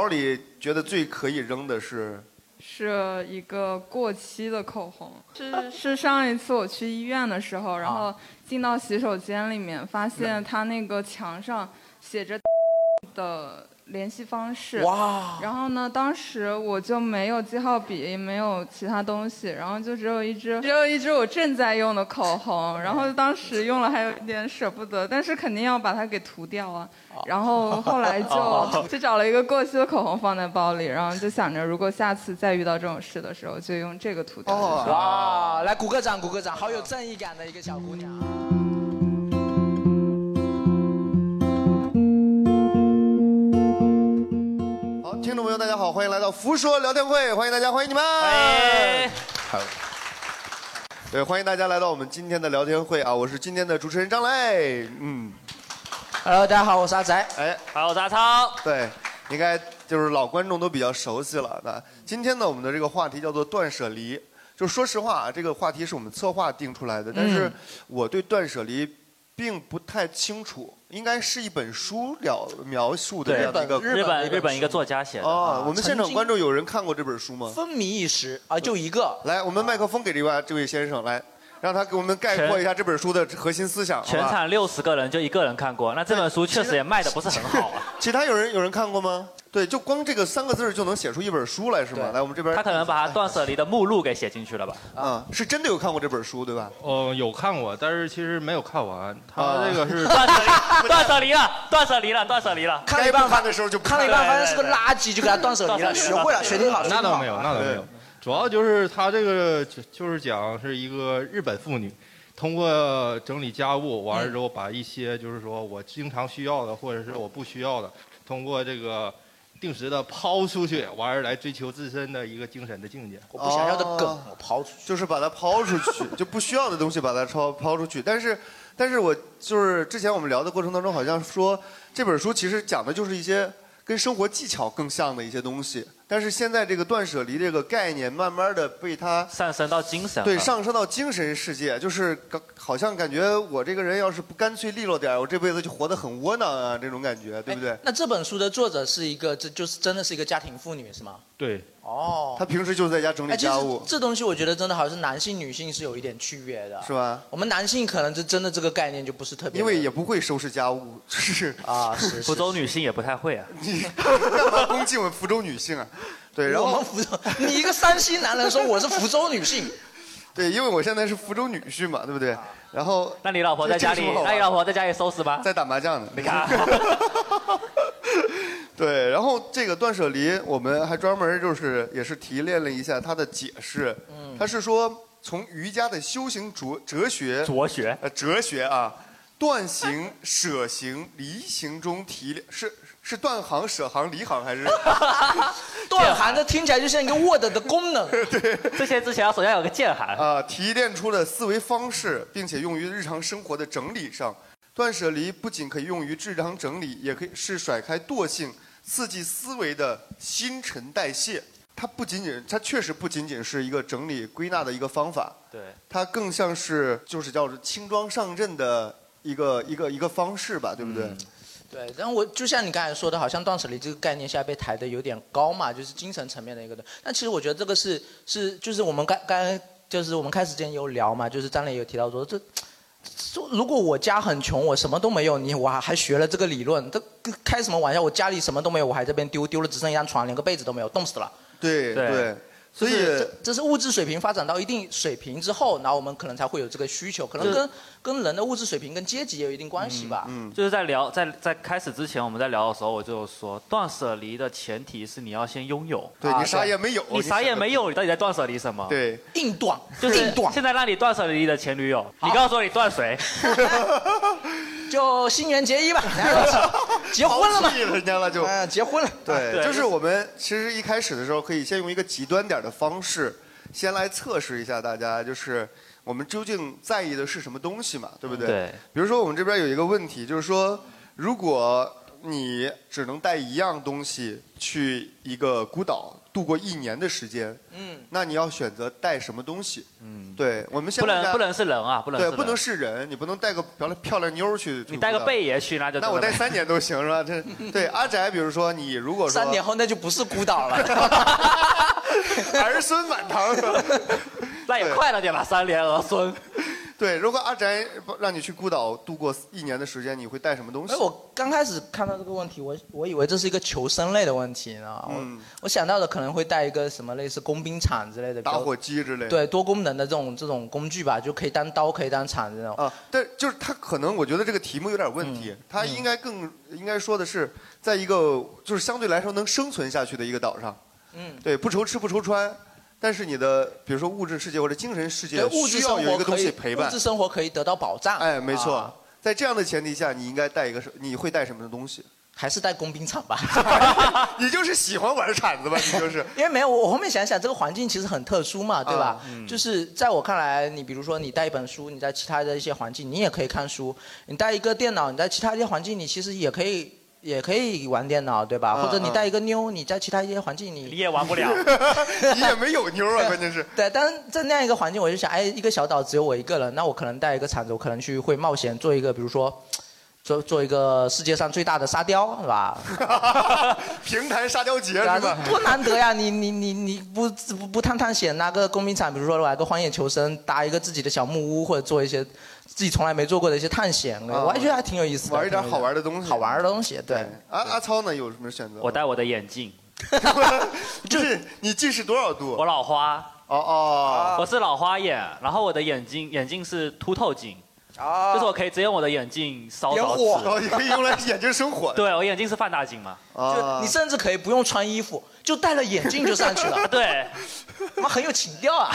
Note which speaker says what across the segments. Speaker 1: 包里觉得最可以扔的是，
Speaker 2: 是一个过期的口红，是是上一次我去医院的时候，然后进到洗手间里面，发现它那个墙上写着的联系方式。
Speaker 3: 哇
Speaker 2: 然后呢，当时我就没有记号笔，也没有其他东西，然后就只有一支，只有一支我正在用的口
Speaker 4: 哦
Speaker 2: 红，然后当时用了还有一点舍不得，但是肯定要把它给涂掉啊。然后后来就
Speaker 4: 哦
Speaker 2: 就找了一个过期的口红放在包里，然后就想着如果下次再遇到这种事的时候，就用这个涂掉。
Speaker 5: 哦
Speaker 1: 啊
Speaker 4: 哇，来鼓个掌，鼓个掌，好有正义感的一个小姑
Speaker 1: 嗯
Speaker 4: 娘。
Speaker 1: 好，听众朋友大家好，欢迎来到福说聊天会，欢迎大家，欢迎你们。
Speaker 6: 哎
Speaker 1: 好对，欢迎大家来到我们今天的聊天会啊！我是今天的主持人张磊，嗯
Speaker 4: ，Hello，大家好，我是阿宅，
Speaker 1: 哎，
Speaker 6: 好，我是阿超，
Speaker 1: 对，应该就是老观众都比较熟悉了。那今天呢，我们的这个话题叫做断舍离，就说实话啊，这个话题是我们策划定出来的，但是
Speaker 7: 嗯
Speaker 1: 我对断舍离并不太清楚，应该是一本书了描述的这样的一个
Speaker 6: 日本日本一个作家写的
Speaker 4: 啊
Speaker 1: 哦，我们现场观
Speaker 6: 众
Speaker 1: 众有人看过这本书吗？
Speaker 4: 风靡一时啊，就一个。
Speaker 1: 来，我们麦克风给这位这位先生来，让他给我们概括一下这本书的核心思想。好
Speaker 6: 全
Speaker 1: 吧
Speaker 6: 场六十个人就一个人看过，那这本书确实也卖的不是很好啊。
Speaker 1: 其他有人有人看过吗？对，就光这个三个字儿就能写出一本书来是吗？来，我们这边
Speaker 6: 他可能把他断舍离的目录给写进 去了吧？
Speaker 1: 啊，是真的有看过这本书对吧？啊
Speaker 7: 哦，有看过，但是其实没有看完。
Speaker 4: 哦
Speaker 7: 他这个 是
Speaker 6: 断舍离，断舍离了，断舍离了，断舍离了。
Speaker 4: 看了一半
Speaker 1: 看的时候就
Speaker 4: 看了一半，发现是个垃圾，就给它断舍 离了。
Speaker 7: 断
Speaker 4: 学
Speaker 7: 舍离了
Speaker 4: 会了，学挺好，学挺
Speaker 7: 那
Speaker 4: 好
Speaker 7: 倒没有，那倒没有
Speaker 4: 对。
Speaker 7: 主要就是他这个就就是讲是一个日本妇女，通过整理家务，完了之后把一些就是说我经常需要的或者是我不需要的，通过这个定时的抛出去，完了来追求自身的一个精神的境界。
Speaker 4: 我
Speaker 1: 不想要的梗哦
Speaker 4: 我抛出去，
Speaker 1: 就是把它抛出去，就不需要的东西把它抛抛出去。但是，但是我就是之前我们聊的过程当中，好像说这本书其实讲的就是一些跟生活技巧更像的一些东西。但是现在这个断舍离这个概念，慢慢的被它
Speaker 6: 上升到精神了啊
Speaker 1: 对上升到精神世界，就是刚好像感觉我这个人要是不干脆利落点儿，我这辈子就活得很窝囊啊，这种感觉，对不对？
Speaker 4: 哎那这本书的作者是一个，这就是真的是一个家庭妇女是吗？
Speaker 7: 对，
Speaker 4: 哦，
Speaker 1: 他平时就是在家整理
Speaker 4: 哎，其实
Speaker 1: 家务，
Speaker 4: 这东西我觉得真的好像是男性、女性是有一点区别的，
Speaker 1: 是？吧？
Speaker 4: 我们男性可能就真的这个概念就不是特别，
Speaker 1: 因为也不会收拾家务，是
Speaker 4: 啊，
Speaker 6: 福州女性也不太会啊。
Speaker 1: 干嘛攻击我们福州女性啊？对，然后
Speaker 4: 我们福州，你一个山西男人说我是 福州女性，啊
Speaker 1: 对，因为我现在是福州女婿嘛，对不对？然后
Speaker 6: 那你老婆在家里，那你老婆在家里收拾吗？
Speaker 1: 在打麻将呢。
Speaker 6: 你看，
Speaker 1: 对，然后这个断舍离，我们还专门就是也是提炼了一下它的解释，
Speaker 6: 嗯
Speaker 1: 它是说从瑜伽的修行哲哲学
Speaker 6: 哲学
Speaker 1: 呃哲学啊，断行、舍行、离行中提炼是是断行、舍行、离行还是？
Speaker 4: 断行这听起来就像一个 Word 的功 能，
Speaker 6: 这些之前要首先有个键函
Speaker 1: 啊，提炼出的思维方式，并且用于日常生活的整理上。断舍离不仅可以用于日常整理，也可以是甩开惰性、刺激思维的新陈代谢。它不仅仅，它确实不仅仅是一个整理归纳的一个方法，
Speaker 6: 对，
Speaker 1: 它更像是就是叫做轻装上阵的一个一个一个方式吧，对不
Speaker 6: 嗯
Speaker 1: 对？
Speaker 4: 对，然后我就像你刚才说的，好像断舍离这个概念现在被抬得有点高嘛，就是精神层面的一个的。但其实我觉得这个是是就是我们刚刚就是我们开始之前有聊嘛，就是张磊有提到说这。说如果我家很穷，我什么都没有，你我还还学了这个理论，这个开什么玩笑？我家里什么都没有，我还这边丢，丢了只剩一张床，连个被子都没有，冻死了。
Speaker 1: 对
Speaker 6: 对
Speaker 1: 对，所以
Speaker 4: 就是这这是物质水平发展到一定水平之后，然后我们可能才会有这个需求，可能跟跟人的物质水平跟阶级也有一定关系吧。
Speaker 1: 嗯，
Speaker 6: 就是在聊在在开始之前，我们在聊的时候，我就说，断舍离的前提是你要先拥有。啊
Speaker 1: 对你啥也没有
Speaker 6: 你啥也没有，你到底在断舍离什么？
Speaker 1: 对，
Speaker 4: 硬断
Speaker 6: 就是现在让你断舍离的前女友，你告诉我你断谁？
Speaker 4: 就新垣结衣 吧，结婚了嘛
Speaker 1: 抛弃人家了就
Speaker 4: 哎结婚了。
Speaker 1: 对，
Speaker 4: 对
Speaker 1: 就是我们其实一开始的时候，可以先用一个极端点的方式，先来测试一下大家，就是我们究竟在意的是什么东西嘛，对不对？
Speaker 6: 对。
Speaker 1: 比如说我们这边有一个问题，就是说，如果你只能带一样东西去一个孤岛度过一年的时间，
Speaker 4: 嗯，
Speaker 1: 那你要选择带什么东西？
Speaker 6: 嗯，
Speaker 1: 对，我们先
Speaker 6: 不
Speaker 1: 问大
Speaker 6: 能
Speaker 1: 家
Speaker 6: 不能是人啊，不能是
Speaker 1: 对，
Speaker 6: 人
Speaker 1: 不能是人，你不能带个漂亮漂亮妞儿去。
Speaker 6: 你带个贝爷去，那就
Speaker 1: 那我带
Speaker 6: 真的
Speaker 1: 三年都行是吧？这 对阿宅，比如说你如果说
Speaker 4: 三年后那就不是孤岛了。
Speaker 1: 儿孙满堂是吧？
Speaker 6: 那也快了点吧，三年儿孙。
Speaker 1: 对，如果阿宅不让你去孤岛度过一年的时间，你会带什么东西
Speaker 4: 哎，？我刚开始看到这个问题，我我以为这是一个求生类的问题呢。我、
Speaker 1: 嗯
Speaker 4: 我想到的可能会带一个什么类似工兵铲之类的，比较
Speaker 1: 打火机之类的。
Speaker 4: 对多功能的这种这种工具吧，就可以当刀，可以当铲子那种。
Speaker 1: 啊，但就是他可能，我觉得这个题目有点问
Speaker 4: 嗯
Speaker 1: 题，他应该更应该说的是，在一个就是相对来说能生存下去的一个岛上，
Speaker 4: 嗯，
Speaker 1: 对，不愁吃不愁穿，但是你的比如说物质世界或者精神世界
Speaker 4: 对，物质
Speaker 1: 需
Speaker 4: 生
Speaker 1: 要有一
Speaker 4: 活
Speaker 1: 个东
Speaker 4: 可以
Speaker 1: 西陪伴
Speaker 4: 物质，生活可以得到保障。
Speaker 1: 哎，没错，
Speaker 4: 啊
Speaker 1: 在这样的前提下，你应该带一个什，你会带什么东西？
Speaker 4: 还是带工兵铲吧。
Speaker 1: 你就是喜欢玩铲子吧？你 就是，
Speaker 4: 因为没有我，我后面想想，这个环境其实很特殊嘛，对吧？
Speaker 1: 啊嗯
Speaker 4: 就是在我看来，你比如说你带一本书，你在其他的一些环境你也可以看书；你带一个电脑，你在其他一些环境你其实也可以也可以玩电脑，对吧？
Speaker 1: 嗯
Speaker 4: 或者你
Speaker 1: 嗯
Speaker 4: 带一个妞，你在其他一些环境你
Speaker 6: 你也玩不了。
Speaker 1: 你也没有妞啊，关键是。
Speaker 4: 对， 但是在那样一个环境，我就想，哎，一个小岛只有我一个人，那我可能带一个铲子，我可能去会冒险做一个，比如说。做做一个世界上最大的沙雕，是吧？
Speaker 1: 平潭沙雕节
Speaker 4: 对啊
Speaker 1: 是吧？
Speaker 4: 多难得呀！你你你你不不不探探险，拿个工兵铲，比如说来个荒野求生，搭一个自己的小木屋，或者做一些自己从来没做过的一些探险，
Speaker 1: 啊
Speaker 4: 我还觉得还挺有意思的。
Speaker 1: 玩一点
Speaker 4: 挺有意思
Speaker 1: 好玩的东西哎
Speaker 4: 好玩的东西，对。
Speaker 1: 阿阿超呢有什么选择吗？
Speaker 6: 我带我的眼镜，
Speaker 1: 就是你近视多少度？
Speaker 6: 我
Speaker 1: 哦
Speaker 6: 老花，啊
Speaker 1: 哦，
Speaker 6: 我是老花眼，然后我的眼睛眼镜是凸透镜，
Speaker 4: 啊
Speaker 6: 就是我可以直接用我的眼镜烧
Speaker 4: 点
Speaker 6: 着
Speaker 4: 火
Speaker 6: 纸
Speaker 1: 然。后也可以用来眼睛生火的。
Speaker 6: 对，我眼镜是放大镜嘛。，
Speaker 1: 啊
Speaker 4: 就你甚至可以不用穿衣服，就戴了眼镜就上去 了
Speaker 6: 对，
Speaker 4: 妈很有情调啊！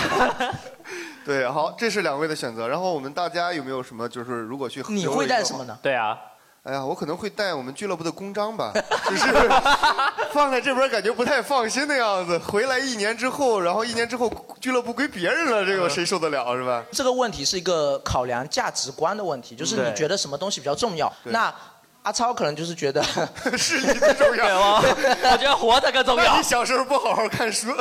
Speaker 1: 对，好，这是两位的选择。然后我们大家有没有什么就是如果去
Speaker 4: 你会带什么？呢？
Speaker 6: 对啊，
Speaker 1: 哎呀，我可能会带我们俱乐部的公章吧，只是放在这边感觉不太放心的样子。回来一年之后，然后一年之后俱乐部归别人了，
Speaker 4: 嗯
Speaker 1: 这个谁受得了是吧？
Speaker 4: 这个问题是一个考量价值观的问题，就是
Speaker 6: 对
Speaker 4: 你觉得什么东西比较重要？
Speaker 1: 对
Speaker 4: 那阿超可能就是觉 得
Speaker 1: 是你最重
Speaker 6: 对
Speaker 1: 要。
Speaker 6: 我， 我觉得活着更重
Speaker 1: 那
Speaker 6: 要
Speaker 1: 你。小时候不好好 看书，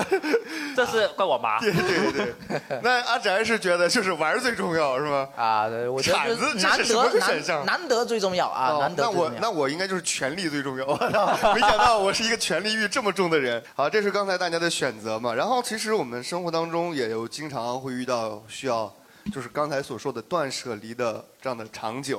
Speaker 6: 这是怪我妈。
Speaker 1: 对对对。那阿宅是觉得就是玩儿最重要是吗？
Speaker 4: 啊，对我觉得就是
Speaker 1: 铲
Speaker 4: 难
Speaker 1: 子这是什么
Speaker 4: 得
Speaker 1: 个选项
Speaker 4: 难难得最重要啊，
Speaker 1: 哦
Speaker 4: 难得
Speaker 1: 那
Speaker 4: 最重
Speaker 1: 我
Speaker 4: 要。
Speaker 1: 那我应该就是权力最重要， 没想到我是一个权力欲这么重的人。好，这是刚才大家的选择嘛。然后其实我们生活当中也有经常会遇到需要，就是刚才所说的断舍离的这样的场景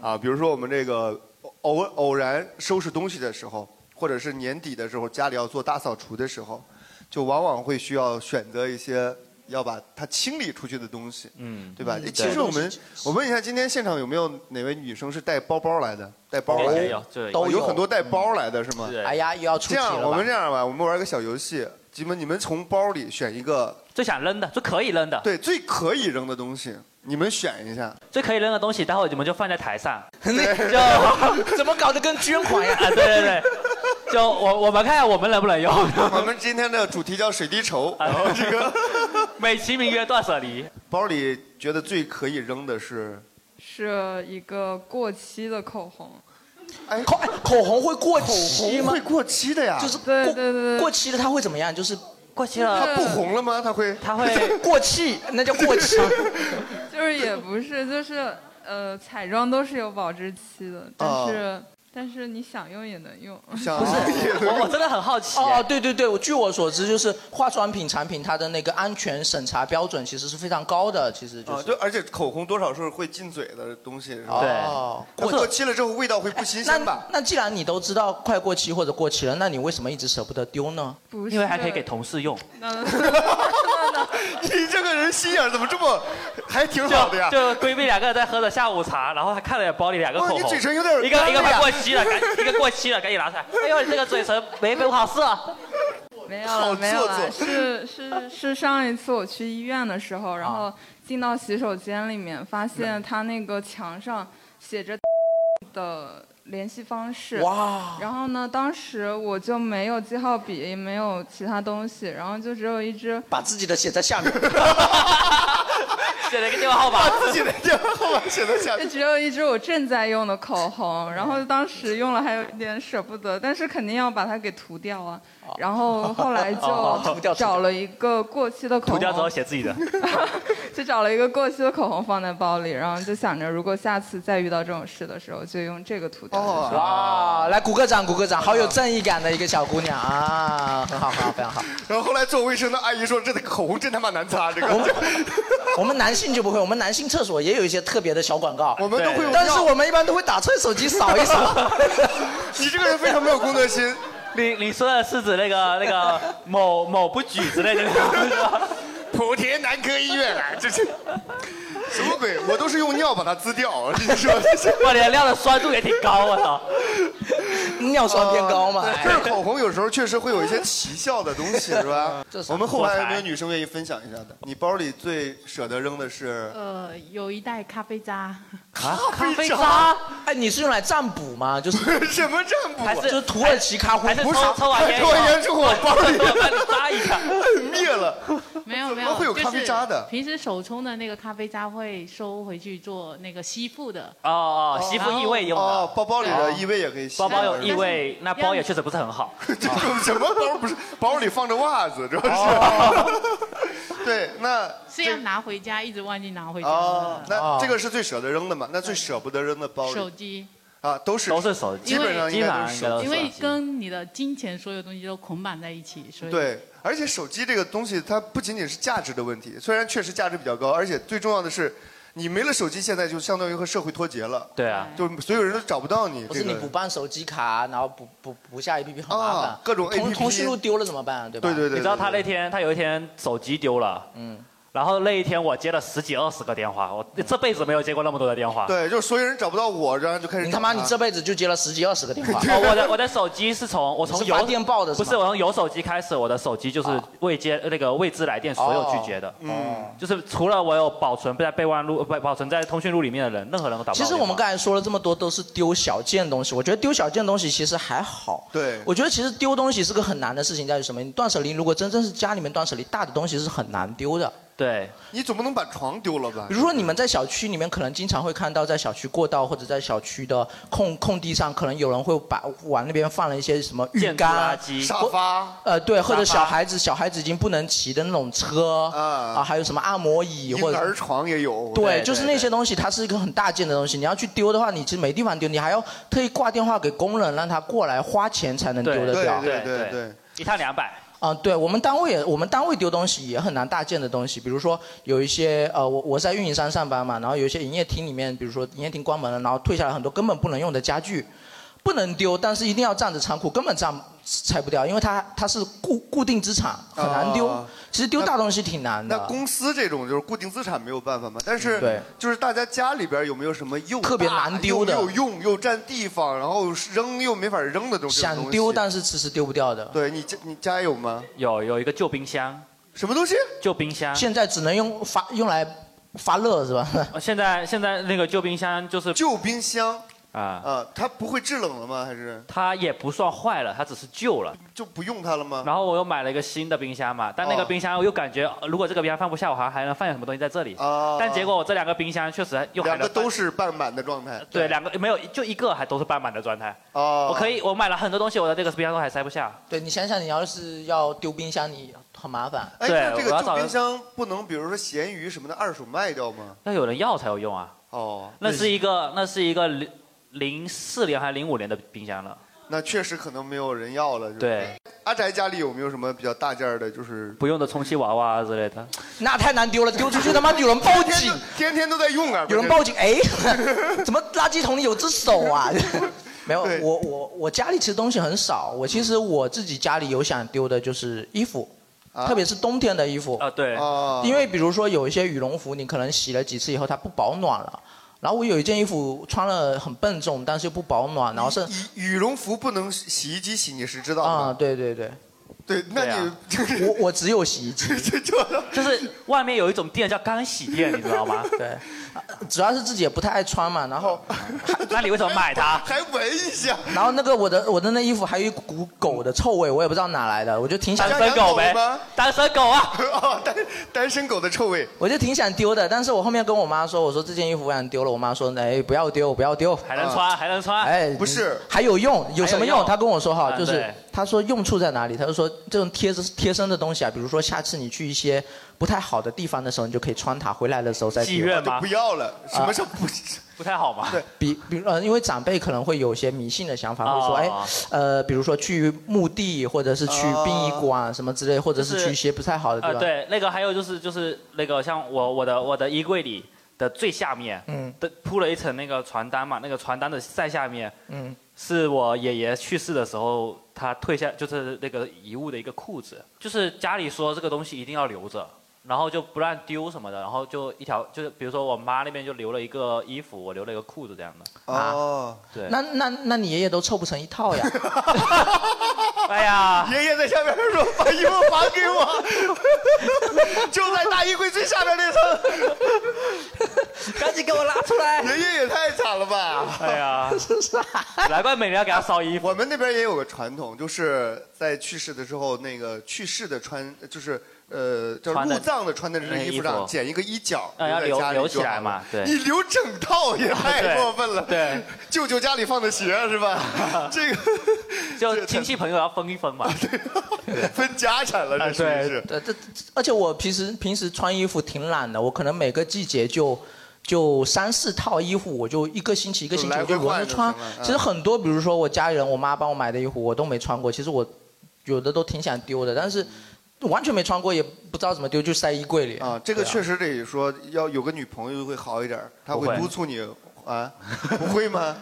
Speaker 1: 啊，比如说我们这个偶偶然收拾东西的时候，或者是年底的时候家里要做大扫除的时候，就往往会需要选择一些要把它清理出去的东西。
Speaker 6: 嗯，
Speaker 1: 对吧？
Speaker 4: 嗯
Speaker 1: 哎其
Speaker 4: 对
Speaker 1: 实我们我问一下，今天现场有没有哪位女生是带包包来的？带包
Speaker 6: 也
Speaker 1: 来的
Speaker 6: 哎有，对，
Speaker 4: 都
Speaker 1: 有嗯很多带包来的是吗？
Speaker 6: 对
Speaker 4: 哎呀，又要出题
Speaker 1: 这
Speaker 4: 了
Speaker 1: 样，
Speaker 4: 吧
Speaker 1: 我们这样吧，我们玩个小游戏，你们你们从包里选一个
Speaker 6: 最想扔的，最可以扔的，
Speaker 1: 对最可以扔的东西，你们选一下。
Speaker 6: 最可以扔的东西，待会你们就放在台 上。
Speaker 4: 你
Speaker 6: 就 啊，
Speaker 4: 怎么搞得跟捐款呀？
Speaker 6: 对对对，就我我们看看我们能不能用，
Speaker 1: 我们今天的主题叫水滴筹，然后这个
Speaker 6: 哎 美其名曰断舍离。
Speaker 1: 包里觉得最可以扔的是，
Speaker 2: 是一个过期的口红，
Speaker 1: 哎，
Speaker 4: 口哎口红会过
Speaker 1: 口
Speaker 4: 期
Speaker 1: 红
Speaker 4: 吗
Speaker 1: 会？过期的呀，
Speaker 4: 就是
Speaker 2: 对
Speaker 4: 过
Speaker 2: 对对对
Speaker 4: 过期了它会怎么样？就是
Speaker 6: 过期
Speaker 2: 了
Speaker 1: 它不红了吗？它会
Speaker 6: 他会
Speaker 4: 过气，那叫过期。
Speaker 2: 就是也不是，就是呃，彩妆都是有保质期的，但是、但是你想用也能用。
Speaker 1: 哦 想
Speaker 6: 不是
Speaker 1: 也能
Speaker 6: 我
Speaker 1: 用
Speaker 6: 我真的很好奇，
Speaker 4: 哦，对对对，我据我所知，就是化妆品产品它的那个安全审查标准其实是非常高的，其实就
Speaker 1: 啊，
Speaker 4: 是。
Speaker 1: 就而且口红多少是会进嘴的东西，是吧？
Speaker 6: 对
Speaker 4: 哦
Speaker 1: 过
Speaker 6: 可是
Speaker 1: 过期了之后味道会不新
Speaker 4: 那
Speaker 1: 鲜吧？
Speaker 4: 那既然你都知道快过期或者过期了，那你为什么一直舍不得丢呢？
Speaker 2: 不是，
Speaker 6: 因为还可以给同事用，
Speaker 2: 那。那那那
Speaker 1: 你这个人心眼儿怎么这么 还挺好的呀
Speaker 6: 就？就闺蜜两个人在喝着下午茶，然后还看了眼包里两个
Speaker 1: 哇，
Speaker 6: 口
Speaker 1: 哦你
Speaker 6: 红
Speaker 1: 嘴，唇有点
Speaker 6: 一个一个
Speaker 1: 干了
Speaker 6: 快
Speaker 1: 呀
Speaker 6: 过期了，赶 一个过期了，赶紧拿出来。哎呦，你这个嘴唇没不 好色。
Speaker 2: 没有
Speaker 1: 好
Speaker 2: 了，没有了，
Speaker 1: 做作
Speaker 2: 是是是上一次我去医院的时候，然
Speaker 1: 啊
Speaker 2: 后进到洗手间里面，发现他那个墙上写着的联系方式。
Speaker 4: 哇，
Speaker 2: 然后呢，当时我就没有记号笔，也没有其他东西，然后就只有一支
Speaker 4: 把自己的写在下面。
Speaker 6: 写了一个电话号码，
Speaker 1: 把自己的电话 号码写在下
Speaker 2: 这只有一支我正在用的口红，然后当时用了还有一点舍不得，但是肯定要把它给涂掉啊。然后 后来
Speaker 6: 哦涂掉
Speaker 2: 就找了一个过期的口红，
Speaker 6: 涂掉之后写自己的。
Speaker 2: 就找了一个过期的口红放在包里，然后就想着如果下次再遇到这种事的时候，就用这个涂掉就
Speaker 6: 哦
Speaker 2: 行了。
Speaker 4: 哇，啊来鼓个掌，鼓个掌，好有正义感的一个小姑娘啊，很好，很好，非常好。
Speaker 1: 然后后来做卫生的阿姨说：“这个口红真他妈难擦，这个。”
Speaker 4: 我们男性就不会，我们男性厕所也有一些特别的小广告，我
Speaker 1: 们都会有
Speaker 4: 但是我们一般都会打出来手机扫一扫。
Speaker 1: 你这个人非常没有工作心。
Speaker 6: 你你说的是指那个那 个某某不举之类的那种是吧？
Speaker 1: 莆田男科医院啊，这是 什么鬼？我都是用尿把它滋 掉，你说这是？
Speaker 6: 哇，你的量的酸度也挺高，啊我操！
Speaker 4: 尿酸变高嘛
Speaker 1: 呃就是口红有时候确实会有一些奇效的东西，是吧
Speaker 4: 这？是
Speaker 1: 我们后排有没有女生愿意分享一下的？你包里最舍得扔的是？
Speaker 3: 呃，有一袋咖啡 渣，
Speaker 1: 咖啡渣
Speaker 6: 渣？
Speaker 4: 哎，你是用来占卜吗？就是
Speaker 1: 什么占卜？啊
Speaker 6: 还是
Speaker 4: 就是土耳其咖啡？
Speaker 6: 还是
Speaker 4: 不是
Speaker 6: 抽抽完烟以
Speaker 1: 抽
Speaker 6: 后，
Speaker 1: 完烟之后往包 里
Speaker 6: 我帮你扎一下。
Speaker 1: 灭了。
Speaker 3: 没有没
Speaker 1: 怎
Speaker 3: 有，
Speaker 1: 么哦会有咖啡渣的
Speaker 3: 就是平时手冲的那个咖啡渣会收回去做那个吸附的，
Speaker 6: 哦哦，吸附异味用
Speaker 1: 哦
Speaker 6: 的，，
Speaker 1: 包包里的异味也可以吸。
Speaker 6: 包包有异
Speaker 4: 哦
Speaker 6: 味，那包也确实不是很好。
Speaker 1: 这种什么包不是？包里放着袜子，主
Speaker 6: 哦
Speaker 1: 要是。对，那
Speaker 3: 是要拿回家，一直忘记拿回家
Speaker 1: 哦，
Speaker 3: 了。
Speaker 1: 那这个是最舍得扔的嘛？那最舍不得扔的包
Speaker 3: 啊手
Speaker 1: 里
Speaker 3: 机，
Speaker 1: 啊，都是
Speaker 6: 都是手机
Speaker 1: 基本上应该都是
Speaker 6: 基
Speaker 1: 手机
Speaker 3: 因
Speaker 6: 本上应该都是。
Speaker 3: 为跟你的金钱所有东西都捆绑在一起，所以
Speaker 1: 对，而且手机这个东西，它不仅仅是价值的问题，虽然确实价值比较高，而且最重要的是，你没了手机，现在就相当于和社会脱节了，
Speaker 6: 对啊，
Speaker 1: 就所有人都找不到你。
Speaker 4: 不是
Speaker 1: 这
Speaker 4: 你
Speaker 1: 个
Speaker 4: 补办手机卡，然后补补补下 APP 很麻烦
Speaker 1: 啊，各种
Speaker 4: 通
Speaker 1: APP
Speaker 4: 通讯录丢了怎么办？对吧？
Speaker 1: 对对对，
Speaker 6: 你知道他
Speaker 1: 对
Speaker 6: 那天，他有一天手机丢了，嗯，然后那一天我接了十几二十个电话，我这辈子没有接过那么多的电话。。
Speaker 1: 对，就是所有人找不到我，然后就开始
Speaker 4: 你
Speaker 1: 找
Speaker 4: 他妈，
Speaker 1: 他
Speaker 4: 你这辈子就接了十几二十个电话
Speaker 6: 哦，我的我的手机是从我从
Speaker 4: 你是发
Speaker 6: 有
Speaker 4: 电报的是
Speaker 6: 不
Speaker 4: 吗啊
Speaker 6: 是我从有手机开始，我的手机就是未接那个未知来电所有拒绝
Speaker 4: 哦
Speaker 6: 的，
Speaker 1: 嗯，
Speaker 6: 就是除了我有保存在备忘录不保存在通讯录里面的人，任何人都打不到
Speaker 4: 其
Speaker 6: 电话。
Speaker 4: 实我们刚才说了这么多，都是丢小件东西。我觉得丢小件东西其实还好。
Speaker 1: 对
Speaker 4: 我觉得其实丢东西是个很难的事情，在于什么？你断舍离，如果真正是家里面断舍离，大的东西是很难丢的。
Speaker 1: 啊
Speaker 6: 对
Speaker 1: 你总不能把床丢了吧？
Speaker 4: 比如说你们在小区里面，可能经常会看到在小区过道或者在小区的空空地上，可能有人会把往那边放了一些什么浴
Speaker 6: 建筑
Speaker 4: 缸
Speaker 6: 垃圾
Speaker 1: 啊沙发，
Speaker 4: 呃，对，或者
Speaker 6: 沙发
Speaker 4: 小孩子小孩子已经不能骑的那种车
Speaker 1: 啊
Speaker 4: 啊，还有什么按摩椅
Speaker 1: 婴
Speaker 4: 或者
Speaker 1: 儿床也有。
Speaker 4: 对，
Speaker 6: 对
Speaker 4: 就是
Speaker 6: 对
Speaker 4: 那些东西，它是一个很大件的东西。你要去丢的话，你其实没地方丢，你还要特意挂电话给工人，让他过来花钱才能丢得
Speaker 1: 对
Speaker 4: 掉。
Speaker 1: 对
Speaker 6: 对
Speaker 1: 对
Speaker 6: 对
Speaker 1: 对，
Speaker 6: 一趟两百，
Speaker 4: 啊、对我们单位也，我们单位丢东西也很难大件的东西，比如说有一些呃，我我是在运营商上班嘛，然后有一些营业厅里面，比如说营业厅关门了，然后退下来很多根本不能用的家具，不能丢，但是一定要占着仓库，根本占拆不掉，因为它它是固固定资产，很难丢。
Speaker 1: 啊
Speaker 4: 其实丢大东西挺难的
Speaker 1: 那。公司这种就是固定资产没有办法嘛，
Speaker 4: 嗯
Speaker 1: 但
Speaker 4: 对
Speaker 1: 是就是大家家里边有没有什么又
Speaker 4: 特别
Speaker 1: 大
Speaker 4: 难丢的
Speaker 1: 又有用又占地方，然后扔又没法扔的这种这种东
Speaker 4: 想
Speaker 1: 西
Speaker 4: 丢，但是迟迟丢不掉的。
Speaker 1: 对你家你家有吗？
Speaker 6: 有有一个旧冰箱，
Speaker 1: 什么东西？
Speaker 6: 旧冰箱。
Speaker 4: 现在只能用发用来发热是吧？
Speaker 6: 呃现在现在那个旧冰箱就是
Speaker 1: 旧冰箱
Speaker 6: 啊、
Speaker 1: 啊，它不会制冷了吗？还是
Speaker 6: 它也不算坏了，它只是旧了。
Speaker 1: 就不用它了吗？
Speaker 6: 然后我又买了一个新的冰箱嘛，但那个
Speaker 1: 哦
Speaker 6: 冰箱我又感觉，呃如果这个冰箱放不下，我好像还能放点什么东西在这里。
Speaker 1: 啊
Speaker 6: 但结果我这两个冰箱确实又还
Speaker 1: 两个
Speaker 6: 能放
Speaker 1: 都是半满的状态。
Speaker 6: 呃对两个没有就一个还都是半满的状态。
Speaker 1: 啊，
Speaker 6: 我可以，我买了很多东西，我的这个冰箱都还塞不下。
Speaker 4: 对你想想，你要是要丢冰箱，你很麻烦。
Speaker 1: 哎，
Speaker 6: 对
Speaker 1: 那这
Speaker 6: 我
Speaker 1: 个
Speaker 6: 要
Speaker 1: 旧
Speaker 6: 找
Speaker 1: 冰箱不能，比如说咸鱼什么的二手卖掉吗？
Speaker 6: 要有人要才有用啊。
Speaker 1: 哦，
Speaker 6: 那是一个那是一个零零四年还是零五年的冰箱了。
Speaker 1: 那确实可能没有人要了。就是，
Speaker 6: 对，
Speaker 1: 阿宅家里有没有什么比较大件儿的？就是
Speaker 6: 不用的充气娃娃啊之类的。
Speaker 4: 那太难丢了，丢出去他妈有人报
Speaker 1: 天
Speaker 4: 警
Speaker 1: 天，天天都在用啊，
Speaker 4: 有人报警， 哎，怎么垃圾桶里有只手啊？没有，
Speaker 1: 对
Speaker 4: 我我我家里其实东西很少，我其实我自己家里有想丢的就是衣服，
Speaker 1: 啊
Speaker 4: 特别是冬天的衣服，
Speaker 6: 啊，对，
Speaker 1: 啊，
Speaker 4: 因为比如说有一些羽绒服，你可能洗了几次以后它不保暖了。然后我有一件衣服穿了很笨重，但是又不保暖，然后是
Speaker 1: 羽羽绒服不能洗衣机洗，你是知道
Speaker 4: 啊、
Speaker 1: 吗？
Speaker 4: 对对对，
Speaker 1: 对，那
Speaker 6: 对啊
Speaker 1: 你 就是
Speaker 4: 我我只有洗衣机。
Speaker 1: 这就
Speaker 6: 就是外面有一种店叫干洗店，你知道吗？
Speaker 4: 对，主要是自己也不太爱穿嘛，然后
Speaker 6: 那你为什么买它？
Speaker 1: 还闻一下。
Speaker 4: 然后那个我的我的那衣服还有一股狗的臭味，我也不知道哪来的，我就挺想
Speaker 1: 单身狗呗，
Speaker 6: 单身狗啊，
Speaker 1: 哦，单单身狗的臭味。
Speaker 4: 我就挺想丢的，但是我后面跟我妈说，我说这件衣服我想丢了，我妈说，哎，不要丢，不要丢，
Speaker 6: 还能穿，还能穿。
Speaker 4: 哎，
Speaker 6: 不是
Speaker 4: 还有用，有什么用？她跟我说哈，
Speaker 6: 啊
Speaker 4: 就是
Speaker 6: 对
Speaker 4: 她说用处在哪里？她就说这种贴身贴身的东西啊，比如说下次你去一些不太好的地方的时候，你就可以穿它，回来的时候再
Speaker 6: 妓院吗？啊
Speaker 4: 丢
Speaker 1: 啊要了
Speaker 4: 什么时候
Speaker 1: 不、
Speaker 6: 不太好吗？对，
Speaker 4: 比比如呃，因为长辈可能会有一些迷信的想法，会说
Speaker 6: 哦
Speaker 4: 哎，呃，比如说去墓地，或者是去殡仪馆啊什么之类，或者
Speaker 6: 哦就是是
Speaker 4: 去一些不太好的地
Speaker 6: 呃，
Speaker 4: 方。
Speaker 6: 对，那个还有就是就是那个像我我的我的衣柜里的最下面，
Speaker 4: 嗯
Speaker 6: 嗯，的铺了一层那个床单嘛，那个床单的再下面
Speaker 4: 嗯，
Speaker 6: 是我爷爷去世的时候他退下就是那个遗物的一个裤子，就是家里说这个东西一定要留着。然后就不让丢什么的，然后就一条就是，比如说我妈那边就留了一个衣服，我留了一个裤子这样的。
Speaker 1: 哦，
Speaker 6: 对
Speaker 4: 那那那你爷爷都凑不成一套呀？
Speaker 6: 哎呀，
Speaker 1: 爷爷在下面说：“把衣服还给我。” 就在大衣柜最下面那层，
Speaker 4: 赶紧给我拉出来！
Speaker 1: 爷爷也太惨了吧！
Speaker 6: 哎呀，难怪每年要给他烧衣服。
Speaker 1: 我们那边也有个传统，就是在去世的时候，那个去世的穿就是呃叫
Speaker 6: 穿的
Speaker 1: 入葬的穿的这个衣
Speaker 6: 呃
Speaker 1: 服
Speaker 6: 那衣
Speaker 1: 上
Speaker 6: 服
Speaker 1: 剪一个衣角，
Speaker 6: 啊要
Speaker 1: 留在家里
Speaker 6: 留留起
Speaker 1: 就好
Speaker 6: 来
Speaker 1: 了
Speaker 6: 嘛对
Speaker 1: 你留整套也 太
Speaker 6: 对
Speaker 1: 过分了。
Speaker 6: 对，
Speaker 1: 舅舅家里放的鞋 是吧？这个
Speaker 6: 就亲戚朋友要分一 分嘛。 哎
Speaker 1: 分家产了，这属于是。
Speaker 4: 哎对，这这而且我平时平时穿衣服挺懒的，我可能每个季节就就三四套衣服，我就一个星期一个星期
Speaker 1: 就来
Speaker 4: 我就
Speaker 1: 回换
Speaker 4: 轮着
Speaker 1: 就
Speaker 4: 穿
Speaker 1: 行了。嗯
Speaker 4: 其实很多，比如说我家人、我妈帮我买的衣服，我都没穿过。其实我有的都挺想丢的，但是完全没穿过，也不知道怎么丢，就塞衣柜里。
Speaker 1: 啊，这个
Speaker 4: 对
Speaker 1: 确实得说，要有个女朋友会好一点儿，她
Speaker 4: 不
Speaker 1: 会
Speaker 4: 会
Speaker 1: 督促你啊，不会吗？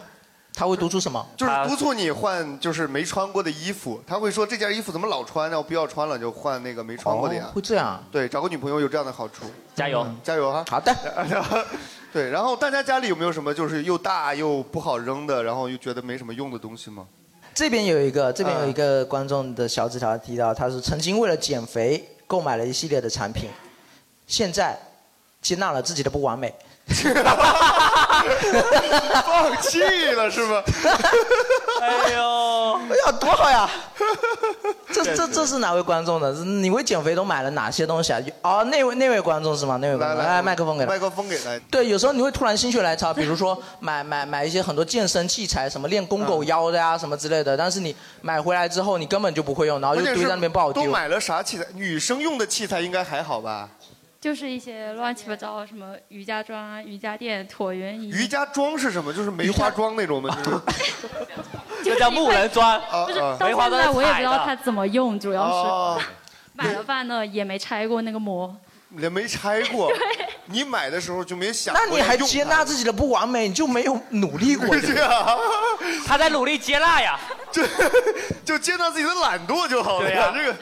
Speaker 4: 她会督促什么？
Speaker 1: 就是督促你换，就是没穿过的衣服。她会说这件衣服怎么老穿呢？我不要穿了，就换那个没穿过的呀
Speaker 4: 哦。会这样。
Speaker 1: 对，找个女朋友有这样的好处。
Speaker 6: 加油
Speaker 1: 嗯加油哈！
Speaker 4: 好 的。
Speaker 1: 对，然后大家家里有没有什么就是又大又不好扔的，然后又觉得没什么用的东西吗？
Speaker 4: 这边有一个，这
Speaker 6: 啊
Speaker 4: 边有一个观众的小纸条提到，他是曾经为了减肥购买了一系列的产品，现在接纳了自己的不完美。
Speaker 1: 放弃了是吗？
Speaker 6: 哎呦，
Speaker 4: 哎呀，多好 呀！这这这是哪位观众的？是你为减肥都买了哪些东西啊？有哦，那位那位观众是吗？那位观
Speaker 1: 来
Speaker 4: 众，哎
Speaker 1: 来，
Speaker 4: 麦克风给他啊
Speaker 1: 麦。克风给他。
Speaker 4: 对，有时候你会突然心血来 潮，比如说买买买一些很多健身器材，什么练肱狗腰的呀、什么之类的，但是你买回来之后你根本就不会用，然后就
Speaker 1: 关键
Speaker 4: 堆
Speaker 1: 是
Speaker 4: 在那边不好丢
Speaker 1: 都。买了啥器材？女生用的器材应该还好吧？
Speaker 4: 嗯
Speaker 5: 就是一些乱七八糟，什么瑜伽砖啊、瑜伽垫、椭圆仪，
Speaker 1: 瑜伽装是什么？就是梅花桩那种吗？ 就是
Speaker 5: 就是
Speaker 6: 这叫木人桩
Speaker 1: 啊
Speaker 5: 就是
Speaker 1: 啊
Speaker 5: 到
Speaker 6: 梅花
Speaker 5: 现
Speaker 6: 都
Speaker 5: 在
Speaker 6: 是
Speaker 5: 我也不
Speaker 6: 彩
Speaker 5: 知道
Speaker 6: 的
Speaker 5: 它怎么用，主要
Speaker 1: 哦
Speaker 5: 是买了饭呢也没拆过那个膜，
Speaker 1: 也没拆过。你买的时候就没想过
Speaker 4: 那
Speaker 1: 要用
Speaker 4: 你
Speaker 1: 它，
Speaker 4: 还接纳自己的 不完美，你就没有努力过。
Speaker 1: 对啊呀，
Speaker 6: 他在努力接纳呀。
Speaker 1: 就接纳自己的懒惰就好了呀。
Speaker 6: 对啊
Speaker 1: 这个，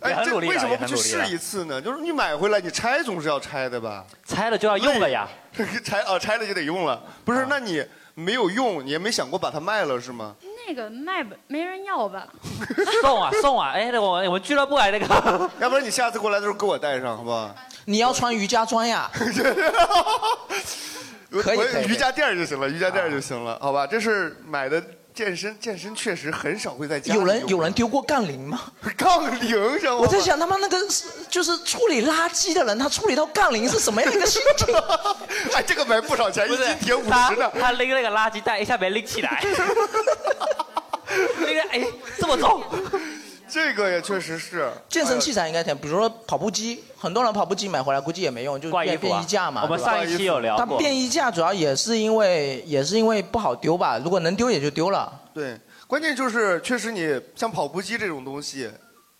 Speaker 1: 哎
Speaker 6: 也，很
Speaker 1: 这
Speaker 6: 努力了
Speaker 1: 为什么
Speaker 6: 也
Speaker 1: 不
Speaker 6: 很
Speaker 1: 去
Speaker 6: 努力
Speaker 1: 试
Speaker 6: 了
Speaker 1: 一次呢？就是你买回来，你拆总是要拆的吧？
Speaker 6: 拆了就要用了呀。 啊
Speaker 1: 拆啊，拆了就得用了。不是，那你没有用，你也没想过把它卖了是吗？
Speaker 5: 那个卖不没人要吧？，
Speaker 6: 送啊送啊！哎，那我我们俱乐部来那个，
Speaker 1: 要不然你下次过来的时候给我带上，好不好？
Speaker 4: 你要穿瑜伽装呀。可以
Speaker 1: 我
Speaker 4: 可以啊
Speaker 1: 瑜伽垫儿就行了，瑜伽垫儿就行了，好吧？这是买的健身，健身确实很少会在家里
Speaker 4: 有人
Speaker 1: 用
Speaker 4: 有人丢过杠铃吗？
Speaker 1: 杠铃上，
Speaker 4: 我在想他妈那个是就是处理垃圾的人，他处理到杠铃是什么样的一个心情？
Speaker 1: 哎，这个买不少钱，一
Speaker 6: 不是
Speaker 1: 斤铁五
Speaker 6: 他
Speaker 1: 十呢。
Speaker 6: 他拎那个垃圾袋一下没拎起 来，拎个哎 这么重，
Speaker 1: 这个也确实是
Speaker 4: 健身器材应该挺，比如说跑步机，很多人跑步机买回来估计也没用，就
Speaker 6: 挂衣
Speaker 4: 变
Speaker 6: 服啊
Speaker 4: 变衣架嘛。
Speaker 6: 我们
Speaker 4: 对吧
Speaker 6: 上一期有聊
Speaker 4: 它
Speaker 6: 过，
Speaker 4: 变衣架主要也是因为也是因为不好丢吧，如果能丢也就丢了。
Speaker 1: 对，关键就是确实你像跑步机这种东西，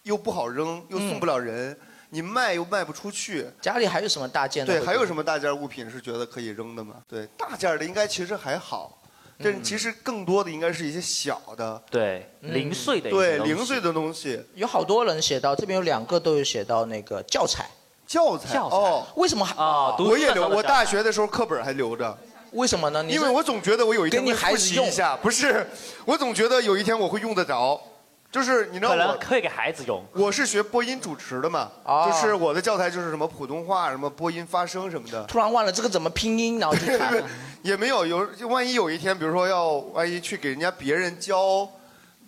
Speaker 1: 又不好扔，又
Speaker 4: 嗯
Speaker 1: 送不了人，你卖又卖不出去。
Speaker 4: 家里还有什么大件的？
Speaker 1: 对，还有什
Speaker 4: 么？
Speaker 1: 么大件物品是觉得可以扔的吗？对，大件的应该其实还好，
Speaker 4: 嗯
Speaker 1: 但其实更多的应该是一些小的，
Speaker 6: 对零
Speaker 4: 嗯
Speaker 6: 碎的一些
Speaker 1: 对
Speaker 6: 东西
Speaker 1: 零碎的东西，
Speaker 4: 有好多人写到这边有两个都有写到那个教材，
Speaker 1: 教材
Speaker 6: 教材
Speaker 1: 哦。
Speaker 4: 为什么还？
Speaker 6: 啊，读书
Speaker 1: 我
Speaker 6: 的
Speaker 1: 也
Speaker 6: 时
Speaker 1: 留，
Speaker 6: 候
Speaker 1: 我
Speaker 6: 的
Speaker 1: 大学的时候课本还留着，
Speaker 4: 为什么啊呢？你是
Speaker 1: 因为我总觉得我有一天
Speaker 4: 给你
Speaker 1: 会
Speaker 4: 孩
Speaker 1: 复
Speaker 4: 子
Speaker 1: 习
Speaker 4: 用
Speaker 1: 一下，不是，我总觉得有一天我会用得着，就是你知道
Speaker 6: 可
Speaker 1: 我
Speaker 6: 能会给孩子用。
Speaker 1: 我是学播音主持的嘛，
Speaker 6: 哦
Speaker 1: 就是我的教材就是什么普通话、什么播音发声什么的。
Speaker 4: 突然忘了这个怎么拼音，然后就
Speaker 1: 也没有有，就万一有一天，比如说要万一去给人家别人教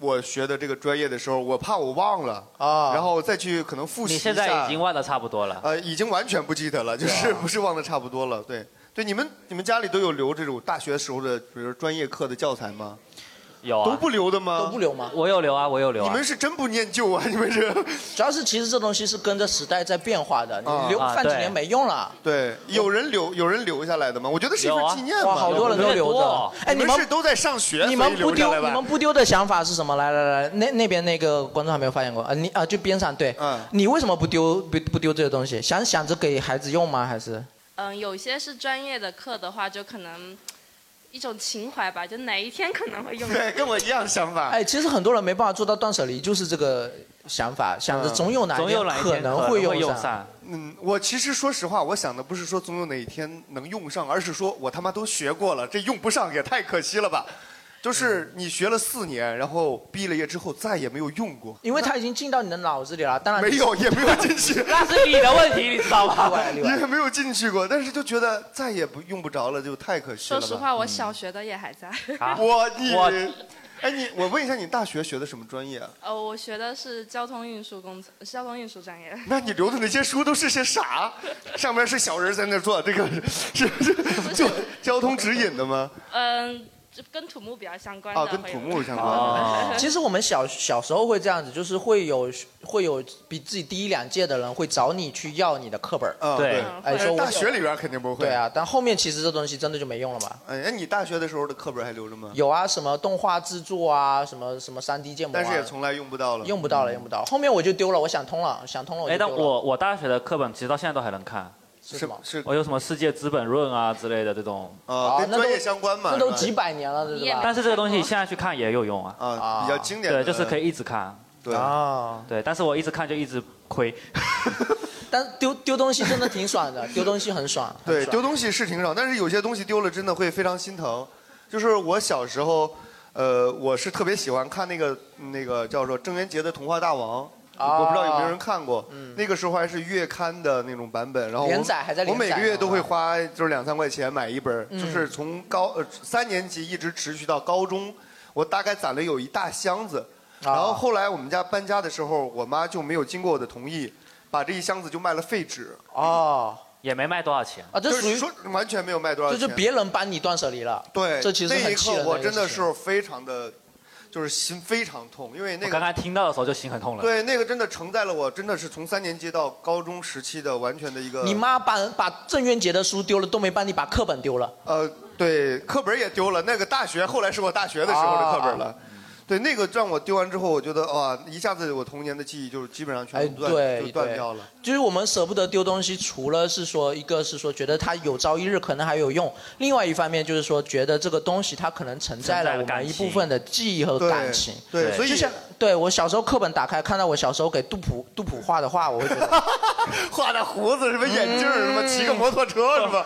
Speaker 1: 我学的这个专业的时候，我怕我忘了
Speaker 4: 啊
Speaker 1: 然后再去可能复习
Speaker 6: 你
Speaker 1: 一下。
Speaker 6: 现在已经忘得差不多了。
Speaker 1: 呃已经完全不记得了，
Speaker 6: 啊
Speaker 1: 就是 不是忘得差不多了。对对，你们你们家里都有留这种大学时候的，比如专业课的教材吗？
Speaker 6: 有啊
Speaker 1: 都不留的吗？
Speaker 4: 都不留吗？
Speaker 6: 我有留啊，我有留啊。
Speaker 1: 你们是真不念旧啊？你们是？
Speaker 4: 主要是其实这东西是跟着时代在变化的，
Speaker 1: 啊
Speaker 4: 你留
Speaker 1: 啊
Speaker 4: 饭几
Speaker 1: 对
Speaker 4: 年没用了。
Speaker 1: 对，有人留有人留下来的吗？我觉得是一
Speaker 6: 啊
Speaker 1: 份纪念嘛。
Speaker 4: 哇，好多人都留着。哎，
Speaker 1: 你们是都在上学，
Speaker 4: 你们
Speaker 1: 所以
Speaker 4: 不
Speaker 1: 留
Speaker 4: 丢
Speaker 1: 下来，吧
Speaker 4: 你们不丢的想法是什么？来来来，那那边那个观众还没有发言过啊，你啊就边上对，
Speaker 1: 嗯
Speaker 4: 你为什么不丢不不丢这个东西？想想着给孩子用吗？还是
Speaker 8: 嗯，有些是专业的课的话，就可能一种情怀吧，就哪一天可能 会用到。
Speaker 1: 跟我一样想法
Speaker 4: 哎，其实很多人没办法做到断舍离，就是这个想法，想着嗯总有哪一可能会上。。
Speaker 1: 嗯，我其实说实话，我想的不是说总有哪一天能用上，而是说我他妈都学过了，这用不上也太可惜了吧。
Speaker 4: 嗯
Speaker 1: 就是你学了四年，然后毕了业之后再也没有用过。
Speaker 4: 因为它已经进到你的脑子里了，当然
Speaker 1: 没有也没有进去
Speaker 4: 那是你的问题你知道吗 例外
Speaker 1: 也没有进去过，但是就觉得再也不用不着了，就太可惜
Speaker 8: 说
Speaker 1: 了吧。
Speaker 8: 实话，我小学的也还在。
Speaker 6: 嗯 啊
Speaker 4: 嗯
Speaker 1: 我你
Speaker 8: 我
Speaker 1: 哎你我问一下，你大学学的什么专业啊？
Speaker 8: 呃，我学的是交通运输工程，交通运输专业。
Speaker 1: 那你留的那些书都是些啥？上面是小人在那做这个 是是就交通指引的吗？
Speaker 8: 嗯，就跟土木比较相关的。
Speaker 1: 啊跟
Speaker 8: 会有
Speaker 1: 土 木相关
Speaker 4: 哦
Speaker 1: 哦，
Speaker 4: 其实我们小小时候会这样子，就是会有会有比自己低一两届的人会找你去要你的课本儿，
Speaker 1: 啊对
Speaker 4: 哎，说我
Speaker 1: 大学里边肯定不会
Speaker 4: 对啊，但后面其实这东西真的就没用了嘛。
Speaker 1: 哎，哎，你大学的时候的课本还留着吗？，
Speaker 4: 有啊，什么动画制作啊，什么什么三 D 建模、啊，
Speaker 1: 但是也从来用不到了。嗯
Speaker 4: 用不到了，用不到。后面我就丢了，我想通了，想通了我就
Speaker 6: 哎，但
Speaker 4: 丢了。
Speaker 6: 我我大学的课本其实到现在都还能看。
Speaker 4: 是吗
Speaker 1: 是
Speaker 6: 我有什么《世界资本论》啊之类的这种。
Speaker 1: 啊跟专业相关嘛
Speaker 4: 那都
Speaker 1: 是吧
Speaker 4: 几百年了，对吧？
Speaker 6: 但是这个东西现在去看也有用啊。
Speaker 1: 啊比较经典的
Speaker 6: 对，就是可以一直看。
Speaker 1: 对
Speaker 4: 啊。
Speaker 6: 对，但是我一直看就一直亏。
Speaker 4: 但丢丢东西真的挺爽的，丢东西很爽。很
Speaker 1: 对，
Speaker 4: 爽
Speaker 1: 丢东西是挺少，但是有些东西丢了真的会非常心疼。就是我小时候，呃，我是特别喜欢看那个那个叫做郑渊洁的《童话大王》
Speaker 4: 啊嗯
Speaker 1: 我不知道有没有人看过。那个时候还是月刊的那种版本，然后我
Speaker 4: 连载还在连
Speaker 1: 我每
Speaker 4: 载
Speaker 1: 个月
Speaker 4: 呢
Speaker 1: 都会花就是两三块钱买一本，
Speaker 4: 嗯
Speaker 1: 就是从高呃三年级一直持续到高中，我大概攒了有一大箱子。
Speaker 4: 啊
Speaker 1: 然后后来我们家搬家的时候，我妈就没有经过我的同意，把这一箱子就卖了废纸。
Speaker 4: 哦，
Speaker 6: 也没卖多少钱
Speaker 4: 啊，这
Speaker 1: 就是
Speaker 4: 属于
Speaker 1: 说完全没有卖多少
Speaker 4: 这
Speaker 1: 钱，
Speaker 4: 就别人帮你断舍离了。
Speaker 1: 对，
Speaker 4: 这其实
Speaker 1: 那
Speaker 4: 很
Speaker 1: 一
Speaker 4: 气
Speaker 1: 刻
Speaker 4: 人
Speaker 1: 我
Speaker 4: 一个
Speaker 1: 真的
Speaker 4: 事情
Speaker 1: 是非常的，就是心非常痛，因为那
Speaker 6: 我
Speaker 1: 个
Speaker 6: 刚刚听到的时候就心很痛了。
Speaker 1: 对那个真的承载了我真的是从三年级到高中时期的完全的一个。
Speaker 4: 你妈把把郑渊洁的书丢了，都没帮你把课本丢了。
Speaker 1: 呃，对，课本也丢了。那个大学后来是我大学的时候的课本
Speaker 4: 啊
Speaker 1: 了。对，那个让我丢完之后，我觉得哇，一下子我童年的记忆就是基本上
Speaker 4: 哎，
Speaker 1: 全部断、
Speaker 4: 对，
Speaker 1: 就断
Speaker 4: 对
Speaker 1: 掉了。。
Speaker 4: 就是我们舍不得丢东西，除了是说一个是说觉得它有朝一日可能还有用，另外一方面就是说觉得这个东西它可能承载
Speaker 6: 承载
Speaker 4: 了
Speaker 6: 了
Speaker 4: 我们
Speaker 6: 感
Speaker 4: 一
Speaker 6: 情
Speaker 4: 部分的记忆和
Speaker 6: 对
Speaker 4: 感情。
Speaker 6: 对对所以
Speaker 4: 就像对我小时候课本打开看到我小时候给杜甫杜甫画的画，我会觉得
Speaker 1: 画的胡子，什么眼镜儿，什么
Speaker 4: 嗯
Speaker 1: 骑个摩托车，是吧？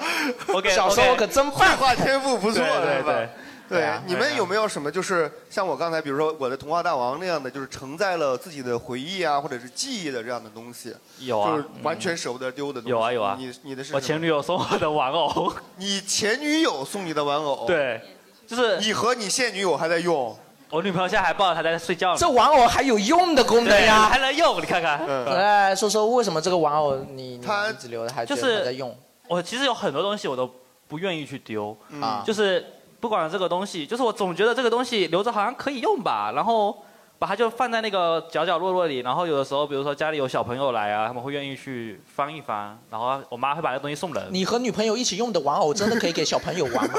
Speaker 6: 我给
Speaker 4: 小时候可真
Speaker 1: 绘
Speaker 4: 棒，
Speaker 1: 画天赋不错，
Speaker 4: 对对
Speaker 1: 是吧
Speaker 4: 对？
Speaker 6: 哎
Speaker 4: 对啊
Speaker 1: 你们有没有什么就是像我刚才，比如说我的《童话大王》那样的，就是承载了自己的回忆啊，或者是记忆的这样的东西？
Speaker 6: 有啊
Speaker 1: 就是完全舍不得丢的东西。
Speaker 6: 有啊有啊。
Speaker 1: 你你的是什么
Speaker 6: 我前女友送我的玩偶。
Speaker 1: 你前女友送你的玩偶？
Speaker 6: 对，就是
Speaker 1: 你和你现女友还在用。
Speaker 6: 我女朋友现在还抱着它在睡觉呢。
Speaker 4: 这玩偶还有用的功能
Speaker 6: 对
Speaker 4: 呀嗯
Speaker 6: 还。能用，你看看。
Speaker 4: 来说说为什么这个玩偶你你一直留着还觉
Speaker 6: 就
Speaker 4: 得还
Speaker 6: 是
Speaker 4: 在用？
Speaker 6: 我其实有很多东西我都不愿意去丢
Speaker 4: 啊
Speaker 6: 就是不管这个东西，就是我总觉得这个东西留着好像可以用吧，然后把它就放在那个角角落落里，然后有的时候比如说家里有小朋友来啊，他们会愿意去翻一翻，然后啊我妈会把这东西送人。
Speaker 4: 你和女朋友一起用的玩偶真的可以给小朋友玩吗？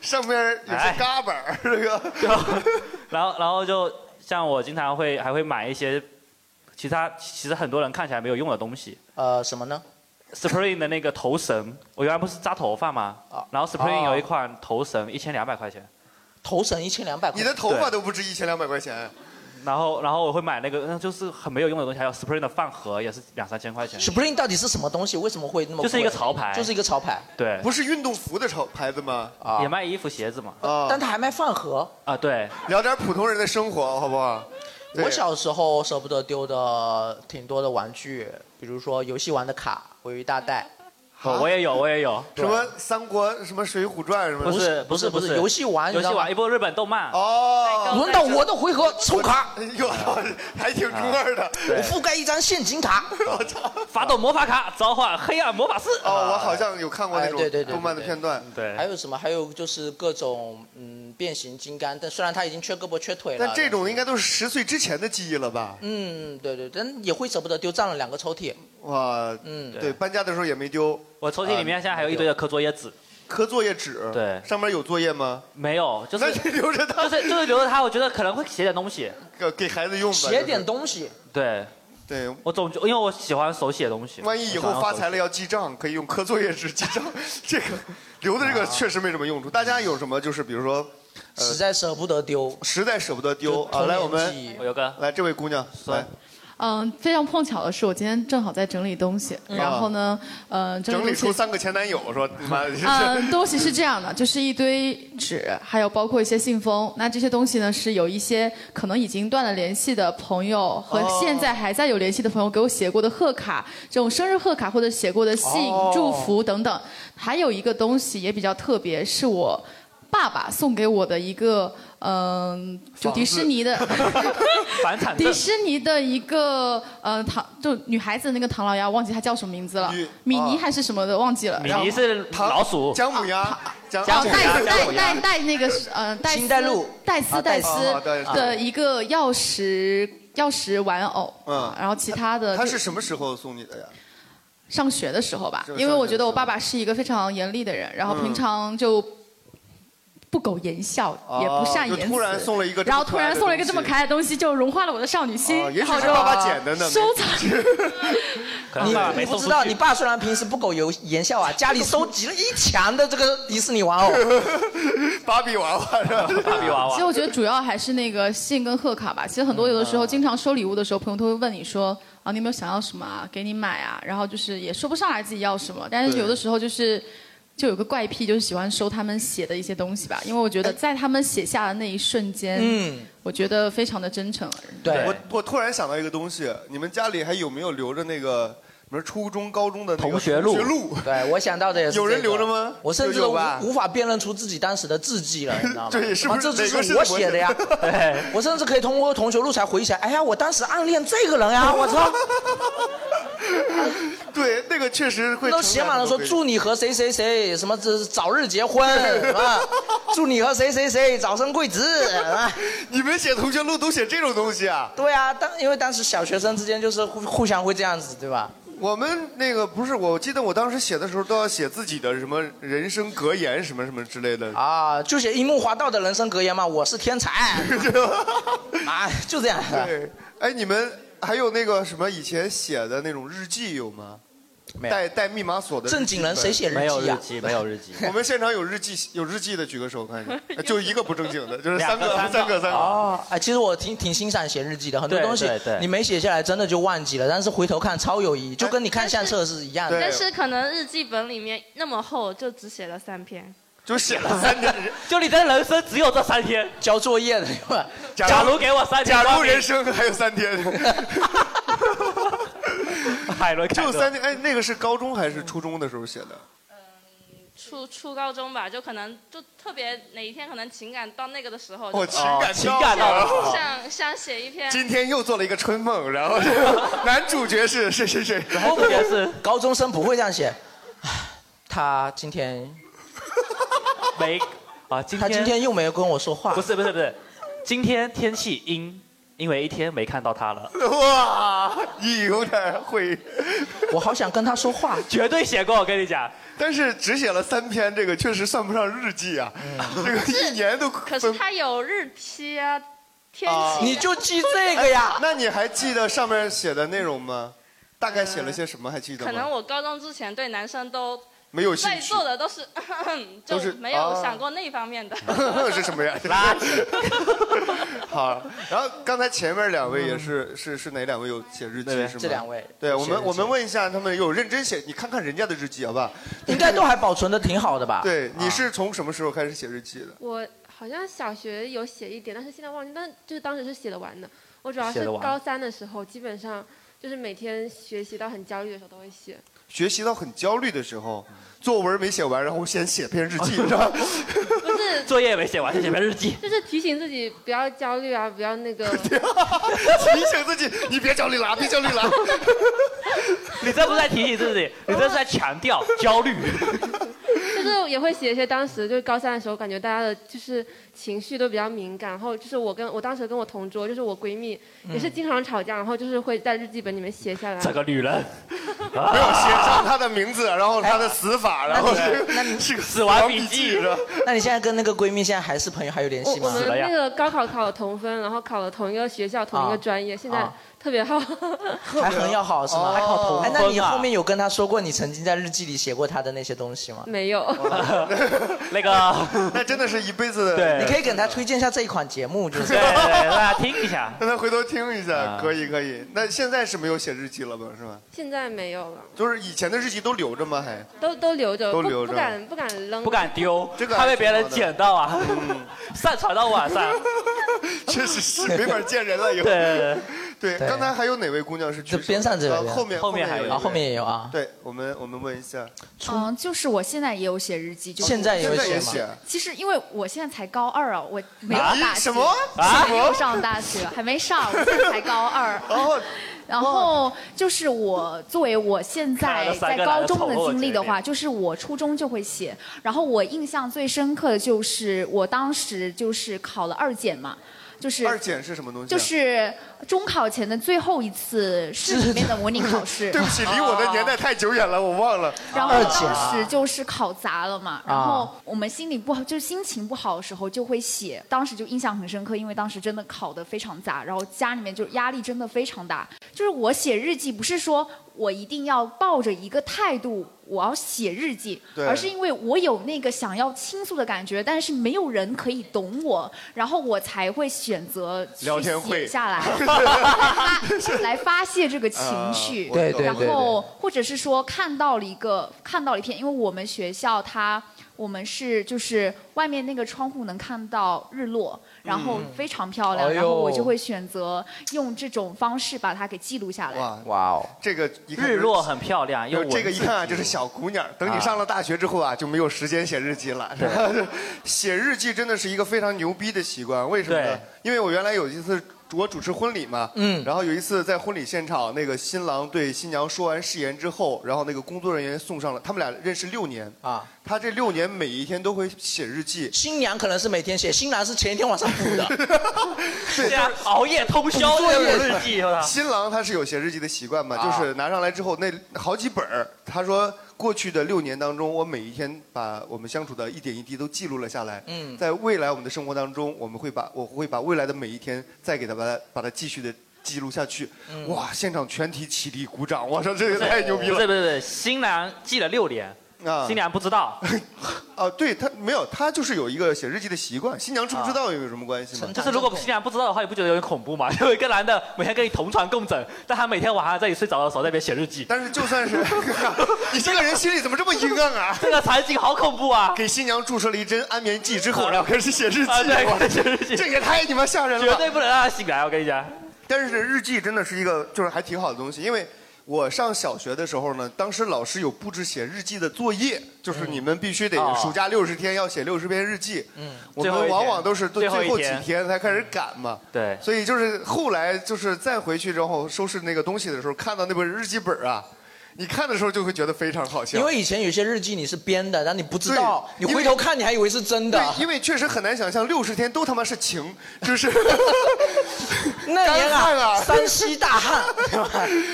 Speaker 1: 上面有些嘎巴儿，这个
Speaker 6: 哎 然后然后就像我经常会还会买一些其他其实很多人看起来没有用的东西
Speaker 4: 呃，什么呢？
Speaker 6: ，Spring 的那个头绳，我原来不是扎头发吗？
Speaker 4: 啊
Speaker 6: 然后 Spring
Speaker 4: 哦
Speaker 6: 有一款头绳一千两百块钱。
Speaker 4: 头绳一千两百块，
Speaker 1: 啊你的头发都不值一千两百块钱。
Speaker 6: 然后然后我会买那个，那就是很没有用的东西，还有 Spring 的饭盒也是两三千块钱。
Speaker 4: Spring 到底是什么东西？为什么会那么贵？
Speaker 6: 就是一个潮牌
Speaker 4: 就是一个潮牌。
Speaker 6: 对，
Speaker 1: 不是运动服的潮牌子吗？
Speaker 6: 也卖衣服鞋子嘛。
Speaker 1: 啊，
Speaker 4: 但他还卖饭盒。
Speaker 6: 啊，对，
Speaker 1: 聊点普通人的生活好不好？对
Speaker 4: 我小时候舍不得丢的挺多的玩具，比如说游戏玩的卡，我有一大袋。
Speaker 6: 我我也有，我也有。
Speaker 1: 什么三国什么水浒传什么？
Speaker 6: 不是
Speaker 4: 不是不
Speaker 6: 不
Speaker 4: 是游戏玩
Speaker 6: 游
Speaker 4: 你知
Speaker 6: 戏
Speaker 4: 道吗
Speaker 6: 玩一部日本动漫。
Speaker 1: 哦
Speaker 4: 轮到我的回合，抽卡，
Speaker 1: 哟，还挺中二
Speaker 6: 啊
Speaker 1: 的。
Speaker 4: 我覆盖一张陷阱卡。
Speaker 1: 我操！
Speaker 6: 发动魔法卡，召唤黑暗魔法师。
Speaker 1: 哦，我好像有看过那
Speaker 4: 哎对对
Speaker 1: 种
Speaker 4: 对
Speaker 1: 动漫的
Speaker 4: 对对
Speaker 1: 片段，
Speaker 6: 对，
Speaker 4: 还有什么？还有就是各种嗯变形金刚，但虽然他已经缺胳膊缺腿了。
Speaker 1: 但这种应该都是十岁之前的记忆了吧？
Speaker 4: 嗯对对，但也会舍不得丢，占了两个抽屉。
Speaker 1: 哇，
Speaker 4: 嗯
Speaker 1: 对，搬家的时候也没丢，
Speaker 6: 我抽屉里面现在还有一堆的刻作业纸，
Speaker 1: 刻作业纸，
Speaker 6: 对
Speaker 1: 上面有作业吗？
Speaker 6: 没有，就是
Speaker 1: 那你留着它，
Speaker 6: 就是就是留着它，我觉得可能会写点东西。
Speaker 1: 给给孩子用吧。
Speaker 4: 写点
Speaker 1: 就是
Speaker 4: 东西。
Speaker 6: 对，
Speaker 1: 对，
Speaker 6: 我总因为我喜欢手写东西。
Speaker 1: 万一以
Speaker 6: 我喜
Speaker 1: 后
Speaker 6: 欢
Speaker 1: 发财
Speaker 6: 手
Speaker 1: 了要记账，可以用刻作业纸记账。 这个留的这
Speaker 6: 啊
Speaker 1: 个确实没什么用处。大家有什么就是比如说呃
Speaker 4: 实在舍不得丢。
Speaker 1: 实在舍不得丢
Speaker 4: 就
Speaker 1: 啊，来我
Speaker 4: 童年记
Speaker 1: 们
Speaker 4: 忆
Speaker 6: 写。我有个
Speaker 1: 来这位姑娘来
Speaker 6: 酸
Speaker 3: 嗯，非常碰巧的是，我今天正好在整理东西，然后呢，呃，
Speaker 1: 整理
Speaker 3: 理
Speaker 1: 出
Speaker 3: 东西。
Speaker 1: 三个前男友，说你妈的，
Speaker 4: 啊
Speaker 3: 嗯，东西是这样的，就是一堆纸，还有包括一些信封。那这些东西呢，是有一些可能已经断了联系的朋友和
Speaker 1: 哦
Speaker 3: 现在还在有联系的朋友给我写过的贺卡，这种生日贺卡或者写过的信、
Speaker 1: 哦
Speaker 3: 祝福等等。还有一个东西也比较特别，是我爸爸送给我的一个，嗯、就迪士 尼的。
Speaker 6: 房产证
Speaker 3: 迪，士尼的一个呃唐，就女孩子的那个唐老鸭，忘记她叫什么名字了
Speaker 1: 女，哦
Speaker 3: 米妮还是什么的，忘记了。
Speaker 6: 米
Speaker 3: 然后
Speaker 6: 妮是老鼠，
Speaker 1: 姜母鸭，姜
Speaker 6: 姜
Speaker 3: 哦，
Speaker 6: 母
Speaker 3: 戴
Speaker 6: 鸭
Speaker 3: 斯
Speaker 6: 姜母
Speaker 3: 戴
Speaker 6: 鸭
Speaker 3: 戴戴那个是呃戴
Speaker 4: 新
Speaker 3: 斯
Speaker 4: 戴路
Speaker 3: 戴斯戴
Speaker 4: 啊戴
Speaker 3: 斯
Speaker 1: 斯哦戴斯
Speaker 3: 的一个钥匙钥匙玩偶，
Speaker 1: 嗯
Speaker 3: 然后其他的
Speaker 1: 他是什么时候送你的呀？
Speaker 3: 上学的时候吧
Speaker 1: 是，
Speaker 3: 因为我觉得我爸爸是一个非常严厉的人，然后
Speaker 1: 嗯
Speaker 3: 平常就不苟言笑，也不善言
Speaker 1: 哦就
Speaker 3: 辞。
Speaker 1: 突然送了一个这
Speaker 3: 然
Speaker 1: 么
Speaker 3: 后突然送了一个这么可
Speaker 1: 可
Speaker 3: 爱的东西，就融化了我的少女心，
Speaker 1: 哦也
Speaker 3: 然
Speaker 1: 许
Speaker 3: 后
Speaker 1: 是
Speaker 3: 就
Speaker 1: 爸爸捡的呢没
Speaker 3: 收藏。
Speaker 6: 可能
Speaker 4: 你
Speaker 6: 爸爸没
Speaker 4: 你不
Speaker 6: 送
Speaker 4: 知
Speaker 6: 出
Speaker 4: 道，
Speaker 6: 去
Speaker 4: 你。爸虽然平时不苟言言笑啊， 家里收集了一墙的这个迪士尼玩哦偶。
Speaker 1: 芭比娃娃是吧？
Speaker 6: 芭比娃
Speaker 3: 其
Speaker 4: 啊
Speaker 6: 娃
Speaker 3: 实，我觉得主要还是那个信跟贺卡吧。其实很多有的时候，经常收礼物的时候，朋友都会问你说啊，你有没有想要什么啊？给你买啊。然后就是也说不上来自己要什么，但是有的时候就是就有个怪癖，就是喜欢收他们写的一些东西吧，因为我觉得在他们写下的那一瞬间，
Speaker 4: 嗯，
Speaker 3: 我觉得非常的真诚。
Speaker 4: 对
Speaker 1: 我我突然想到一个东西，你们家里还有没有留着那个什么初中、高中的那个
Speaker 6: 同学录
Speaker 1: 同学录
Speaker 4: 对，我想到的也是、这个。
Speaker 1: 有人留着吗
Speaker 4: 我甚至
Speaker 1: 有
Speaker 4: 都
Speaker 1: 有吧
Speaker 4: 无无法辨认出自己当时的字迹了，你知道吗？
Speaker 1: 对是不是
Speaker 4: 啊这
Speaker 1: 哪个
Speaker 4: 就是我
Speaker 1: 我
Speaker 4: 写的呀？
Speaker 6: 对，
Speaker 4: 我甚至可以通过同学录才回忆起来，哎呀，我当时暗恋这个人 呀，我操！
Speaker 1: 对，那个确实会
Speaker 4: 都写满了说
Speaker 1: 成长的东西
Speaker 4: 祝你和谁谁谁什么这早日结 婚，什么祝你和谁谁谁早生贵子。啊
Speaker 1: 你们写同学录都写这种东西啊？
Speaker 4: 对啊，当因为当时小学生之间就是互互相会这样子，对吧？
Speaker 1: 我们那个不是，我记得我当时写的时候都要写自己的什么人生格言什么什么之类的。
Speaker 4: 啊，就写樱木花道的人生格言嘛，我是天 才，啊，就这样。
Speaker 1: 对，哎，你们还有那个什么以前写的那种日记有吗？
Speaker 4: 没有
Speaker 1: 带带密码锁的日记
Speaker 4: 正经人谁写日
Speaker 6: 没有
Speaker 4: 记啊
Speaker 6: 日
Speaker 4: 呀、
Speaker 6: 记，没有日记。
Speaker 1: 我们现场有日记有日记的举个手，我看 一下，就一个不正经的，就是三个
Speaker 6: 两个
Speaker 1: 三个三个。
Speaker 4: 哦，哎，其实我挺挺欣赏写日记的，很多
Speaker 6: 对
Speaker 4: 东西
Speaker 6: 对对
Speaker 4: 你没写下来，真的就忘记了，但是回头看超有意义，就跟你看相册是一样的。
Speaker 1: 对
Speaker 8: 但是可能日记本里面那么厚，就只写了三篇。
Speaker 1: 就写了三个人。
Speaker 6: 就你的人生只有这三天，
Speaker 4: 交作业的，对吧
Speaker 1: 假
Speaker 6: 假如给我三天
Speaker 1: 假
Speaker 6: 光明，
Speaker 1: 如人生还有三天，
Speaker 6: 海伦凯
Speaker 1: 就
Speaker 6: 勒
Speaker 1: 三天。哎，那个是高中还是初中的时候写的？
Speaker 8: 初初高中吧，就可能就特别哪一天可能情感到那个的时候，
Speaker 1: 我
Speaker 8: 就
Speaker 1: 情
Speaker 6: 哦
Speaker 1: 感
Speaker 6: 情感到了哦
Speaker 1: 了。
Speaker 8: 想想写一篇。
Speaker 1: 今天又做了一个春梦，然后 男主角是 谁谁谁？
Speaker 6: 然后
Speaker 9: 哦
Speaker 6: 特别是
Speaker 4: 高中生不会这样写。唉他今天，
Speaker 6: 没啊，今
Speaker 4: 他今
Speaker 6: 天
Speaker 4: 天又没有跟我说话
Speaker 6: 不。是不是不是，今天天气阴，因为一天没看到他了，
Speaker 1: 哇，你有点会，
Speaker 4: 我好想跟他说话。
Speaker 6: 绝对写过，我跟你讲，
Speaker 1: 但是只写了三篇，这个确实算不上日记啊。
Speaker 6: 嗯
Speaker 1: 这个一年 都
Speaker 8: 可是它有日期啊，天气。啊
Speaker 4: 你就记这个呀。
Speaker 1: 那你还记得上面写的内容吗？大概写了些什么？还记得吗？
Speaker 8: 可能我高中之前对男生都
Speaker 1: 没有兴
Speaker 8: 在
Speaker 1: 趣
Speaker 8: 座的都是 嗯就
Speaker 1: 都是
Speaker 8: 没有
Speaker 1: 啊
Speaker 8: 想过那方 面的。
Speaker 1: 是什么呀？垃圾。 好，然后刚才前面两位也是是是哪两位有写日记
Speaker 4: 嗯对
Speaker 1: 是吗？
Speaker 4: 这两位
Speaker 1: 对
Speaker 4: 有
Speaker 1: 我
Speaker 4: 写日
Speaker 1: 们
Speaker 4: 记
Speaker 1: 我们问一下他们有认真写，你看看人家的日记好不好？
Speaker 4: 应该都还保存的挺好的吧？啊
Speaker 1: 对，你是从什么时候开始写日记的？
Speaker 9: 我好像小学有写一点，但是现在忘记，但就是当时是写得完的。我主要
Speaker 1: 写
Speaker 9: 是
Speaker 1: 得完
Speaker 9: 高三的时候，基本上就是每天学习到很焦虑的时候都会写。
Speaker 1: 学习到很焦虑的时候，作文没写完，然后先写篇日记，是 吧？
Speaker 9: 不是，
Speaker 6: 作业没写完，先写篇日记。
Speaker 9: 就是提醒自己不要焦虑啊，不要那 个。
Speaker 1: 提醒自己，你别焦虑了啊，别焦虑了啊。
Speaker 6: 你这不是在提醒自己，你这是在强调焦虑。
Speaker 9: 就是也会写一些当时就是高三的时候，感觉大家的就是情绪都比较敏感，然后就是我跟我当时跟我同桌，就是我闺蜜，也
Speaker 1: 嗯
Speaker 9: 是经常吵架，然后就是会在日记本里面写下来。
Speaker 6: 这个女人，
Speaker 1: 没有写上他的名字，然后他的死法，然后
Speaker 4: 哎那
Speaker 1: 是
Speaker 4: 你那你
Speaker 1: 是个
Speaker 4: 死亡
Speaker 1: 笔
Speaker 4: 笔
Speaker 1: 记
Speaker 4: 记
Speaker 1: 是吧？
Speaker 4: 那你现在跟那个闺蜜现在还是朋友，还有联
Speaker 9: 我
Speaker 4: 系
Speaker 9: 我
Speaker 4: 吗？
Speaker 9: 们那个高考考了同分，然后考了同一个学校、同一个专业，现在
Speaker 4: 啊
Speaker 9: 特别好。
Speaker 4: 还很要好是
Speaker 9: 哦
Speaker 4: 吗？还考
Speaker 1: 头
Speaker 4: 哎，那
Speaker 1: 分
Speaker 4: 你
Speaker 1: 啊
Speaker 4: 后面有跟她说过你曾经在日记里写过她的那些东西 吗？
Speaker 9: 没有，
Speaker 6: 那个，
Speaker 1: 那真的是一辈子的。
Speaker 4: 你可以给她推荐一下这一款节目， 就是
Speaker 6: 对大家听一下。
Speaker 1: 让他回头听一下，
Speaker 6: 啊
Speaker 1: 可以可以。那现在是没有写日记了吧？是吧？
Speaker 9: 现在没有了，
Speaker 1: 就是以前的日记都留着吗？还
Speaker 9: 都都留着，
Speaker 1: 都
Speaker 9: 不
Speaker 1: 留着
Speaker 9: 不敢不敢扔，
Speaker 6: 不敢丢，
Speaker 1: 这个
Speaker 6: 怕
Speaker 1: 还
Speaker 6: 被
Speaker 1: 挺
Speaker 6: 别人
Speaker 1: 好的
Speaker 6: 捡到啊，上传到网上。
Speaker 1: 确实是没法见人了以后。
Speaker 6: 对
Speaker 1: 对
Speaker 4: 对
Speaker 1: 刚才还有哪位姑娘是去世的？
Speaker 4: 边上这位
Speaker 1: 啊后面
Speaker 4: 后面还有
Speaker 1: 一
Speaker 4: 啊
Speaker 1: 位
Speaker 4: 后面也有啊
Speaker 1: 对我们我们问一下，
Speaker 10: 嗯，就是我现在也有写日记，就是
Speaker 4: 现在也有
Speaker 1: 现在也
Speaker 4: 写
Speaker 1: 写
Speaker 4: 吗？
Speaker 10: 其实因为我现在才高二啊，我没有
Speaker 1: 啊
Speaker 10: 大学，
Speaker 1: 什么
Speaker 10: 还没
Speaker 1: 什
Speaker 10: 有
Speaker 1: 么
Speaker 10: 上大学，还没上，我现在才高二。然后就是我作为我现
Speaker 6: 看来
Speaker 10: 在
Speaker 6: 这三
Speaker 10: 在
Speaker 6: 个
Speaker 10: 高
Speaker 6: 男的
Speaker 10: 中的
Speaker 6: 丑陋的
Speaker 10: 经历
Speaker 6: 决
Speaker 10: 的
Speaker 6: 定
Speaker 10: 话，就是我初中就会写，然后我印象最深刻的就是我当时就是考了二检嘛，就是
Speaker 1: 二检是什么东西啊？
Speaker 10: 就是中考前的最后一次市里面的模拟考试。
Speaker 1: 对不起，离我的年代太久远了，我忘了。
Speaker 10: 然后当
Speaker 4: 啊
Speaker 10: 时就是考砸了嘛，然后
Speaker 1: 啊
Speaker 10: 我们心里不好，就是心情不好的时候就会写，当时就印象很深刻，因为当时真的考得非常砸，然后家里面就压力真的非常大。就是我写日记，不是说我一定要抱着一个态度我要写日记，
Speaker 11: 对
Speaker 10: 而是因为我有那个想要倾诉的感觉，但是没有人可以懂我，然后我才会选择去
Speaker 1: 聊天会
Speaker 10: 写下 来， 来发来发泄这个情绪。
Speaker 1: 啊对对
Speaker 10: 然
Speaker 1: 对对
Speaker 10: 后哦或者是说看到了一个看到了一片，因为我们学校它我们是就是外面那个窗户能看到日落，然后
Speaker 4: 嗯
Speaker 10: 非常漂亮，
Speaker 4: 哎呦
Speaker 10: 然后我就会选择用这种方式把它给记录下来。
Speaker 1: 哇
Speaker 4: 哇哦，
Speaker 1: 这个一看就
Speaker 6: 日落很漂亮，
Speaker 1: 就
Speaker 6: 用
Speaker 1: 这个
Speaker 6: 文
Speaker 1: 一
Speaker 6: 字
Speaker 1: 看啊，
Speaker 6: 记
Speaker 1: 就是
Speaker 6: 录
Speaker 1: 小姑娘。等你上了大学之后啊，就没有时间写日记了。是吧 写日记真的是一个非常牛逼的习惯，为什么呢
Speaker 6: 对？
Speaker 1: 因为我原来有一次我主持婚礼嘛，嗯，然后有一次在婚礼现场，那个新郎对新娘说完誓言之后，然后那个工作人员送上了，他们俩认识六年
Speaker 4: 啊，
Speaker 1: 他这六年每一天都会写日记。
Speaker 4: 新娘可能是每天写，新郎是前一天晚上补的。
Speaker 6: 对啊，熬夜通宵
Speaker 4: 作业
Speaker 6: 那种日记，是吧？
Speaker 1: 新郎他是有写日记的习惯嘛，
Speaker 6: 啊
Speaker 1: 就是拿上来之后那好几本儿他说过去的六年当中，我每一天把我们相处的一点一滴都记录了下来。
Speaker 4: 嗯
Speaker 1: 在未来我们的生活当中，我们会把我会把未来的每一天再给他把它把它继续的记录下去。
Speaker 6: 嗯
Speaker 1: 哇，现场全体起立鼓掌！我说这个太牛逼了。
Speaker 6: 不是不是不是，新郎记了六年，
Speaker 1: 啊
Speaker 6: 新娘不知道，
Speaker 1: 啊，对他没有，他就是有一个写日记的习惯。新娘知不知道有什么关系吗？
Speaker 6: 啊就是如果新娘不知道的话，你不觉得有点恐怖 吗？有一个男的每天跟你同床共枕，但他每天晚上在你睡着的时候在那边写日记。
Speaker 1: 但是就算是 你这个人心里怎么这么阴暗啊？
Speaker 6: 这个场景好恐怖啊！
Speaker 1: 给新娘注射了一针安眠剂 之后，然后开始写日记，
Speaker 6: 啊对
Speaker 1: 哇
Speaker 6: 开始写日记
Speaker 1: 这也太你妈吓人了吧！
Speaker 6: 绝对不能让他醒来，我跟你讲。
Speaker 1: 但是日记真的是一个就是还挺好的东西，因为我上小学的时候呢，当时老师有布置写日记的作业，就是你们必须得
Speaker 6: 哦
Speaker 1: 暑假六十天要写六十篇日记。
Speaker 4: 嗯
Speaker 1: 我
Speaker 6: 最后一
Speaker 1: 们
Speaker 6: 天
Speaker 1: 往往都是都
Speaker 6: 最后一
Speaker 1: 最后几
Speaker 6: 天
Speaker 1: 天才开始赶嘛。
Speaker 6: 对，
Speaker 1: 所以就是后来就是再回去之后收拾那个东西的时候，看到那本日记本啊，你看的时候就会觉得非常好笑。
Speaker 4: 因为以前有些日记你是编的，但你不知道，
Speaker 1: 对
Speaker 4: 你
Speaker 1: 因为
Speaker 4: 回头看你还以为是真的。
Speaker 1: 对，因为确实很难想象六十天都他妈是晴，就是
Speaker 4: 那年
Speaker 1: 干旱
Speaker 4: 啊，
Speaker 1: 啊
Speaker 4: 山西大旱，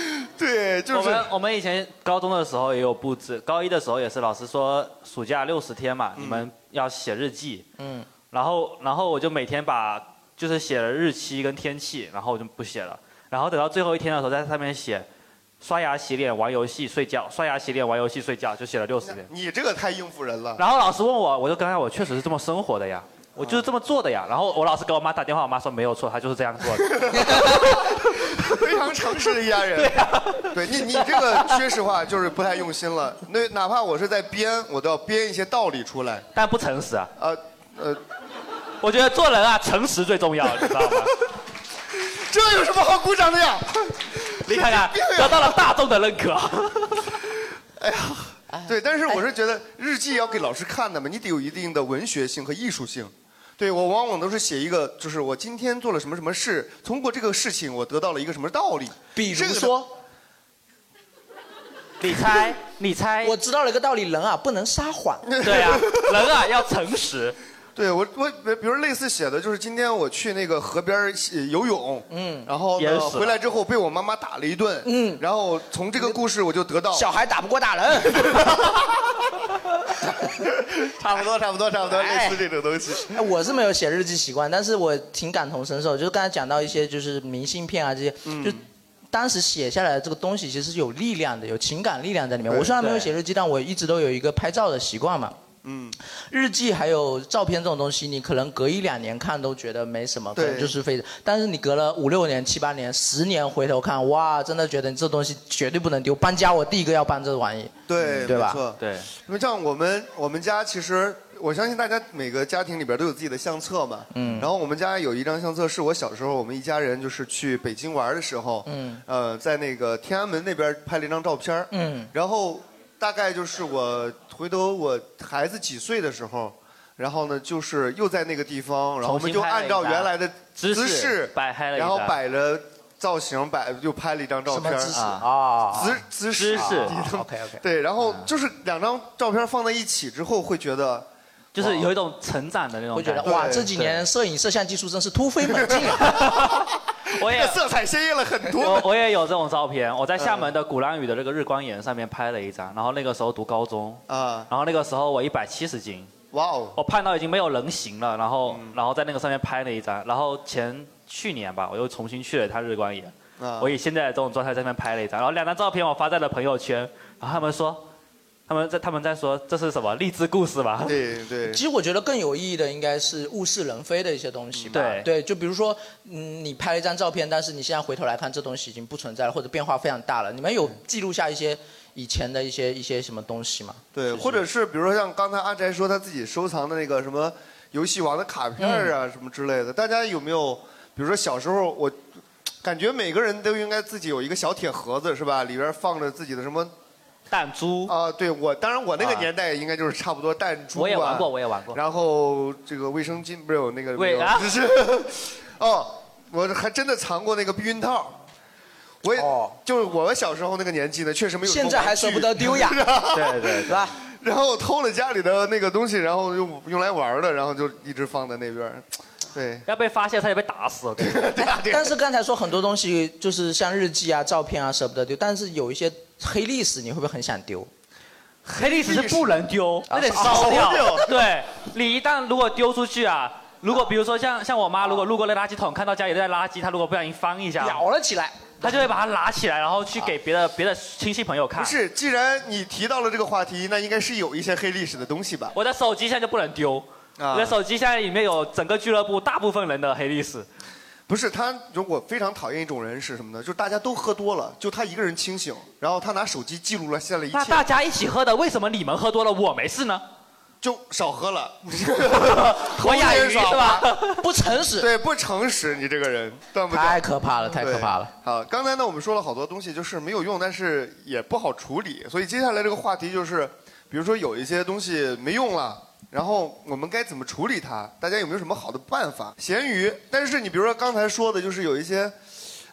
Speaker 1: 对，就
Speaker 6: 我
Speaker 1: 是
Speaker 6: 们我们以前高中的时候也有布置，高一的时候也是老师说暑假六十天嘛，你
Speaker 1: 嗯
Speaker 6: 们要写日记，
Speaker 4: 嗯，
Speaker 6: 然后然后我就每天把就是写了日期跟天气，然后我就不写了，然后等到最后一天的时候在上面写刷牙、洗脸、玩游戏、睡觉，刷牙、洗脸、玩游戏、睡觉，就写了六十遍。
Speaker 1: 你这个太应付人了。
Speaker 6: 然后老师问我，我就跟他我确实是这么生活的呀，我就是这么做的呀。然后我老师给我妈打电话，我妈说没有错，她就是这样做的。
Speaker 1: 非常诚实的一 家人。对,、
Speaker 4: 啊
Speaker 1: 你你这个缺实话就是不太用心了。那哪怕我是在编，我都要编一些道理出来。
Speaker 6: 但不诚实啊。
Speaker 1: 呃呃，
Speaker 6: 我觉得做人啊，诚实最重要，你知 道吗？
Speaker 1: 这有什么好鼓掌的呀？
Speaker 6: 你看看，得到了大众的认可。
Speaker 1: 哎对，但是我是觉得日记要给老师看的嘛，你得有一定的文学性和艺术性。对我往往都是写一个，就是我今天做了什么什么事，通过这个事情我得到了一个什么道理。
Speaker 4: 比如
Speaker 1: 这个的
Speaker 4: 说，
Speaker 6: 你猜，你猜，
Speaker 4: 我知道了一个道理，人啊不能撒谎。
Speaker 6: 对啊，人啊要诚实。
Speaker 1: 对我我比如类似写的就是今天我去那个河边儿洗游泳，嗯，然后
Speaker 4: 淹
Speaker 1: 呢
Speaker 4: 死了
Speaker 1: 回来之后被我妈妈打了一顿，嗯，然后从这个故事我就得到
Speaker 4: 小孩打不过大人。
Speaker 1: 差不多，差不多，差不多，类似这种东西。
Speaker 4: 哎，我是没有写日记习惯，但是我挺感同身受。就是刚才讲到一些就是明信片啊这些，
Speaker 1: 嗯
Speaker 4: 就当时写下来的这个东西其实是有力量的，有情感力量在里面。
Speaker 6: 对
Speaker 4: 我虽然没有
Speaker 6: 对
Speaker 4: 写日记，但我一直都有一个拍照的习惯嘛。
Speaker 1: 嗯，
Speaker 4: 日记还有照片这种东西，你可能隔一两年看都觉得没什么，可
Speaker 1: 对
Speaker 4: 能就是废纸。但是你隔了五六年、七八年、十年回头看，哇，真的觉得你这东西绝对不能丢。搬家我第一个要搬这玩意，嗯
Speaker 1: 对，
Speaker 4: 对
Speaker 1: 没
Speaker 4: 吧？
Speaker 1: 错，对。因为像我们我们家其实，我相信大家每个家庭里边都有自己的相册嘛。
Speaker 4: 嗯
Speaker 1: 然后我们家有一张相册，是我小时候我们一家人就是去北京玩的时候，
Speaker 4: 嗯
Speaker 1: 呃，在那个天安门那边拍了一张照片儿
Speaker 4: 嗯
Speaker 1: 然后大概就是我回头我孩子几岁的时候。然后呢，就是又在那个地方，然后我们就
Speaker 6: 重新拍了
Speaker 1: 按照
Speaker 6: 一张
Speaker 1: 原来的
Speaker 6: 姿势
Speaker 1: 势
Speaker 6: 摆拍了一
Speaker 1: 然
Speaker 6: 张
Speaker 1: 后摆了造型，摆又拍了一张照片儿
Speaker 4: 什么姿势啊
Speaker 1: 姿姿势
Speaker 6: 姿势啊
Speaker 1: 你知道吗
Speaker 4: OK，OK
Speaker 1: 对，然后就是两张照片放在一起之后，会觉得
Speaker 6: 就是有一种
Speaker 1: 成长的那种
Speaker 4: 会觉得哇，这几年摄影摄像技术真是突飞猛进啊！
Speaker 6: 我也
Speaker 1: 色彩鲜艳了很
Speaker 6: 我我也有这种照片，我在厦门的鼓浪屿的那个日光岩上面拍了一张，然后那个时候读高中，
Speaker 1: 啊，
Speaker 6: 然后那个时候我一百七十斤，
Speaker 1: 哇哦，
Speaker 6: 我胖到已经没有人形了，然后、
Speaker 1: 嗯
Speaker 6: 然后在那个上面拍了一张，然后前去年吧，我又重新去了一趟日光岩，
Speaker 1: 啊
Speaker 6: 我以现在的这种状态在那边拍了一张，然后两张照片我发在了朋友圈，然后他们说，他们在他们在说这是什么励志故事吧？
Speaker 1: 对对
Speaker 4: 其实我觉得更有意义的应该是物是人非的一些东西吧。
Speaker 6: 对
Speaker 4: 就比如说，嗯，你拍了一张照片，但是你现在回头来看，这东西已经不存在了，或者变化非常大了。你们
Speaker 6: 嗯
Speaker 4: 有记录下一些以前的一些一些什么东西吗？
Speaker 1: 对，或者是比如说像刚才阿宅说他自己收藏的那个什么游戏王的卡片儿啊、什么之类的，大家有没有？比如说小时候我。感觉每个人都应该自己有一个小铁盒子，是吧？里边放着自己的什么
Speaker 6: 弹珠
Speaker 1: 啊、对我，当然我那个
Speaker 6: 啊
Speaker 1: 年代应该就是差不多弹珠、啊。
Speaker 6: 我也玩过我也玩过
Speaker 1: 然后这个卫生巾不是有那个没
Speaker 6: 喂
Speaker 1: 有
Speaker 6: 啊
Speaker 1: 就是哦，我还真的藏过那个避孕套。我也、
Speaker 6: 哦
Speaker 1: 就是我小时候那个年纪呢，确实没有什么
Speaker 4: 现在还
Speaker 1: 玩具
Speaker 4: 舍不得丢 呀
Speaker 6: 对对对
Speaker 4: 是吧？
Speaker 1: 然后偷了家里的那个东西，然后用用来玩的，然后就一直放在那边儿。对，
Speaker 6: 要被发现差点被打死，我跟你说。
Speaker 4: 但是刚才说很多东西，就是像日记啊、照片啊，舍不得丢，但是有一些黑历史，你会不会很想丢？
Speaker 6: 黑历史是不能丢，那得
Speaker 4: 啊
Speaker 6: 烧掉
Speaker 4: 烧掉。
Speaker 6: 对，你一旦如果丢出去啊，如果比如说像像我妈，如果路过那垃圾桶，看到家里在垃圾，她如果不小心翻一下，
Speaker 4: 咬了起来，
Speaker 6: 她就会把它拿起来，然后去给别的别的亲戚朋友看。
Speaker 1: 不，是，既然你提到了这个话题，那应该是有一些黑历史的东西吧？
Speaker 6: 我的手机现在就不能丢，
Speaker 1: 啊
Speaker 6: 我的手机现在里面有整个俱乐部大部分人的黑历史。
Speaker 1: 不是他，就我非常讨厌一种人是什么呢？就是大家都喝多了，就他一个人清醒，然后他拿手机记录了下来一切。
Speaker 6: 那大家一起喝的，为什么你们喝多了我没事呢？
Speaker 1: 就少 喝了，
Speaker 6: 我亚鱼是吧？
Speaker 4: 不诚实，
Speaker 1: 对，不诚实，你这个人，断不掉
Speaker 4: 太可怕了，太可怕了。
Speaker 1: 对。好，刚才呢我们说了好多东西，就是没有用，但是也不好处理，所以接下来这个话题就是，比如说有一些东西没用了。然后我们该怎么处理它？大家有没有什么好的办法？闲鱼，但是你比如说刚才说的，就是有一些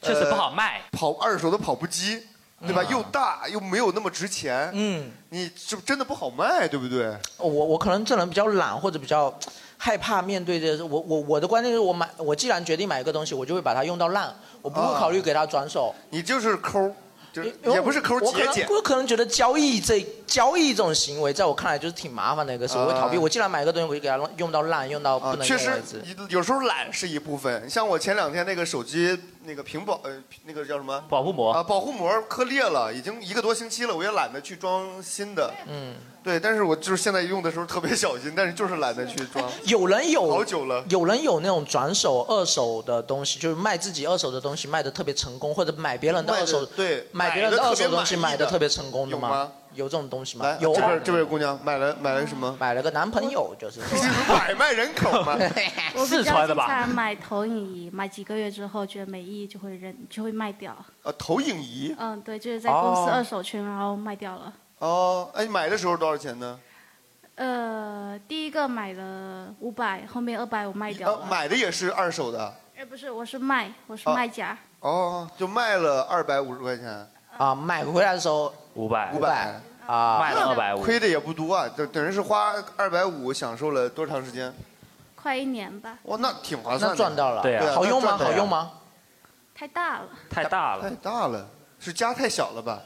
Speaker 6: 确实不
Speaker 1: 呃
Speaker 6: 好卖，
Speaker 1: 跑二手的跑步机，对吧？
Speaker 6: 嗯
Speaker 1: 又大又没有那么值钱，
Speaker 4: 嗯，
Speaker 1: 你就真的不好卖，对不对？
Speaker 4: 哦我我可能这人比较懒，或者比较害怕面对这我我我的观念是我买我既然决定买一个东西，我就会把它用到烂，我不会
Speaker 1: 啊
Speaker 4: 考虑给它转手。
Speaker 1: 你就是抠，就
Speaker 4: 因为
Speaker 1: 也不是抠
Speaker 4: 我可
Speaker 1: 节
Speaker 4: 能
Speaker 1: 俭，
Speaker 4: 我可能觉得交易这交易这种行为，在我看来就是挺麻烦的一个事，我会逃避。
Speaker 1: 啊
Speaker 4: 我既然买一个东西，我就给它用到烂，用到不能
Speaker 1: 确
Speaker 4: 用
Speaker 1: 实
Speaker 4: 为止。
Speaker 1: 有时候懒是一部分。像我前两天那个手机那个屏保呃那个叫什么
Speaker 6: 保护膜
Speaker 1: 啊保护膜磕裂了，已经一个多星期了，我也懒得去装新的。
Speaker 4: 嗯，
Speaker 1: 对，但是我就是现在用的时候特别小心，但是就是懒得去装。
Speaker 4: 有人有
Speaker 1: 好久了，
Speaker 4: 有人有那种转手二手的东西，就是卖自己二手的东西卖的特别成功，或者买别人的二手
Speaker 1: 卖得对
Speaker 4: 买别人的二手东西买
Speaker 1: 买
Speaker 4: 的
Speaker 1: 得
Speaker 4: 特
Speaker 1: 特
Speaker 4: 别
Speaker 1: 别
Speaker 4: 成功的
Speaker 1: 有吗？
Speaker 4: 有这种东西吗
Speaker 1: 来，？
Speaker 4: 有
Speaker 1: 这
Speaker 4: 啊
Speaker 1: 位这位姑娘买了买了什么？
Speaker 4: 买了个男朋友，就是
Speaker 1: 买卖人口 嘛
Speaker 5: 我比较经常买投影仪，买几个月之后觉得没意义就会扔，就会卖掉。
Speaker 1: 呃，投影仪。
Speaker 5: 嗯，对，就是在公司
Speaker 1: 哦
Speaker 5: 二手圈，然后卖掉了。
Speaker 1: 哦，哎，买的时候多少钱呢？
Speaker 5: 呃，第一个买了五百，后面二百我卖掉
Speaker 1: 哦
Speaker 5: 了。，
Speaker 1: 买的也是二手的。
Speaker 5: 呃，不是，我是卖，我是
Speaker 1: 哦
Speaker 5: 卖家。
Speaker 1: 哦，就卖了二百五十块钱。
Speaker 4: 啊，买回来的时候
Speaker 6: 五百
Speaker 1: 五百
Speaker 4: 啊
Speaker 6: 卖了250
Speaker 1: 亏的也不多啊，等等于是花二百五享受了多长时间？
Speaker 5: 快一年吧。
Speaker 1: 哇，哦那挺划算的，
Speaker 4: 那赚到了
Speaker 1: 对啊，
Speaker 4: 好用吗
Speaker 1: 那赚到了
Speaker 4: 好用吗？
Speaker 5: 太大了。
Speaker 6: 太大了，
Speaker 1: 太大了，是家太小 了吧？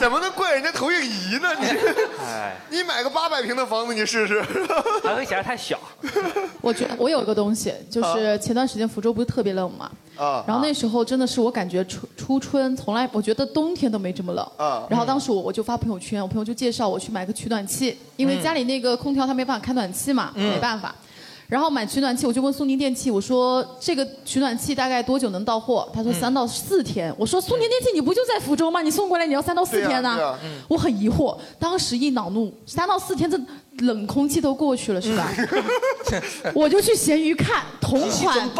Speaker 1: 怎么能怪人家投影仪呢？你
Speaker 6: 哎，
Speaker 1: 你买个八百平的房子，你试试。
Speaker 6: 还会嫌太小。
Speaker 3: 我觉得我有一个东西，就是前段时间福州不是特别冷嘛，
Speaker 1: 啊
Speaker 3: 然后那时候真的是我感觉初初春从来我觉得冬天都没这么冷。
Speaker 11: 嗯
Speaker 1: 啊
Speaker 3: 然后当时我我就发朋友圈，我朋友就介绍我去买个取暖器，因为
Speaker 11: 嗯
Speaker 3: 家里那个空调它没办法开暖气嘛，
Speaker 11: 嗯
Speaker 3: 没办法。然后买取暖器，我就问苏宁电器，我说这个取暖器大概多久能到货？
Speaker 11: 嗯
Speaker 3: 他说三到四天。我说苏宁电器你不就在福州吗？你送过来你要三到四
Speaker 11: 对呀
Speaker 3: 天呢、啊
Speaker 11: 对呀嗯
Speaker 3: 我很疑惑，当时一恼怒，三到四天这冷空气都过去了是 吧？我就去闲鱼看同款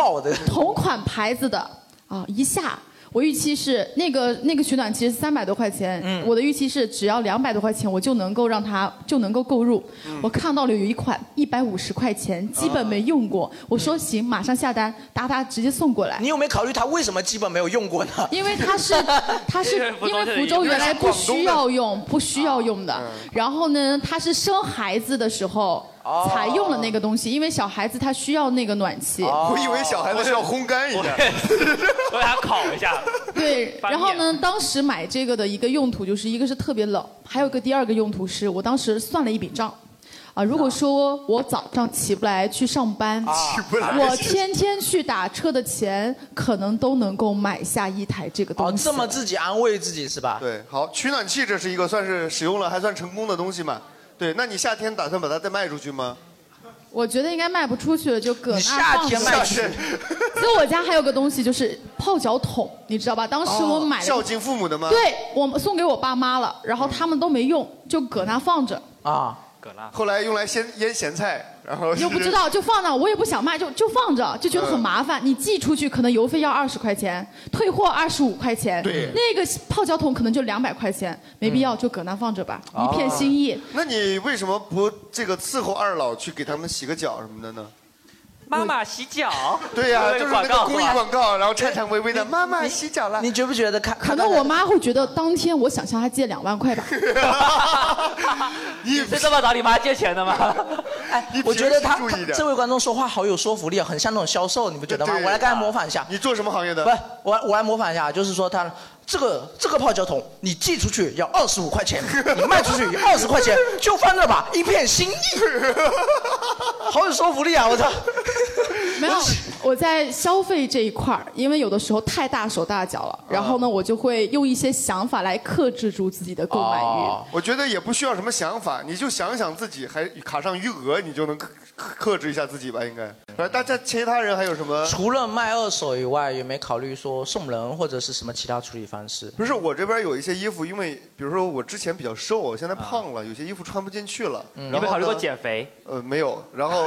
Speaker 3: 同款牌子的啊，一下我预期是那个那个取暖器是三百多块钱，
Speaker 11: 嗯
Speaker 3: 我的预期是只要两百多块钱我就能够让它就能够购入。我看到了有一款一百五十块钱，基本没用过，我说行，马上下单，达达直接送过来。
Speaker 4: 你有没有考虑它为什么基本没有用过呢？
Speaker 3: 因为它是它是 因为福州原来不需要用，不需要用的。然后呢，它是生孩子的时候
Speaker 1: 哦
Speaker 3: 才用了那个东西，因为小孩子他需要那个暖气。
Speaker 6: 哦
Speaker 1: 我以为小孩子是要烘干一下，
Speaker 6: 我给他烤一下。
Speaker 3: 对，然后呢，当时买这个的一个用途就是一个是特别冷，还有一个第二个用途是我当时算了一笔账。啊，如果说我早上起不来去上班，
Speaker 1: 啊
Speaker 11: 起不来
Speaker 3: 我天天去打车的钱，可能都能够买下一台这个
Speaker 1: 哦
Speaker 3: 东西。
Speaker 4: 这么自己安慰自己是吧？
Speaker 1: 对，好，取暖器这是一个算是使用了还算成功的东西嘛？对，那你夏天打算把它再卖出去吗？
Speaker 3: 我觉得应该卖不出去了，就搁那
Speaker 1: 夏
Speaker 3: 啊放
Speaker 1: 天
Speaker 3: 着
Speaker 1: 卖出去
Speaker 3: 所以我家还有个东西就是泡脚桶，你知道吧？当时我买了、
Speaker 1: 哦孝敬父母的吗？嗯
Speaker 3: 对，我送给我爸妈了，然后他们都没用，就搁那放着，
Speaker 4: 啊，
Speaker 1: 后来用来腌腌咸菜，然后
Speaker 3: 又不知 道就放那，我也不想卖，就就放着，就觉得很
Speaker 1: 嗯
Speaker 3: 麻烦。你寄出去可能邮费要二十块钱，退货二十五块钱，
Speaker 1: 对嗯
Speaker 3: 那个泡脚桶可能就两百块钱，没必要，就搁那放着吧，
Speaker 1: 哦
Speaker 4: 哦
Speaker 3: 一片心意。
Speaker 1: 那你为什么不这个伺候二老去给他们洗个脚什么的呢？
Speaker 6: 妈妈洗脚。
Speaker 1: 对呀、
Speaker 6: 那
Speaker 1: 就是
Speaker 6: 广
Speaker 1: 那
Speaker 6: 告
Speaker 1: 个公益广告，然后颤颤巍巍的妈妈洗脚了。
Speaker 4: 你觉不觉得看？
Speaker 3: 可能我妈会觉得当天我想向她借两万块吧。
Speaker 1: 你
Speaker 6: 是这么找你妈借钱的吗？
Speaker 4: 哎
Speaker 6: 你，
Speaker 4: 我觉得他
Speaker 6: 平时注意点
Speaker 4: 这位观众说话好有说服力啊，很像那种销售，你不觉得吗？
Speaker 6: 对
Speaker 4: 我来跟他模仿一下。
Speaker 1: 你做什么行业的？
Speaker 4: 不，我我来模仿一下，就是说他这个这个泡脚桶，你寄出去要二十五块 钱，你卖出去二十块钱，就放那吧，一片心 意。好有说服力啊！我操，
Speaker 3: 没有，我在消费这一块儿，因为有的时候太大手大脚了，然
Speaker 1: 嗯
Speaker 3: 后呢，我就会用一些想法来克制住自己的购买欲。
Speaker 1: 哦我觉得也不需要什么想法，你就想想自己还卡上余额，你就能克克克制一下自己吧，应该。呃，大家其他人还有什么？
Speaker 4: 除了卖二手以外，有没有考虑说送人或者是什么其他处理方式？
Speaker 1: 不是我这边有一些衣服，因为比如说我之前比较瘦，我现在胖了，有些衣服穿不进去了。
Speaker 6: 嗯你
Speaker 1: 然
Speaker 6: 有没
Speaker 1: 后
Speaker 6: 有考虑过
Speaker 1: 呢
Speaker 6: 减肥？
Speaker 1: 呃，没有。然后，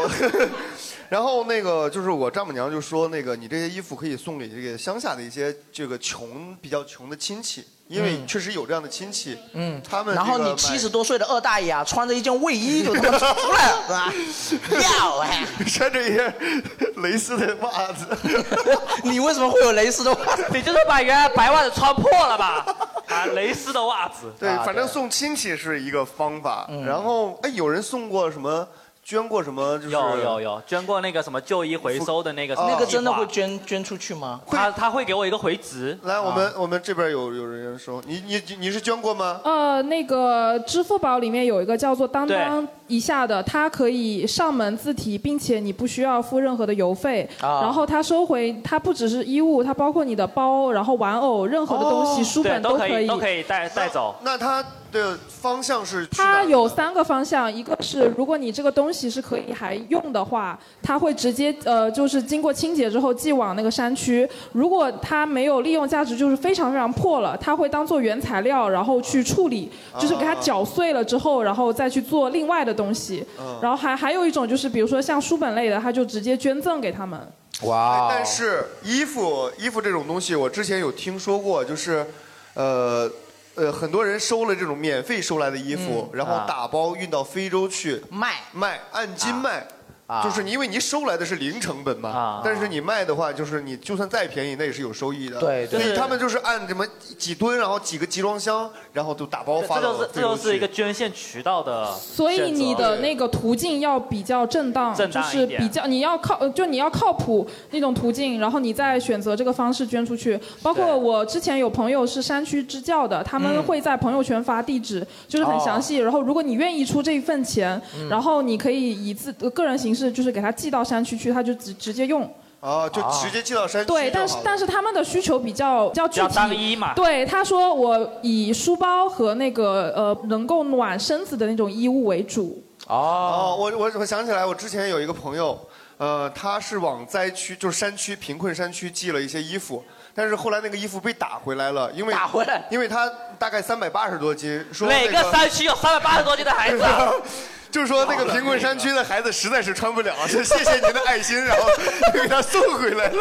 Speaker 1: 然后那个就是我丈母娘就说，那个你这些衣服可以送给这个乡下的一些这个穷比较穷的亲戚，因为
Speaker 4: 嗯
Speaker 1: 确实有这样的亲戚。
Speaker 4: 嗯，
Speaker 1: 他们
Speaker 4: 然后
Speaker 1: 这个
Speaker 4: 你
Speaker 1: 买
Speaker 4: 七十多岁的二大爷啊，穿着一件卫 衣就他妈出来了， 是吧？要哎，
Speaker 1: 穿着一件 蕾丝的袜子，
Speaker 4: 你为什么会有蕾丝的袜子？
Speaker 6: 你就是把原来 白袜子穿破了吧？啊，蕾丝的袜子。
Speaker 1: 啊对，反正送亲戚是一个方法。然后，哎，有人送过什么？捐过什么？就是
Speaker 6: 有有有捐过那个什么旧衣回收的那个什么
Speaker 4: 那个
Speaker 1: 啊
Speaker 6: 计
Speaker 4: 真的
Speaker 6: 划
Speaker 4: 会捐捐出去吗？
Speaker 6: 他他会给我一个回执。
Speaker 1: 来，我们、我们这边有有人说，你你你你是捐过吗？
Speaker 12: 呃，那个支付宝里面有一个叫做当当
Speaker 11: 以下的，它可以上门自提，并且你不需要付任何的邮费。
Speaker 4: 啊
Speaker 11: 然后它收回，它不只是衣物，它包括你的包，然后玩偶，任何的东西、书
Speaker 6: 哦对，
Speaker 11: 本
Speaker 6: 都
Speaker 11: 可
Speaker 6: 以，都可以带带走。
Speaker 1: 那它的方向是
Speaker 11: 它有三个方向，一个是如果你这个东西是可以还用的话，它会直接呃就是经过清洁之后寄往那个山区。如果它没有利用价值，就是非常非常破了，它会当做原材料，然后去处理，就是给它搅碎了之后，然后再去做另外的东西
Speaker 1: 嗯。
Speaker 11: 然后还还有一种就是比如说像书本类的，它就直接捐赠给他们。
Speaker 4: 哇
Speaker 1: 但是衣服衣服这种东西，我之前有听说过，就是，呃。呃，很多人收了这种免费收来的衣服，
Speaker 4: 嗯
Speaker 1: 然后
Speaker 4: 啊
Speaker 1: 打包运到非洲去
Speaker 4: 卖
Speaker 1: 卖，按斤卖，
Speaker 4: 啊
Speaker 1: 就是你因为你收来的是零成本嘛，
Speaker 6: 啊
Speaker 1: 但是你卖的话，就是你就算再便宜，那也是有收益的。
Speaker 4: 对对
Speaker 1: 所以
Speaker 4: 对
Speaker 1: 他们就是按什么几吨，然后几个集装箱，然后就打包
Speaker 6: 这
Speaker 1: 发到
Speaker 6: 就是这
Speaker 1: 非洲
Speaker 6: 就
Speaker 1: 去
Speaker 6: 是一个捐献渠道的选择，
Speaker 11: 所以你的那个途径要比较正当，
Speaker 6: 正
Speaker 11: 就
Speaker 6: 当
Speaker 11: 是
Speaker 6: 一点
Speaker 11: 比较你要靠，呃就你要靠谱那种途径，然后你再选择这个方式捐出去。包括我之前有朋友是山区支教的，他们
Speaker 12: 嗯
Speaker 11: 会在朋友圈发地址，就是很详
Speaker 6: 哦
Speaker 11: 细。然后如果你愿意出这一份钱，
Speaker 1: 嗯
Speaker 11: 然后你可以以自呃个人形式，就是给他寄到山区去，他就直直接用。
Speaker 1: 啊，就直接寄到山区就好了。
Speaker 11: 对，但是但是他们的需求比较比较具
Speaker 6: 比较
Speaker 11: 体，
Speaker 6: 单一嘛
Speaker 11: 对，他说我以书包和那个呃能够暖身子的那种衣物为主。
Speaker 6: 啊
Speaker 1: 哦，我我我想起来，我之前有一个朋友，呃，他是往灾区，就是山区贫困山区寄了一些衣服，但是后来那个衣服被打回来了，因为打
Speaker 4: 回来，
Speaker 1: 因为他大概三百八十多斤，说
Speaker 6: 哪
Speaker 1: 那
Speaker 6: 个山区有三百八十多斤的孩子？啊
Speaker 1: 就是说，那个贫困山区的孩子实在是 穿不了，说啊谢谢您的爱心， 然后就给他送回来了。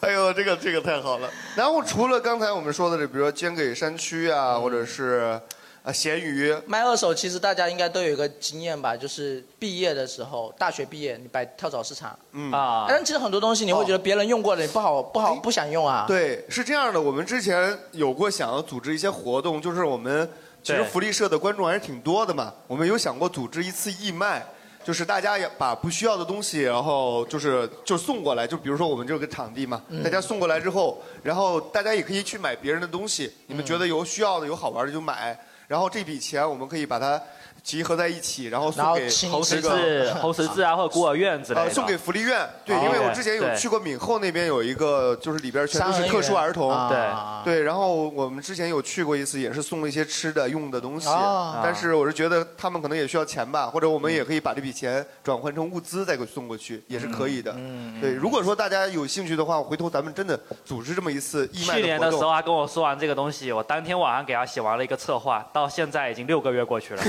Speaker 1: 哎呦，这个这个太好了。然后除了刚才我们说的这，比如说捐给山区啊，或者是啊咸鱼，
Speaker 4: 卖二手，其实大家应该都有一个经验吧，就是毕业的时候，大学毕业你摆跳蚤市场，
Speaker 1: 嗯
Speaker 6: 啊
Speaker 4: 但其实很多东西你会觉得别人用过的，你不好不好不想用啊。，
Speaker 1: 哎对，是这样的，我们之前有过想要组织一些活动，就是我们其实
Speaker 6: 对
Speaker 1: 福利社的观众还是挺多的嘛，我们有想过组织一次义卖。就是大家也把不需要的东西，然后就是就送过来，就比如说我们这个场地嘛，
Speaker 4: 嗯
Speaker 1: 大家送过来之后，然后大家也可以去买别人的东西，你们觉
Speaker 6: 嗯
Speaker 1: 得有需要的、有好玩的就买，然后这笔钱我们可以把它集合在一起，然后送给
Speaker 6: 红十
Speaker 1: 这
Speaker 6: 字
Speaker 1: 个、
Speaker 6: 红十字啊，或者孤儿院之类
Speaker 1: 呃，
Speaker 6: 的，
Speaker 1: 送给福利院。对，
Speaker 6: 哦
Speaker 1: 因为我之前有
Speaker 6: 对
Speaker 1: 去过闽后那边有一个，就是里边全都
Speaker 4: 三
Speaker 1: 是
Speaker 4: 合院
Speaker 1: 特殊儿童。
Speaker 4: 啊
Speaker 1: 对，然后我们之前有去过一次，也是送了一些吃的、用的东西
Speaker 4: 哦。
Speaker 1: 但是我是觉得他们可能也需要钱吧，或者我们也可以把这笔钱转换成物资再给送过去，也是可以
Speaker 4: 嗯
Speaker 1: 的。对，如果说大家有兴趣的话，回头咱们真的组织这么 一次义卖
Speaker 6: 去年
Speaker 1: 活
Speaker 6: 的时
Speaker 1: 动。
Speaker 6: 候，他跟我说完这个东西，我当天晚上给他写完了一个策划，到现在已经六个月过去了。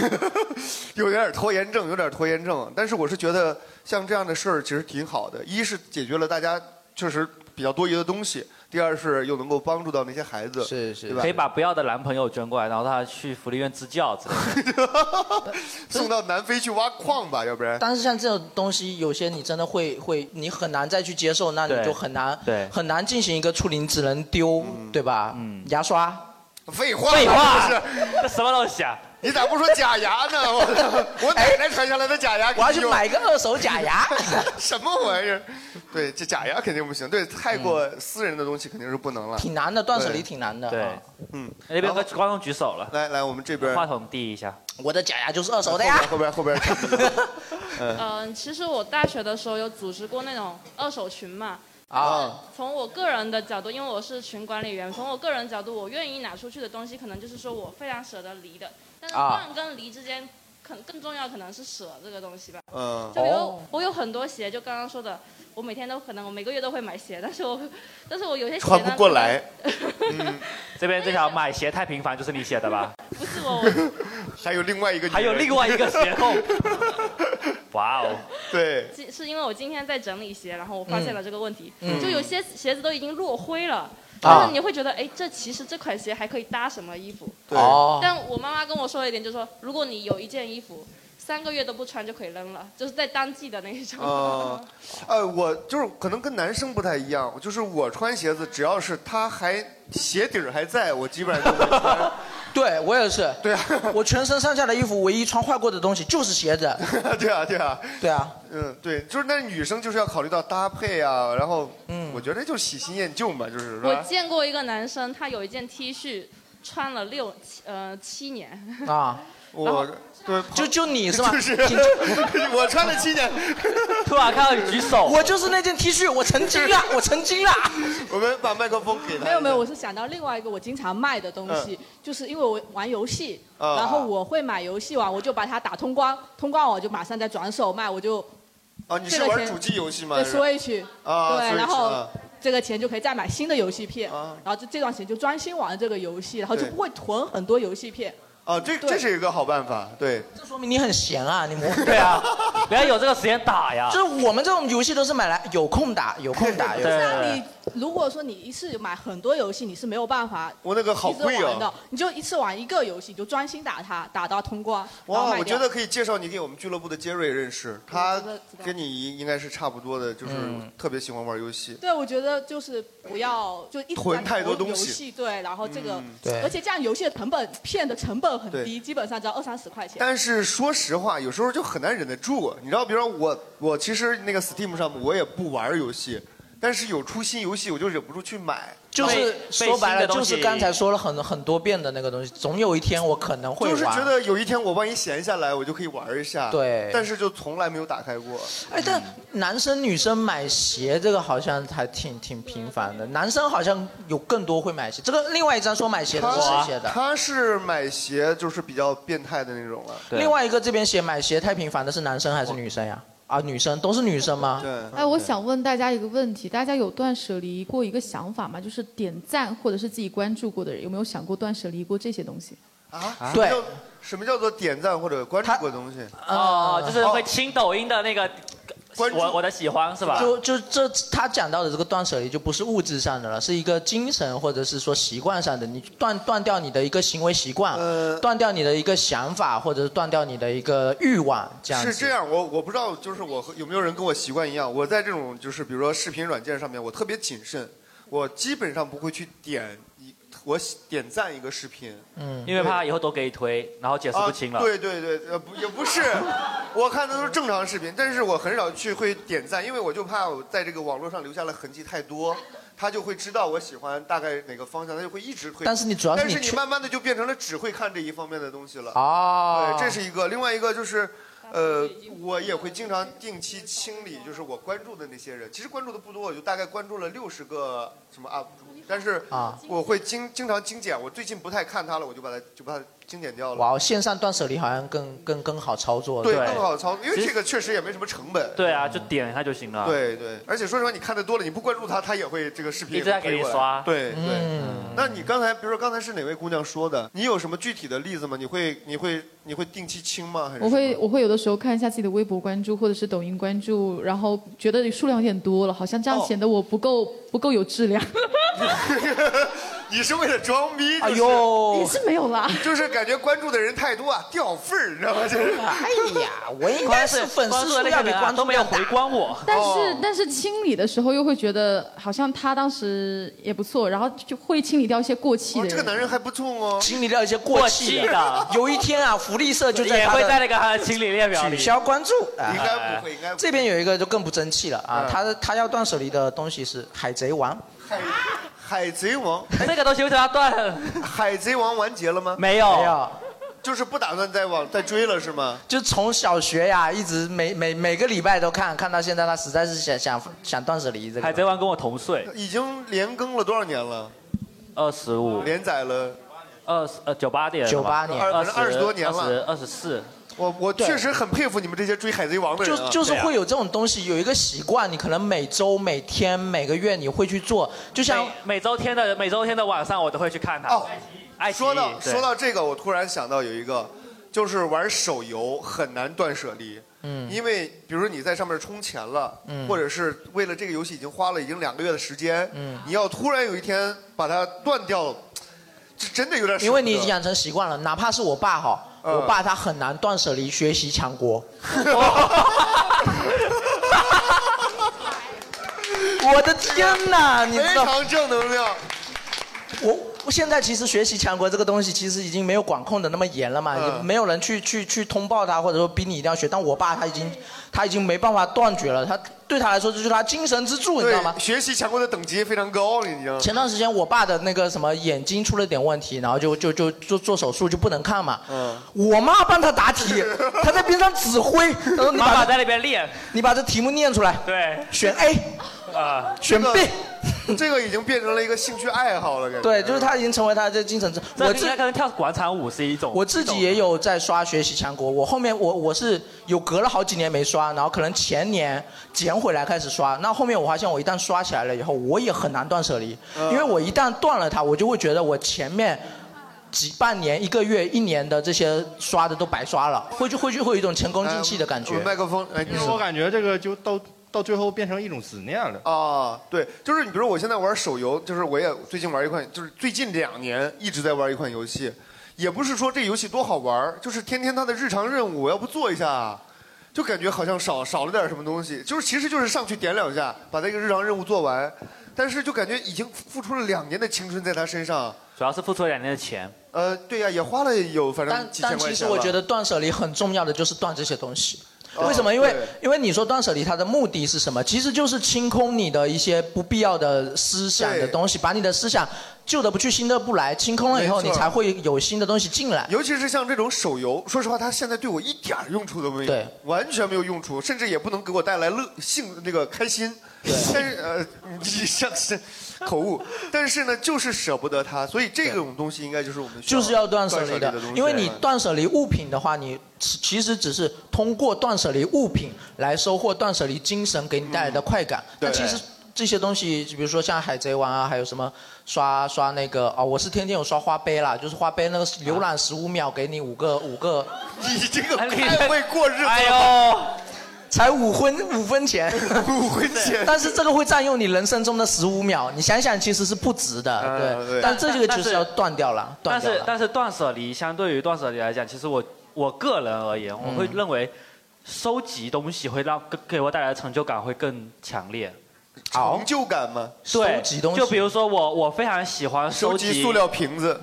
Speaker 1: 有点拖延症，有点拖延症。但是我是觉得像这样的事儿其实挺好的，一是解决了大家确实比较多余的东西，第二是又能够帮助到那些孩子，
Speaker 4: 是是
Speaker 1: 对吧？
Speaker 6: 可以把不要的男朋友捐过来，然后让他去福利院支教之类的。
Speaker 1: 送到南非去挖矿吧，要不然。
Speaker 4: 但是像这种东西，有些你真的会会，你很难再去接受，那你
Speaker 6: 对
Speaker 4: 就很难
Speaker 6: 对嗯
Speaker 4: 很难进行一个处理，你只能丢，
Speaker 1: 嗯
Speaker 4: 对吧？牙刷。
Speaker 1: 废话，
Speaker 6: 废 话
Speaker 1: 这不是，
Speaker 6: 这什么东西啊？
Speaker 1: 你咋不说假牙 呢？我 我奶奶传下来的假牙，
Speaker 4: 我要去买个二手假牙。
Speaker 1: 什么玩意儿？对，这假牙肯定不行，对，太过私人的东西肯定是不能了。
Speaker 4: 嗯挺难的，断舍离
Speaker 1: 对
Speaker 4: 挺难的。
Speaker 6: 对
Speaker 4: 啊，
Speaker 1: 嗯，
Speaker 6: 那边有个观众举手了，
Speaker 1: 来来，我们这边
Speaker 6: 话筒递一下。
Speaker 4: 我的假牙就是二手的呀。
Speaker 1: 后边后边，后 边嗯
Speaker 8: 嗯，其实我大学的时候有组织过那种二手群嘛。
Speaker 1: 哦
Speaker 4: 啊，
Speaker 8: 从我个人的角度，因为我是群管理员，从我个人角度，我愿意拿出去的东西，可能就是说我非常舍得离的。但是
Speaker 4: 啊
Speaker 8: 断跟离之间，可能更重要可能是舍这个东西吧。
Speaker 1: 嗯
Speaker 8: 就比如
Speaker 4: 哦
Speaker 8: 我有很多鞋，就刚刚说的，我每天都可能我每个月都会买鞋，但是我但是我有些鞋呢
Speaker 6: 穿不过来
Speaker 8: 可能
Speaker 1: 嗯
Speaker 6: 这边这条买鞋太频繁就是你写的吧？
Speaker 8: 不是我，我
Speaker 1: 还有另外一个，
Speaker 6: 还有另外一个鞋 后。哇哦！
Speaker 1: 对，
Speaker 8: 今是因为我今天在整理鞋，然后我发现了这个问题，
Speaker 6: 嗯
Speaker 8: 就有些鞋子都已经落灰了，但
Speaker 6: 啊
Speaker 8: 是你会觉得，哎，这其实这款鞋还可以搭什么衣服？
Speaker 6: 对哦
Speaker 8: 但我妈妈跟我说了一点，就是说，如果你有一件衣服三个月都不穿就可以扔了，就是在当季的那一种。
Speaker 6: 哦
Speaker 1: 啊，呃，我就是可能跟男生不太一样，就是我穿鞋子，只要是它还鞋底儿还在，我基本上就没穿。
Speaker 4: 对我也是。
Speaker 1: 对啊，
Speaker 4: 我全身上下的衣服唯一穿坏过的东西就是鞋子。
Speaker 1: 对啊，对啊，
Speaker 4: 对啊，
Speaker 1: 嗯，对，就是那女生就是要考虑到搭配啊，然后，嗯，我觉得就喜新厌旧嘛，就是 是
Speaker 8: 我
Speaker 1: 吧？
Speaker 8: 见过一个男生，他有一件 T 恤穿了六七呃七年，
Speaker 4: 啊，
Speaker 1: 我对，
Speaker 4: 就就你是吗？
Speaker 1: 就是 我穿了七年，
Speaker 6: 突然看到你举手
Speaker 4: 我就是那件 T 恤，我成精 了，我啊成精了。
Speaker 1: 我们把麦克风给他。
Speaker 12: 没有没有，我是想到另外一个我经常卖的东西，就是因为我玩游戏，
Speaker 1: 嗯啊
Speaker 12: 然后我会买游戏网，我就把它打通关，通关我就马上再转手卖，我就
Speaker 1: 啊，你
Speaker 12: 这
Speaker 1: 是
Speaker 12: 个
Speaker 1: 玩
Speaker 12: 钱
Speaker 1: 主机游戏吗？
Speaker 12: 对
Speaker 1: 是
Speaker 12: Switch，
Speaker 1: 啊
Speaker 12: 对，
Speaker 1: Switch，
Speaker 12: 然后
Speaker 1: 啊
Speaker 12: 这个钱就可以再买新的游戏片，然后这这段时间就专心玩这个游戏，然后就
Speaker 1: 对
Speaker 12: 不会囤很多游戏片。
Speaker 1: 啊，这这是一个好办法，对。
Speaker 4: 这说明你很闲啊，你们
Speaker 6: 对啊，人家有这个时间打呀。
Speaker 4: 就是我们这种游戏都是买来有空
Speaker 1: 啊
Speaker 4: 打，有空打。有
Speaker 6: 对
Speaker 4: 空
Speaker 6: 对
Speaker 4: 打
Speaker 6: 对
Speaker 12: 你如果说你一次买很多游戏，你是没有办法
Speaker 1: 我那个好
Speaker 12: 一直
Speaker 1: 贵啊
Speaker 12: 玩的，你就一次玩一个游戏，你就专心打它，打到通关。然后
Speaker 1: 哇，
Speaker 12: 卖
Speaker 1: 我
Speaker 12: 掉
Speaker 1: 觉得可以介绍你给我们俱乐部的杰瑞认识，他
Speaker 12: 知道知道
Speaker 1: 跟你应该是差不多的，就是
Speaker 4: 嗯
Speaker 1: 特别喜欢玩游戏。
Speaker 12: 对，我觉得就是不要就一直
Speaker 1: 囤
Speaker 12: 在
Speaker 1: 太多
Speaker 12: 投入
Speaker 1: 东西
Speaker 12: 游戏对，然后这个、
Speaker 1: 嗯对
Speaker 12: 而且这样游戏的成本骗的成本很低，
Speaker 1: 对
Speaker 12: 基本上只要二三十块钱。
Speaker 1: 但是说实话，有时候就很难忍得住。啊你知道，比如说我，我其实那个 Steam 上我也不玩游戏，但是有出新游戏我就忍不住去买。
Speaker 4: 就是说白了，就是刚才说了很很多遍的那个东西，总有一天我可能会
Speaker 1: 就是觉
Speaker 4: 玩。
Speaker 1: 得有一天我万一闲下来，我就可以玩一下。
Speaker 4: 对
Speaker 1: 但是就从来没有打开过。
Speaker 4: 哎，但男生女生买鞋这个好像还挺挺频繁的，男生好像有更多会买鞋。这个另外一张说买鞋的是
Speaker 1: 啊
Speaker 4: 谁写的？
Speaker 1: 他是买鞋就是比较变态的那种了。
Speaker 6: 啊
Speaker 4: 另外一个这边写买鞋太频繁的是男生还是女生呀？啊，女生都是女生吗？
Speaker 1: 嗯对。
Speaker 3: 哎，我想问大家一个问题：大家有断舍离过一个想法吗？就是点赞或者是自己关注过的人，有没有想过断舍离过这些东西？
Speaker 1: 啊，
Speaker 4: 对
Speaker 1: 什么叫，什么叫做点赞或者关注过的东西？
Speaker 6: 哦，
Speaker 4: 啊
Speaker 6: 就是会清抖音的那个，我我的喜欢是吧？
Speaker 4: 就就这他讲到的这个断舍离，就不是物质上的了，是一个精神或者是说习惯上的，你断断掉你的一个行为习惯，断掉你的一个想法，或者是断掉你的一个欲望，这样子。
Speaker 1: 是这样，我我不知道，就是我和有没有人跟我习惯一样，我在这种就是比如说视频软件上面，我特别谨慎，我基本上不会去点一我喜点赞一个视频，
Speaker 4: 嗯
Speaker 6: 因为怕以后都给你推，然后解释不清了。
Speaker 1: 啊对对对，呃不也不是，我看的都是正常视频，但是我很少去会点赞，因为我就怕我在这个网络上留下了痕迹太多。他就会知道我喜欢大概哪个方向，他就会一直推。
Speaker 4: 但是你主要是
Speaker 1: 但
Speaker 4: 你
Speaker 1: 是你
Speaker 4: 去
Speaker 1: 慢慢的就变成了只会看这一方面的东西了。
Speaker 6: 啊
Speaker 4: 哦
Speaker 1: 对，这是一个。另外一个就是，呃，我也会经常定期清理，就是我关注的那些人。其实关注的不多，我就大概关注了六十个什么 UP 主，但是
Speaker 4: 啊
Speaker 1: 我会经经常精简。我最近不太看他了，我就把它就把它精简掉了。
Speaker 4: 哇，线上断舍离好像更更更好操作。
Speaker 1: 对，
Speaker 4: 吧
Speaker 1: 更好操作，因为
Speaker 4: 其实
Speaker 1: 这个确实也没什么成本。嗯
Speaker 6: 对啊，就点一下就行了。
Speaker 1: 对对，而且说实话，你看的多了，你不关注他，他也会这个视频
Speaker 6: 一直在给你刷
Speaker 1: 对对。
Speaker 6: 嗯
Speaker 1: 那你刚才，比如说刚才是哪位姑娘说的？你有什么具体的例子吗？你会你会你会定期清吗？还是
Speaker 3: 我会我会有的时候看一下自己的微博关注或者是抖音关注，然后觉得数量有点多了，好像这
Speaker 1: 哦
Speaker 3: 样显得我不够、不够有质量。
Speaker 1: 你是为了装逼？就是
Speaker 3: 哎呦也是没有啦，
Speaker 1: 就是感觉关注的人太多啊，掉份儿，你知道吗？就是。
Speaker 4: 哎 呀，我应该是粉丝数要比观众
Speaker 6: 啊都没有回关我。
Speaker 3: 但
Speaker 1: 哦
Speaker 3: 是但是清理的时候又会觉得好像他当时也不错，然后就会清理掉一些过气的人。
Speaker 1: 哦这个男人还不错哦，
Speaker 4: 清理掉一些过气
Speaker 6: 过气的
Speaker 4: 有一天啊，福利社就在
Speaker 6: 也
Speaker 4: 他的
Speaker 6: 会在那个他的清理列表里
Speaker 4: 取消关注。啊
Speaker 6: 应该不会应该不会
Speaker 4: 这边有一个就更不争气了啊
Speaker 6: 嗯，
Speaker 4: 他他要断舍离的东西是《海贼王》。
Speaker 1: 海贼王，
Speaker 6: 这个东西为什么要断？
Speaker 1: 海贼王完结了吗？
Speaker 6: 没有
Speaker 4: 没有，
Speaker 1: 就是不打算再往再追了是吗？
Speaker 4: 就从小学呀，一直每每每个礼拜都看，看到现在，他实在是想想想断舍离这个。
Speaker 6: 海贼王跟我同岁，
Speaker 1: 已经连更了多少年了？
Speaker 6: 二十五
Speaker 1: 连载了，
Speaker 6: 二十呃九八年的吧，
Speaker 4: 98年
Speaker 1: 二二十多年了
Speaker 6: 二十四。
Speaker 1: 我我
Speaker 4: 对
Speaker 1: 确实很佩服你们这些追海贼王的人、
Speaker 4: 就
Speaker 1: 啊，
Speaker 4: 就是会有这种东西，有一个习惯，你可能每周、每天、每个月你会去做，就像
Speaker 6: 每周天的每周天的晚上我都会去看它。哦，爱奇艺
Speaker 1: 啊说到
Speaker 6: 对
Speaker 1: 说到这个，我突然想到有一个，就是玩手游很难断舍离。
Speaker 4: 嗯
Speaker 1: 因为比如说你在上面充钱了，
Speaker 4: 嗯
Speaker 1: 或者是为了这个游戏已经花了已经两个月的时间，
Speaker 4: 嗯
Speaker 1: 你要突然有一天把它断掉，这真的有点舍不得。
Speaker 4: 因为你已经养成习惯了，哪怕是我爸哈，
Speaker 1: 嗯
Speaker 4: 我爸他很难断舍离学习强 国。我的天哪，你知
Speaker 1: 非
Speaker 4: 道
Speaker 1: 常正能量。
Speaker 4: 我我现在其实学习强国这个东西，其实已经没有管控的那么严了
Speaker 1: 嗯
Speaker 4: 嘛，也没有人去去去通报他，或者说逼你一定要学。但我爸他已经他已经没办法断绝了，他对他来说这就是他精神支柱，你知道吗？
Speaker 1: 学习强国的等级非常高，你知道吗？
Speaker 4: 前段时间我爸的那个什么眼睛出了点问题，然后就就就做做手术就不能看嘛。我妈帮他答 题，他在边上指挥，他说你
Speaker 6: 妈妈
Speaker 4: 把
Speaker 6: 在
Speaker 4: 这
Speaker 6: 那边练，
Speaker 4: 你把这题目念出来，
Speaker 6: 对，
Speaker 4: 选 A
Speaker 6: 啊，
Speaker 4: 选 B。
Speaker 1: 这个已经变成了一个兴趣爱好了，感觉。
Speaker 4: 对，就是他已经成为他的精神支。
Speaker 6: 这
Speaker 4: 我
Speaker 6: 应该
Speaker 4: 自
Speaker 6: 跟跳广场舞是一种。
Speaker 4: 我自己也有在刷学习强国，我后面我我是有隔了好几年没刷，然后可能前年捡回来开始刷。那后面我发现我一旦刷起来了以后，我也很难断舍离，
Speaker 1: 嗯
Speaker 4: 因为我一旦断了它，我就会觉得我前面。几半年、一个月、一年的这些刷的都白刷了，会就会就会有一种前功尽弃的感觉。
Speaker 1: 麦克风，哎，
Speaker 7: 就是我感觉这个就到到最后变成一种执念了。
Speaker 1: 啊，对，就是你比如我现在玩手游，就是我也最近玩一款，就是最近两年一直在玩一款游戏，也不是说这游戏多好玩儿，就是天天它的日常任务，我要不做一下，就感觉好像少少了点什么东西，就是其实就是上去点两下，把这个日常任务做完，但是就感觉已经付出了两年的青春在他身上，
Speaker 6: 主要是付出了两年的钱。
Speaker 1: 呃，对呀、也花了有反正
Speaker 4: 但
Speaker 1: 几千
Speaker 4: 但
Speaker 1: 块钱
Speaker 4: 其实我
Speaker 1: 吧
Speaker 4: 觉得断舍离很重要的就是断这些东西。
Speaker 1: 哦
Speaker 4: 为什么？因为
Speaker 1: 对
Speaker 4: 因为你说断舍离，它的目的是什么？其实就是清空你的一些不必要的思想的东西，把你的思想旧的不去，新的不来，清空了以后，
Speaker 1: 没
Speaker 4: 你
Speaker 1: 错
Speaker 4: 才会有新的东西进来。
Speaker 1: 尤其是像这种手游，说实话，它现在对我一点儿用处都没有，
Speaker 4: 对
Speaker 1: 完全没有用处，甚至也不能给我带来乐性那个开心。 但是呃，你像是口误，但是呢，就是舍不得它，所以这种东西应该就是我们需要
Speaker 4: 就是要断舍
Speaker 1: 离
Speaker 4: 离的
Speaker 1: 东，西哎
Speaker 4: 因为你断舍离物品的话，你其其实只是通过断舍离物品来收获断舍离精神给你带来的快感。
Speaker 1: 嗯对
Speaker 4: 那其实这些东西，比如说像海贼王啊，还有什么刷刷那个啊、我是天天有刷花呗啦，就是花呗那个浏览十五秒给你五个五个，
Speaker 1: 你这个太会过日子了。
Speaker 4: 哎呦，才五分五分钱，
Speaker 1: 五分钱
Speaker 4: 但是这个会占用你人生中的十五秒，你想想其实是不值的，
Speaker 1: 嗯
Speaker 4: 对。
Speaker 6: 对
Speaker 4: 但这个就
Speaker 6: 但
Speaker 4: 是
Speaker 6: 是
Speaker 4: 要断掉了，断
Speaker 6: 但
Speaker 4: 掉
Speaker 6: 是
Speaker 4: 了。
Speaker 6: 但是断舍离相对于断舍离来讲，其实我我个人而言，我会认为收集东西会让给给我带来的成就感会更强烈。
Speaker 1: 成就感吗？
Speaker 6: 对，就比如说我我非常喜欢
Speaker 1: 收
Speaker 6: 集
Speaker 1: 集塑料瓶子，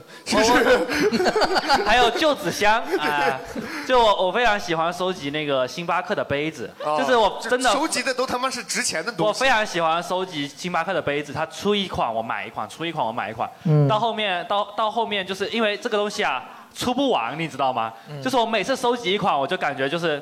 Speaker 6: 还有旧纸 箱啊、就我我非常喜欢收集那个星巴克的杯子，
Speaker 1: 哦
Speaker 6: 就是我真的
Speaker 1: 收集的都他妈是值钱的东西。
Speaker 6: 我非常喜欢收集星巴克的杯子，它出一款我买一款，出一款我买一款。
Speaker 1: 嗯
Speaker 6: 到后面到到后面，就是因为这个东西啊出不完，你知道吗？
Speaker 1: 嗯
Speaker 6: 就是我每次收集一款，我就感觉就是，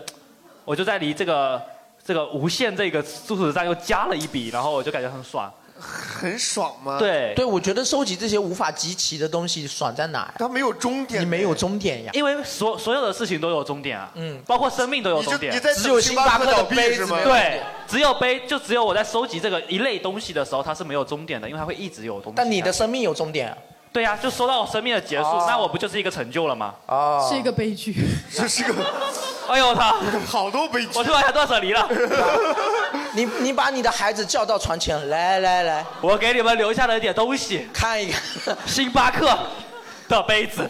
Speaker 6: 我就在离这个这个无限这个数字上又加了一笔，然后我就感觉很爽。
Speaker 1: 很爽吗？
Speaker 6: 对
Speaker 4: 对，我觉得收集这些无法集齐的东西爽在哪？
Speaker 1: 它没有终点，
Speaker 4: 你没有终点呀。
Speaker 6: 因为所所有的事情都有终点啊，
Speaker 4: 嗯，
Speaker 6: 包括生命都有终点，
Speaker 4: 你就你在等只有星巴克的杯子没有终点
Speaker 6: 对，只有杯，就只有我在收集这个一类东西的时候，它是没有终点的，因为它会一直有东西。啊
Speaker 4: 但你的生命有终点啊。
Speaker 6: 对呀、就说到我生命的结束，那我不就是一个成就了吗？
Speaker 4: 哦
Speaker 3: 是一个悲剧。
Speaker 1: 这是个，
Speaker 6: 哎呦我操，
Speaker 1: 好多悲剧。
Speaker 6: 我突然想断舍离了。
Speaker 4: 你你把你的孩子叫到床前来来来，
Speaker 6: 我给你们留下了一点东西，
Speaker 4: 看一看
Speaker 6: 星巴克的杯 子。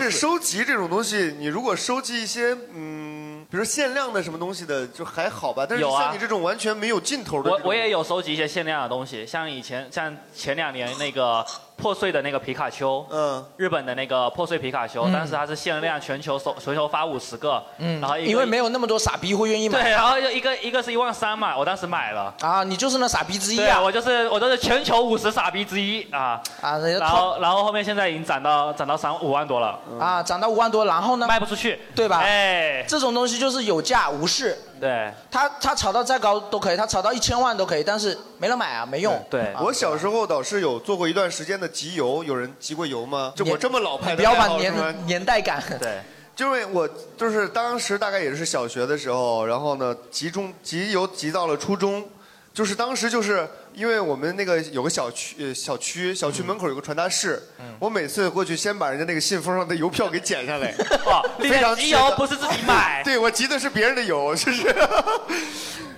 Speaker 1: 是收集这种东西，你如果收集一些嗯，比如说限量的什么东西的，就还好吧。但是
Speaker 6: 有啊
Speaker 1: 像你这种完全没有尽头的这
Speaker 6: 我
Speaker 1: 种，
Speaker 6: 我也有收集一些限量的东西，像以前像前两年那个破碎的那个皮卡丘，
Speaker 1: 嗯，
Speaker 6: 日本的那个破碎皮卡丘，
Speaker 4: 嗯
Speaker 6: 当时它是限量全球收全球发五十个，
Speaker 4: 嗯，
Speaker 6: 然后一个
Speaker 4: 因为没有那么多傻逼会愿意买。
Speaker 6: 对，然后就一个一个是一万三嘛，我当时买了。
Speaker 4: 啊，你就是那傻逼之一
Speaker 6: 对
Speaker 4: 啊！
Speaker 6: 我就是我就是全球五十傻逼之一啊
Speaker 4: 啊！
Speaker 6: 然后然后后面现在已经涨到涨到三五万多了
Speaker 4: 啊，涨到五万多，然后呢？
Speaker 6: 卖不出去，
Speaker 4: 对吧？
Speaker 6: 哎，
Speaker 4: 这种东西就是有价无市，
Speaker 6: 对，
Speaker 4: 它它炒到再高都可以，它炒到一千万都可以，但是没人买啊，没用。
Speaker 6: 对
Speaker 1: 哎我小时候倒是有做过一段时间的集邮，有人集过邮吗？这我这么老派
Speaker 4: 你
Speaker 1: 的，
Speaker 4: 不要把年年代 感。
Speaker 6: 对，
Speaker 1: 因为我就是当时大概也是小学的时候，然后呢，集中集邮集到了初中，就是当时就是因为我们那个有个小区，呃小区小区门口有个传达室，
Speaker 6: 嗯
Speaker 1: 我每次过去先把人家那个信封上的邮票给剪下来，
Speaker 6: 哇，
Speaker 1: 非常
Speaker 6: 集邮不是自己买，
Speaker 1: 对我集的是别人的油，就是。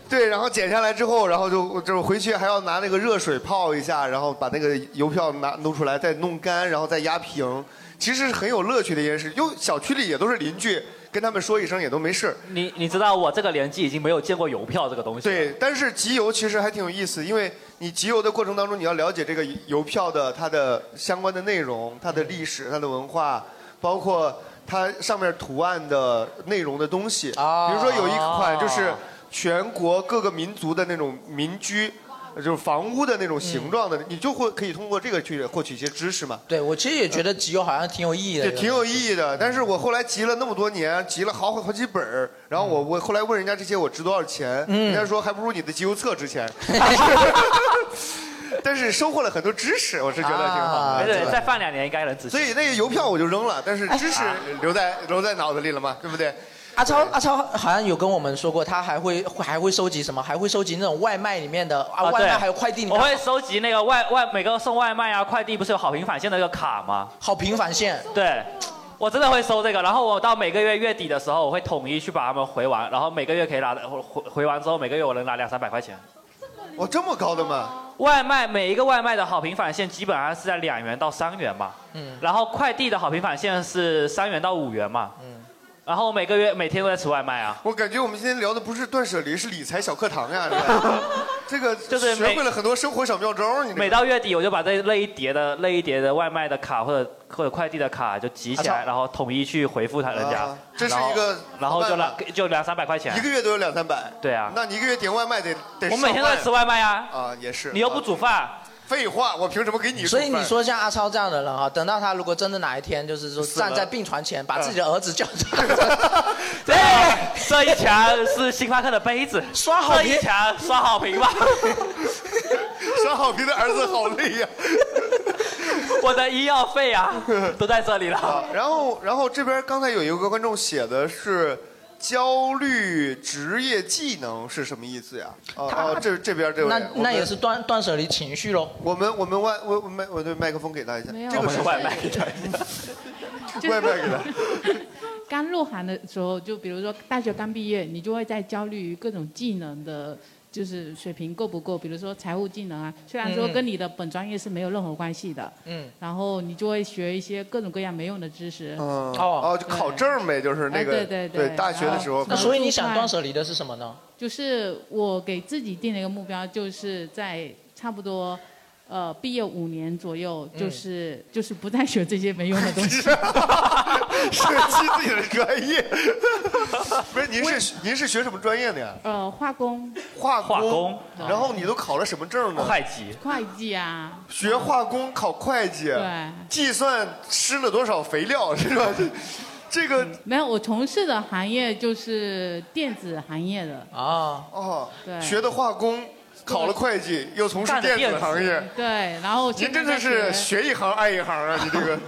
Speaker 1: 对，然后剪下来之后，然后就就是回去还要拿那个热水泡一下，然后把那个邮票拿弄出来，再弄干，然后再压平。其实是很有乐趣的一件事，因为小区里也都是邻居，跟他们说一声也都没事儿。
Speaker 6: 你你知道我这个年纪已经没有见过邮票这个东西。
Speaker 1: 对，但是集邮其实还挺有意思，因为你集邮的过程当中，你要了解这个邮票的它的相关的内容、它
Speaker 4: 嗯
Speaker 1: 的历史、它的文化，包括它上面图案的内容的东西。啊比如说有一款就是全国各个民族的那种民居。就是房屋的那种形状的，你就会可以通过这个去获取一些知识嘛。
Speaker 4: 嗯对，我其 实也觉得集邮好像挺有意义的，
Speaker 1: 对，挺有意义的。但是我后来集了那么多年，集了好好几本儿然后我我后来问人家这些我值多少钱，人家说还不如你的集邮册值钱。但是收获了很多知识，我是觉得挺好
Speaker 6: 没
Speaker 4: 啊
Speaker 1: 的。
Speaker 6: 啊事，再哎放两年应该能仔细。
Speaker 1: 所以那个邮票我就扔了，但是知识
Speaker 4: 哎
Speaker 1: 留在留在脑子里了嘛， 对不对？
Speaker 4: 阿超，阿超好像有跟我们说过，他还会还会收集什么？还会收集那种外卖里面的啊，外
Speaker 6: 对
Speaker 4: 卖还有快递里面。
Speaker 6: 我会收集那个外外每个送外卖啊、快递不是有好评返现的那个卡吗？
Speaker 4: 好评返现。
Speaker 6: 对，我真的会收这个，然后我到每个月月底的时候，我会统一去把它们回完，然后每个月可以拿的回回完之后，每个月我能拿两三百块钱。
Speaker 1: 哇，这么高的吗？
Speaker 6: 外卖每一个外卖的好评返现基本上是在两元到三元嘛，
Speaker 4: 嗯
Speaker 6: 然后快递的好评返现是三元到五元嘛，
Speaker 4: 嗯
Speaker 6: 然后每个月每天都在吃外卖啊。
Speaker 1: 我感觉我们今天聊的不是断舍离，是理财小课堂呀，这个
Speaker 6: 就
Speaker 1: 这
Speaker 6: 是
Speaker 1: 个学
Speaker 6: 每
Speaker 1: 会了很多生活小妙招儿，你这个
Speaker 6: 每到月底，我就把这那一叠的那一叠的外卖的卡或者或者快递的卡就集起
Speaker 1: 啊
Speaker 6: 来，
Speaker 1: 操
Speaker 6: 然后统一去回复他人家
Speaker 1: 啊。这是
Speaker 6: 然后
Speaker 1: 一个
Speaker 6: 然后就
Speaker 1: 办
Speaker 6: 两就两三百块钱
Speaker 1: 一。个月都有两三百。
Speaker 6: 对啊，
Speaker 1: 那你一个月点外卖得得
Speaker 6: 我每天都在吃外卖呀。
Speaker 1: 啊，也是。
Speaker 6: 你又不煮饭。
Speaker 1: 废话，我凭什么给你煮
Speaker 4: 所以你
Speaker 1: 饭
Speaker 4: 说像阿超这样的人哈，等到他如果真的哪一天就是说
Speaker 1: 死了
Speaker 4: 站在病床前，把自己的儿子叫出来，
Speaker 6: 对，这一墙是星巴克的杯子，
Speaker 4: 刷好评
Speaker 6: 这一墙刷好评吧。
Speaker 1: 刷好评的儿子好累呀、
Speaker 6: 我的医药费啊，都在这里了。
Speaker 1: 啊然后，然后这边刚才有一个观众写的是焦虑职业技能是什么意思呀？哦、哦，这这边这位，
Speaker 4: 那
Speaker 1: 我们
Speaker 4: 那也是断断舍离情绪喽。
Speaker 1: 我们我们外我我麦我对麦克风给他一下，这个是
Speaker 6: 外卖
Speaker 1: 给他一下， 外卖给他。
Speaker 13: 刚入行的时候，就比如说大学刚毕业，你就会在焦虑于各种技能的，就是水平够不够，比如说财务技能啊，虽然说
Speaker 14: 嗯嗯
Speaker 13: 跟你的本专业是没有任何关系的，
Speaker 4: 嗯，
Speaker 13: 然后你就会学一些各种各样没用的知识。
Speaker 1: 嗯哦，就考证呗，就是
Speaker 13: 哎
Speaker 1: 那个
Speaker 13: 对对对
Speaker 1: 大学的时候。
Speaker 13: 然后
Speaker 4: 所以你想断舍离的是什么 呢？
Speaker 13: 就是我给自己定了一个目标，就是在差不多。呃，毕业五年左右，
Speaker 4: 嗯
Speaker 13: 就是、就是不再学这些没用的东 西。
Speaker 1: 舍弃 自己的专 业，不是您是您是学什么专业的呀？
Speaker 13: 呃，化工、
Speaker 1: 化工。
Speaker 13: 化工
Speaker 1: 然后你都考了什么证呢？
Speaker 6: 会计。
Speaker 13: 会计啊，
Speaker 1: 学化工考会计，
Speaker 13: 对
Speaker 1: 计算施了多少肥料 是吧？这这个
Speaker 13: 嗯没有，我从事的行业就是电子行业的。
Speaker 4: 啊
Speaker 1: 哦，
Speaker 13: 对
Speaker 1: 学的化工，考了会计，又从事
Speaker 13: 干的
Speaker 1: 电子行业，
Speaker 13: 对，然后现
Speaker 1: 您
Speaker 13: 在
Speaker 1: 真的
Speaker 13: 在
Speaker 1: 是学一行爱一行啊！你这个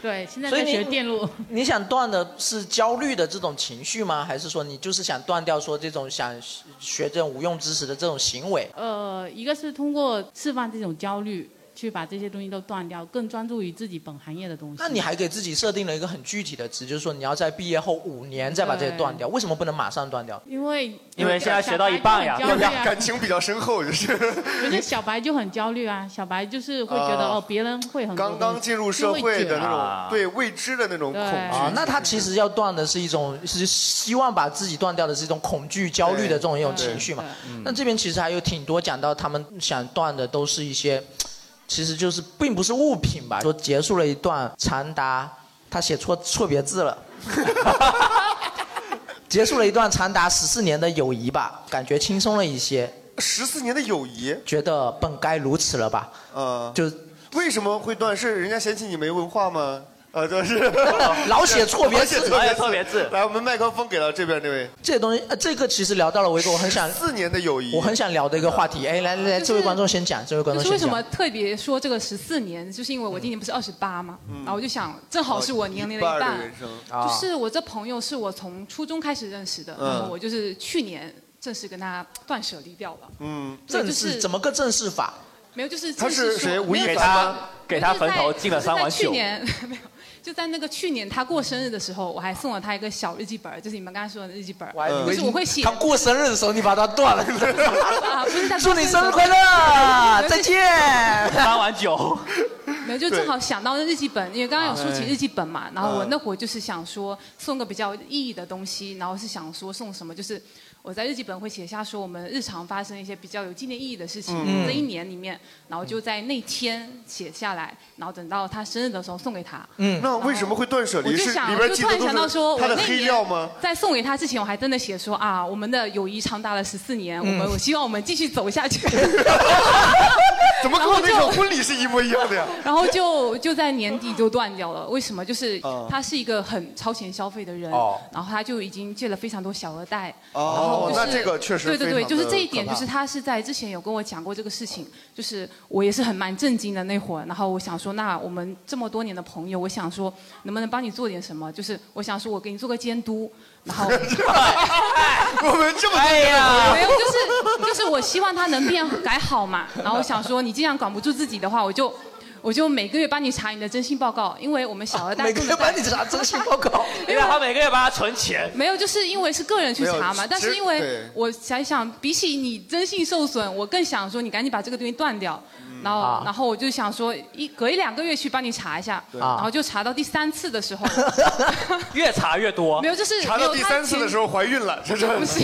Speaker 13: 对，现在
Speaker 4: 所以
Speaker 13: 在
Speaker 4: 你
Speaker 13: 学电路。
Speaker 4: 你想断的是焦虑的这种情绪吗？还是说你就是想断掉说这种想学这种无用知识的这种行为？
Speaker 13: 呃，一个是通过释放这种焦虑，去把这些东西都断掉，更专注于自己本行业的东西。
Speaker 4: 那你还给自己设定了一个很具体的值，就是说你要在毕业后五年再把这个
Speaker 13: 对
Speaker 4: 断掉。为什么不能马上断掉？
Speaker 13: 因为
Speaker 4: 因为现在学到一半呀
Speaker 13: 小白就很焦虑啊啊
Speaker 1: 感情比较深厚，就是
Speaker 13: 不是小白就很焦虑啊，小白就是会觉得、
Speaker 1: 啊
Speaker 13: 哦，别人会很多
Speaker 1: 刚刚
Speaker 13: 东西
Speaker 1: 进入社
Speaker 13: 就会
Speaker 1: 会
Speaker 13: 卷
Speaker 1: 的那
Speaker 4: 啊
Speaker 1: 种对未知的那种恐
Speaker 13: 对
Speaker 1: 惧
Speaker 4: 啊，。那他其实要断的是一种，是希望把自己断掉的是一种恐惧、焦虑的这种一种
Speaker 1: 对
Speaker 4: 情绪嘛
Speaker 1: 对嗯。
Speaker 4: 那这边其实还有挺多讲到他们想断的都是一些，其实就是并不是物品吧。说结束了一段长达，他写错错别字了， 结束了一段长达十四年的友谊吧，感觉轻松了一些。
Speaker 1: 十四年的友谊，
Speaker 4: 觉得本该如此了吧？
Speaker 1: 嗯，
Speaker 4: 就
Speaker 1: 为什么会断？是人家嫌弃你没文化吗？啊，就是
Speaker 4: 老写错别字
Speaker 1: 老写
Speaker 4: 老写错别字
Speaker 1: 来，我们麦克风给到这边这位。
Speaker 4: 这东西，呃，这个其实聊到了我一个我很想
Speaker 1: 四年的友谊，
Speaker 4: 我很想聊的一个话题。哎，来来来，这位观众先讲，这位观
Speaker 14: 就
Speaker 4: 众
Speaker 14: 是
Speaker 4: 先
Speaker 14: 为
Speaker 4: 讲
Speaker 14: 什。么特别说这个十四年，就是因为我今年不是二十八嘛，然后我就想，正好是我年龄的
Speaker 1: 哦一半
Speaker 14: 半
Speaker 1: 的人生，啊
Speaker 14: 就是我这朋友是我从初中开始认识的，
Speaker 1: 嗯
Speaker 14: 然后我就是去年正式跟他断舍离掉了，
Speaker 1: 嗯，
Speaker 14: 对
Speaker 4: 正
Speaker 14: 就
Speaker 4: 式
Speaker 14: 是
Speaker 4: 怎么个正式法？
Speaker 14: 没有就是
Speaker 4: 他是
Speaker 14: 正式说
Speaker 4: 谁吴亦
Speaker 14: 没有
Speaker 4: 凡
Speaker 14: 就是
Speaker 4: 吗
Speaker 6: 给他
Speaker 14: 就是
Speaker 6: 坟头
Speaker 14: 在
Speaker 6: 敬了三碗酒
Speaker 14: 就是在去年 没有，就在那个去年他过生日的时候，我还送了他一个小日记本儿，就是你们刚才说的日记本儿，
Speaker 4: 还
Speaker 1: 嗯
Speaker 4: 以为
Speaker 14: 就是我会写
Speaker 4: 他过生日的时候你把它断了。
Speaker 14: 啊，不是在
Speaker 4: 祝你生日快乐，再见。
Speaker 6: 三碗酒。
Speaker 14: 没有，就正好想到日记本，因为刚刚有说起
Speaker 6: 哎
Speaker 14: 日记本
Speaker 1: 啊
Speaker 14: 嘛，然后我
Speaker 6: 嗯
Speaker 14: 那会儿就是想说送个比较有意义的东西，然后是想说送什么，就是我在日记本会写下说我们日常发生一些比较有纪念意义的事情，
Speaker 15: 嗯
Speaker 14: 这一年里面，然后就在那天写下来，然后等到他生日的时候送给他。
Speaker 1: 嗯，那为什么会断舍
Speaker 14: 我
Speaker 1: 离？
Speaker 14: 就是想，
Speaker 1: 里
Speaker 14: 我
Speaker 1: 边
Speaker 14: 就
Speaker 1: 记
Speaker 14: 突
Speaker 1: 得
Speaker 14: 然
Speaker 1: 都
Speaker 14: 想到说，
Speaker 1: 是
Speaker 14: 我
Speaker 1: 他的
Speaker 14: 那
Speaker 1: 黑
Speaker 14: 年
Speaker 1: 料吗？
Speaker 14: 在送给他之前，我还真的写说啊，我们的友谊长达了十四年，我们
Speaker 1: 嗯
Speaker 14: 我希望我们继续走下 去。
Speaker 1: 怎么跟我那
Speaker 14: 然
Speaker 1: 场
Speaker 14: 后就
Speaker 1: 婚礼是一模一样的呀？
Speaker 14: 然后就就在年底就断掉了。为什么？就是
Speaker 1: 嗯
Speaker 14: 他是一个很超前消费的人，
Speaker 1: 哦
Speaker 14: 然后他就已经借了非常多小额贷。
Speaker 1: 哦
Speaker 14: 然后就是
Speaker 1: 那这个确实
Speaker 14: 对对
Speaker 1: 非
Speaker 14: 对，
Speaker 1: 常
Speaker 14: 就是
Speaker 1: 的
Speaker 14: 这一点，
Speaker 1: 可
Speaker 14: 就
Speaker 1: 怕
Speaker 14: 是他是在之前有跟我讲过这个事情，就是我也是很蛮震惊的那会儿。然后我想说，那我们这么多年的朋友，我想说能不能帮你做点什么？就是我想说我给你做个监督，然 后
Speaker 1: 我们这么多
Speaker 14: 哎
Speaker 1: 年的朋友
Speaker 14: 呀，没有，就是就是我希望他能变改好嘛。然后我想说，你既然管不住自己的话，我就。我就每个月帮你查你的征信报告，因为我们小额贷、
Speaker 4: 哦每个月帮你查征信报告，
Speaker 6: 因为他每个月帮他存钱。
Speaker 14: 没有，就是因为是个人去查
Speaker 6: 没有
Speaker 14: 嘛。但
Speaker 6: 其
Speaker 14: 是
Speaker 6: 实
Speaker 14: 因
Speaker 6: 对
Speaker 14: 为我想一想，比起你征信受损，我更想说你赶紧把这个东西断掉。
Speaker 4: 嗯
Speaker 14: 然后，
Speaker 6: 啊
Speaker 14: 然后我就想说，一隔一两个月去帮你查一下，
Speaker 6: 对
Speaker 14: 然后就查到第三次的时候，
Speaker 6: 越查越多。
Speaker 14: 没有就是
Speaker 1: 查
Speaker 14: 没
Speaker 1: 到
Speaker 14: 有
Speaker 1: 第
Speaker 14: 他
Speaker 1: 三次
Speaker 14: 前
Speaker 1: 的时候怀孕了，这是
Speaker 14: 不是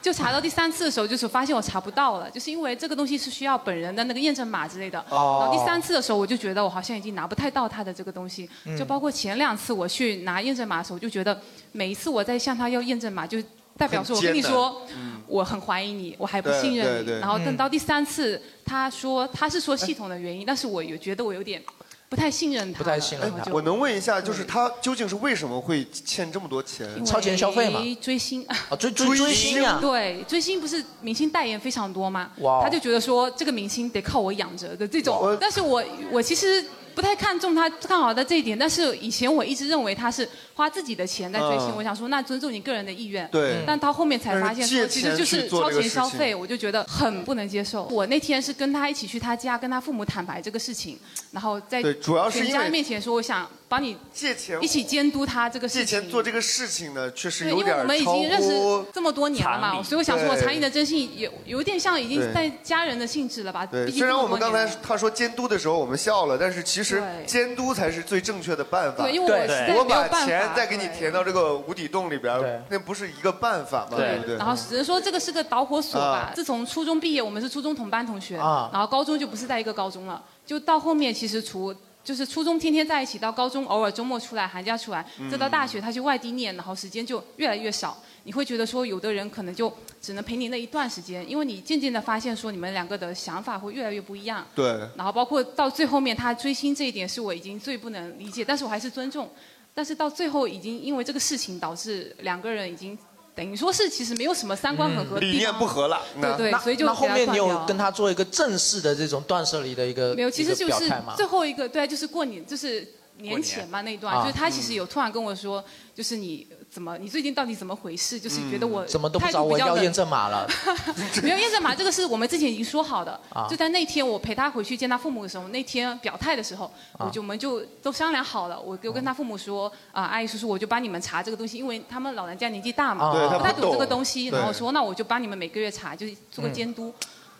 Speaker 14: 就查到第三次的时候，就是发现我查不到了，就是因为这个东西是需要本人的那个验证码之类的。
Speaker 15: 哦
Speaker 14: 然后第三次的时候，我就觉得我好像已经拿不太到他的这个东西，
Speaker 15: 嗯
Speaker 14: 就包括前两次我去拿验证码的时候，我就觉得每一次我在向他要验证码，就代表说我跟你说。我很怀疑你，我还不
Speaker 15: 对
Speaker 14: 信任
Speaker 15: 对
Speaker 14: 你。
Speaker 15: 对
Speaker 14: 然后等
Speaker 15: 嗯
Speaker 14: 到第三次，他说他是说系统的原因，但是我有觉得我有点不太信任他了，然后就
Speaker 1: 我能问一下，就是他究竟是为什么会欠这么 多钱？
Speaker 14: 因为追星
Speaker 4: 啊，追
Speaker 1: 追追星啊
Speaker 14: 对，追星不是明星代言非常多吗？
Speaker 1: 哇哦
Speaker 14: 他就觉得说这个明星得靠我养着的这种，但是我我其实不太看重他看好他这一点，但是以前我一直认为他是花自己的钱在追星，
Speaker 15: 嗯
Speaker 14: 我想说那尊重你个人的意愿，
Speaker 15: 对
Speaker 14: 但到后面才发现
Speaker 15: 但是
Speaker 14: 说
Speaker 15: 借
Speaker 14: 其实就
Speaker 15: 钱
Speaker 14: 是
Speaker 15: 去做
Speaker 14: 超
Speaker 15: 这个
Speaker 14: 前
Speaker 15: 事
Speaker 14: 消费，
Speaker 15: 情
Speaker 14: 我就觉得很不能接受。我那天是跟他一起去他家，跟他父母坦白这个事情，然后在
Speaker 1: 对主要是
Speaker 14: 全
Speaker 1: 因
Speaker 14: 家
Speaker 1: 为
Speaker 14: 面前说我想帮你
Speaker 1: 借钱
Speaker 14: 一起监督他这个事
Speaker 1: 借
Speaker 14: 情，
Speaker 1: 钱做这个事情呢，确实
Speaker 14: 对，
Speaker 1: 有
Speaker 14: 因为
Speaker 1: 点
Speaker 14: 我
Speaker 1: 儿
Speaker 14: 们已
Speaker 1: 超
Speaker 14: 经认识
Speaker 1: 乎
Speaker 14: 这么多年了
Speaker 1: 常
Speaker 14: 嘛，
Speaker 1: 理
Speaker 14: 所以我想说，我
Speaker 1: 对
Speaker 14: 查你的征信有有一点像已经
Speaker 1: 对
Speaker 14: 带家人的性质了吧？
Speaker 1: 对，
Speaker 14: 毕竟
Speaker 1: 虽
Speaker 14: 这
Speaker 1: 然
Speaker 14: 么
Speaker 1: 我们
Speaker 14: 多
Speaker 1: 刚才
Speaker 14: 年了
Speaker 1: 他说监督的时候我们笑了，但是其实
Speaker 14: 对
Speaker 1: 监督才是最正确的办法。
Speaker 14: 对因为我对实在没有
Speaker 1: 我把
Speaker 14: 办法
Speaker 1: 钱再给你填到这个无底洞里边儿，那不是一个办法嘛，对不对？
Speaker 14: 然后只是说这个是个导火索吧
Speaker 1: 啊。
Speaker 14: 自从初中毕业，我们是初中同班同学，
Speaker 1: 啊
Speaker 14: 然后高中就不是在一个高中了，就到后面其实除。就是初中天天在一起，到高中偶尔周末出来、寒假出来，
Speaker 15: 嗯
Speaker 14: 再到大学他去外地念，然后时间就越来越少。你会觉得说，有的人可能就只能陪你那一段时间，因为你渐渐的发现说，你们两个的想法会越来越不一样。
Speaker 1: 对
Speaker 14: 然后包括到最后面，他追星这一点是我已经最不能理解，但是我还是尊重。但是到最后，已经因为这个事情导致两个人已经等于说是其实没有什么三观很合的
Speaker 4: 嗯
Speaker 14: 地方、
Speaker 1: 嗯理念不合了，
Speaker 14: 对对
Speaker 4: 那
Speaker 14: 所以就
Speaker 4: 那
Speaker 14: 给
Speaker 4: 后
Speaker 14: 他
Speaker 4: 面
Speaker 14: 断
Speaker 4: 你
Speaker 14: 掉
Speaker 4: 有跟他做一个正式的这种断舍离的一个
Speaker 14: 没有，其实就
Speaker 4: 一个
Speaker 14: 是
Speaker 4: 表态吗？
Speaker 14: 最后一个，对啊，就是过年，就是年前嘛那一段，
Speaker 4: 啊嗯
Speaker 14: 就是他其实有突然跟我说，就是你怎么，你最近到底怎么回事？就是觉得
Speaker 1: 嗯
Speaker 14: 我、态
Speaker 4: 嗯怎么都
Speaker 14: 度
Speaker 4: 不
Speaker 14: 比
Speaker 4: 找
Speaker 14: 较
Speaker 4: 我要
Speaker 14: 冷
Speaker 4: 验证码了，
Speaker 14: 没有验证码，这个是我们之前已经说好的。
Speaker 4: 啊
Speaker 14: 就在那天我陪他回去见他父母的时候，那天表态的时候，
Speaker 4: 啊
Speaker 14: 我就我们就都商量好了，我就跟他父母说，啊、阿姨叔叔，我就帮你们查这个东西，因为他们老人家年纪大嘛，
Speaker 15: 啊对
Speaker 14: 不
Speaker 15: 他不
Speaker 14: 太懂这个
Speaker 15: 懂
Speaker 14: 东西，
Speaker 15: 对
Speaker 14: 然后说那我就帮你们每个月查，就是做个
Speaker 15: 嗯
Speaker 14: 监督。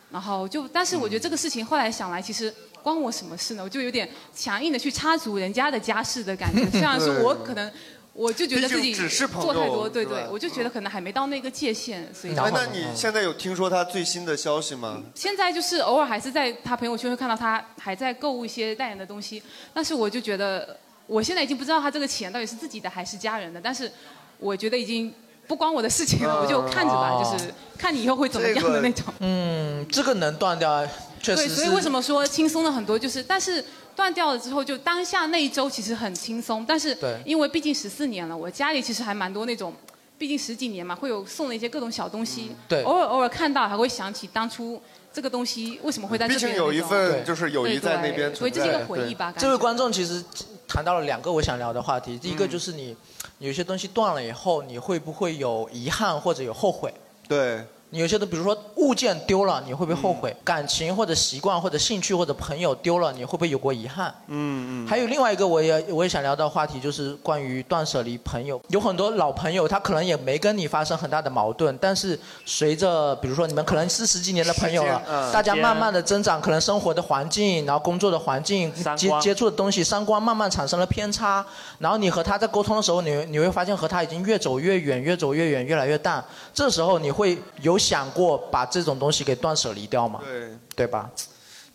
Speaker 14: 然后就，但是我觉得这个事情后来想来，其实。关我什么事呢？我就有点强硬的去插足人家的家事的感觉， 虽然说我可能，我就觉得自己
Speaker 1: 毕竟只是朋友
Speaker 14: 做太多，对
Speaker 1: 是
Speaker 14: 对
Speaker 1: 吧，
Speaker 14: 我就觉得可能还没到那个界限，所以
Speaker 15: 嗯
Speaker 14: 就嗯
Speaker 1: 哎，那你现在有听说他最新的消息吗？
Speaker 14: 现在就是偶尔还是在他朋友圈会看到他还在购物一些代言的东西，但是我就觉得，我现在已经不知道他这个钱到底是自己的还是家人的，但是我觉得已经不关我的事情了，
Speaker 4: 嗯
Speaker 14: 我就看着吧，
Speaker 4: 哦
Speaker 14: 就是看你以后 会怎么样的那种。
Speaker 4: 嗯，这个能断掉，确实
Speaker 14: 对，
Speaker 4: 是。
Speaker 14: 所以为什么说轻松了很多？就是但是断掉了之后，就当下那一周其实很轻松，但是
Speaker 4: 对
Speaker 14: 因为毕竟十四年了，我家里其实还蛮多那种。毕竟十几年嘛，会有送的一些各种小东
Speaker 4: 嗯
Speaker 14: 西，
Speaker 1: 对
Speaker 14: 偶尔偶尔看到还会想起当初这个东西为什么会在这
Speaker 1: 嗯毕
Speaker 14: 边
Speaker 1: 竟
Speaker 14: 的
Speaker 1: 有
Speaker 14: 那
Speaker 1: 一
Speaker 14: 种
Speaker 1: 份就是友谊
Speaker 14: 对
Speaker 1: 在那
Speaker 14: 对
Speaker 1: 边
Speaker 14: 所以
Speaker 1: 存
Speaker 14: 这
Speaker 1: 在。
Speaker 14: 是一个
Speaker 1: 对
Speaker 14: 回忆吧，感
Speaker 4: 这位
Speaker 14: 觉。
Speaker 4: 观众其实谈到了两个我想聊的话题，第一个就是你有些东西断了以后，你会不会有遗憾或者有后悔？
Speaker 1: 对，
Speaker 4: 你有些的，比如说物件丢了，你会不会后悔？感情或者习惯或者兴趣或者朋友丢了，你会不会有过遗憾？
Speaker 1: 嗯
Speaker 4: 还有另外一个，我也我也想聊到话题，就是关于断舍离朋友。有很多老朋友，他可能也没跟你发生很大的矛盾，但是随着比如说你们可能是十几年的朋友了
Speaker 6: 时间，嗯
Speaker 4: 大家慢慢的增长，可能生活的环境，然后工作的环境，接
Speaker 6: 观
Speaker 4: 接触的东西，三观慢慢产生了偏差。然后你和他在沟通的时候，你你会发现和他已经越走越远，越走越远，越来越淡。这时候你会有想过把这种东西给断舍离掉
Speaker 14: 嗯
Speaker 4: 吗？
Speaker 1: 对，
Speaker 4: 对吧？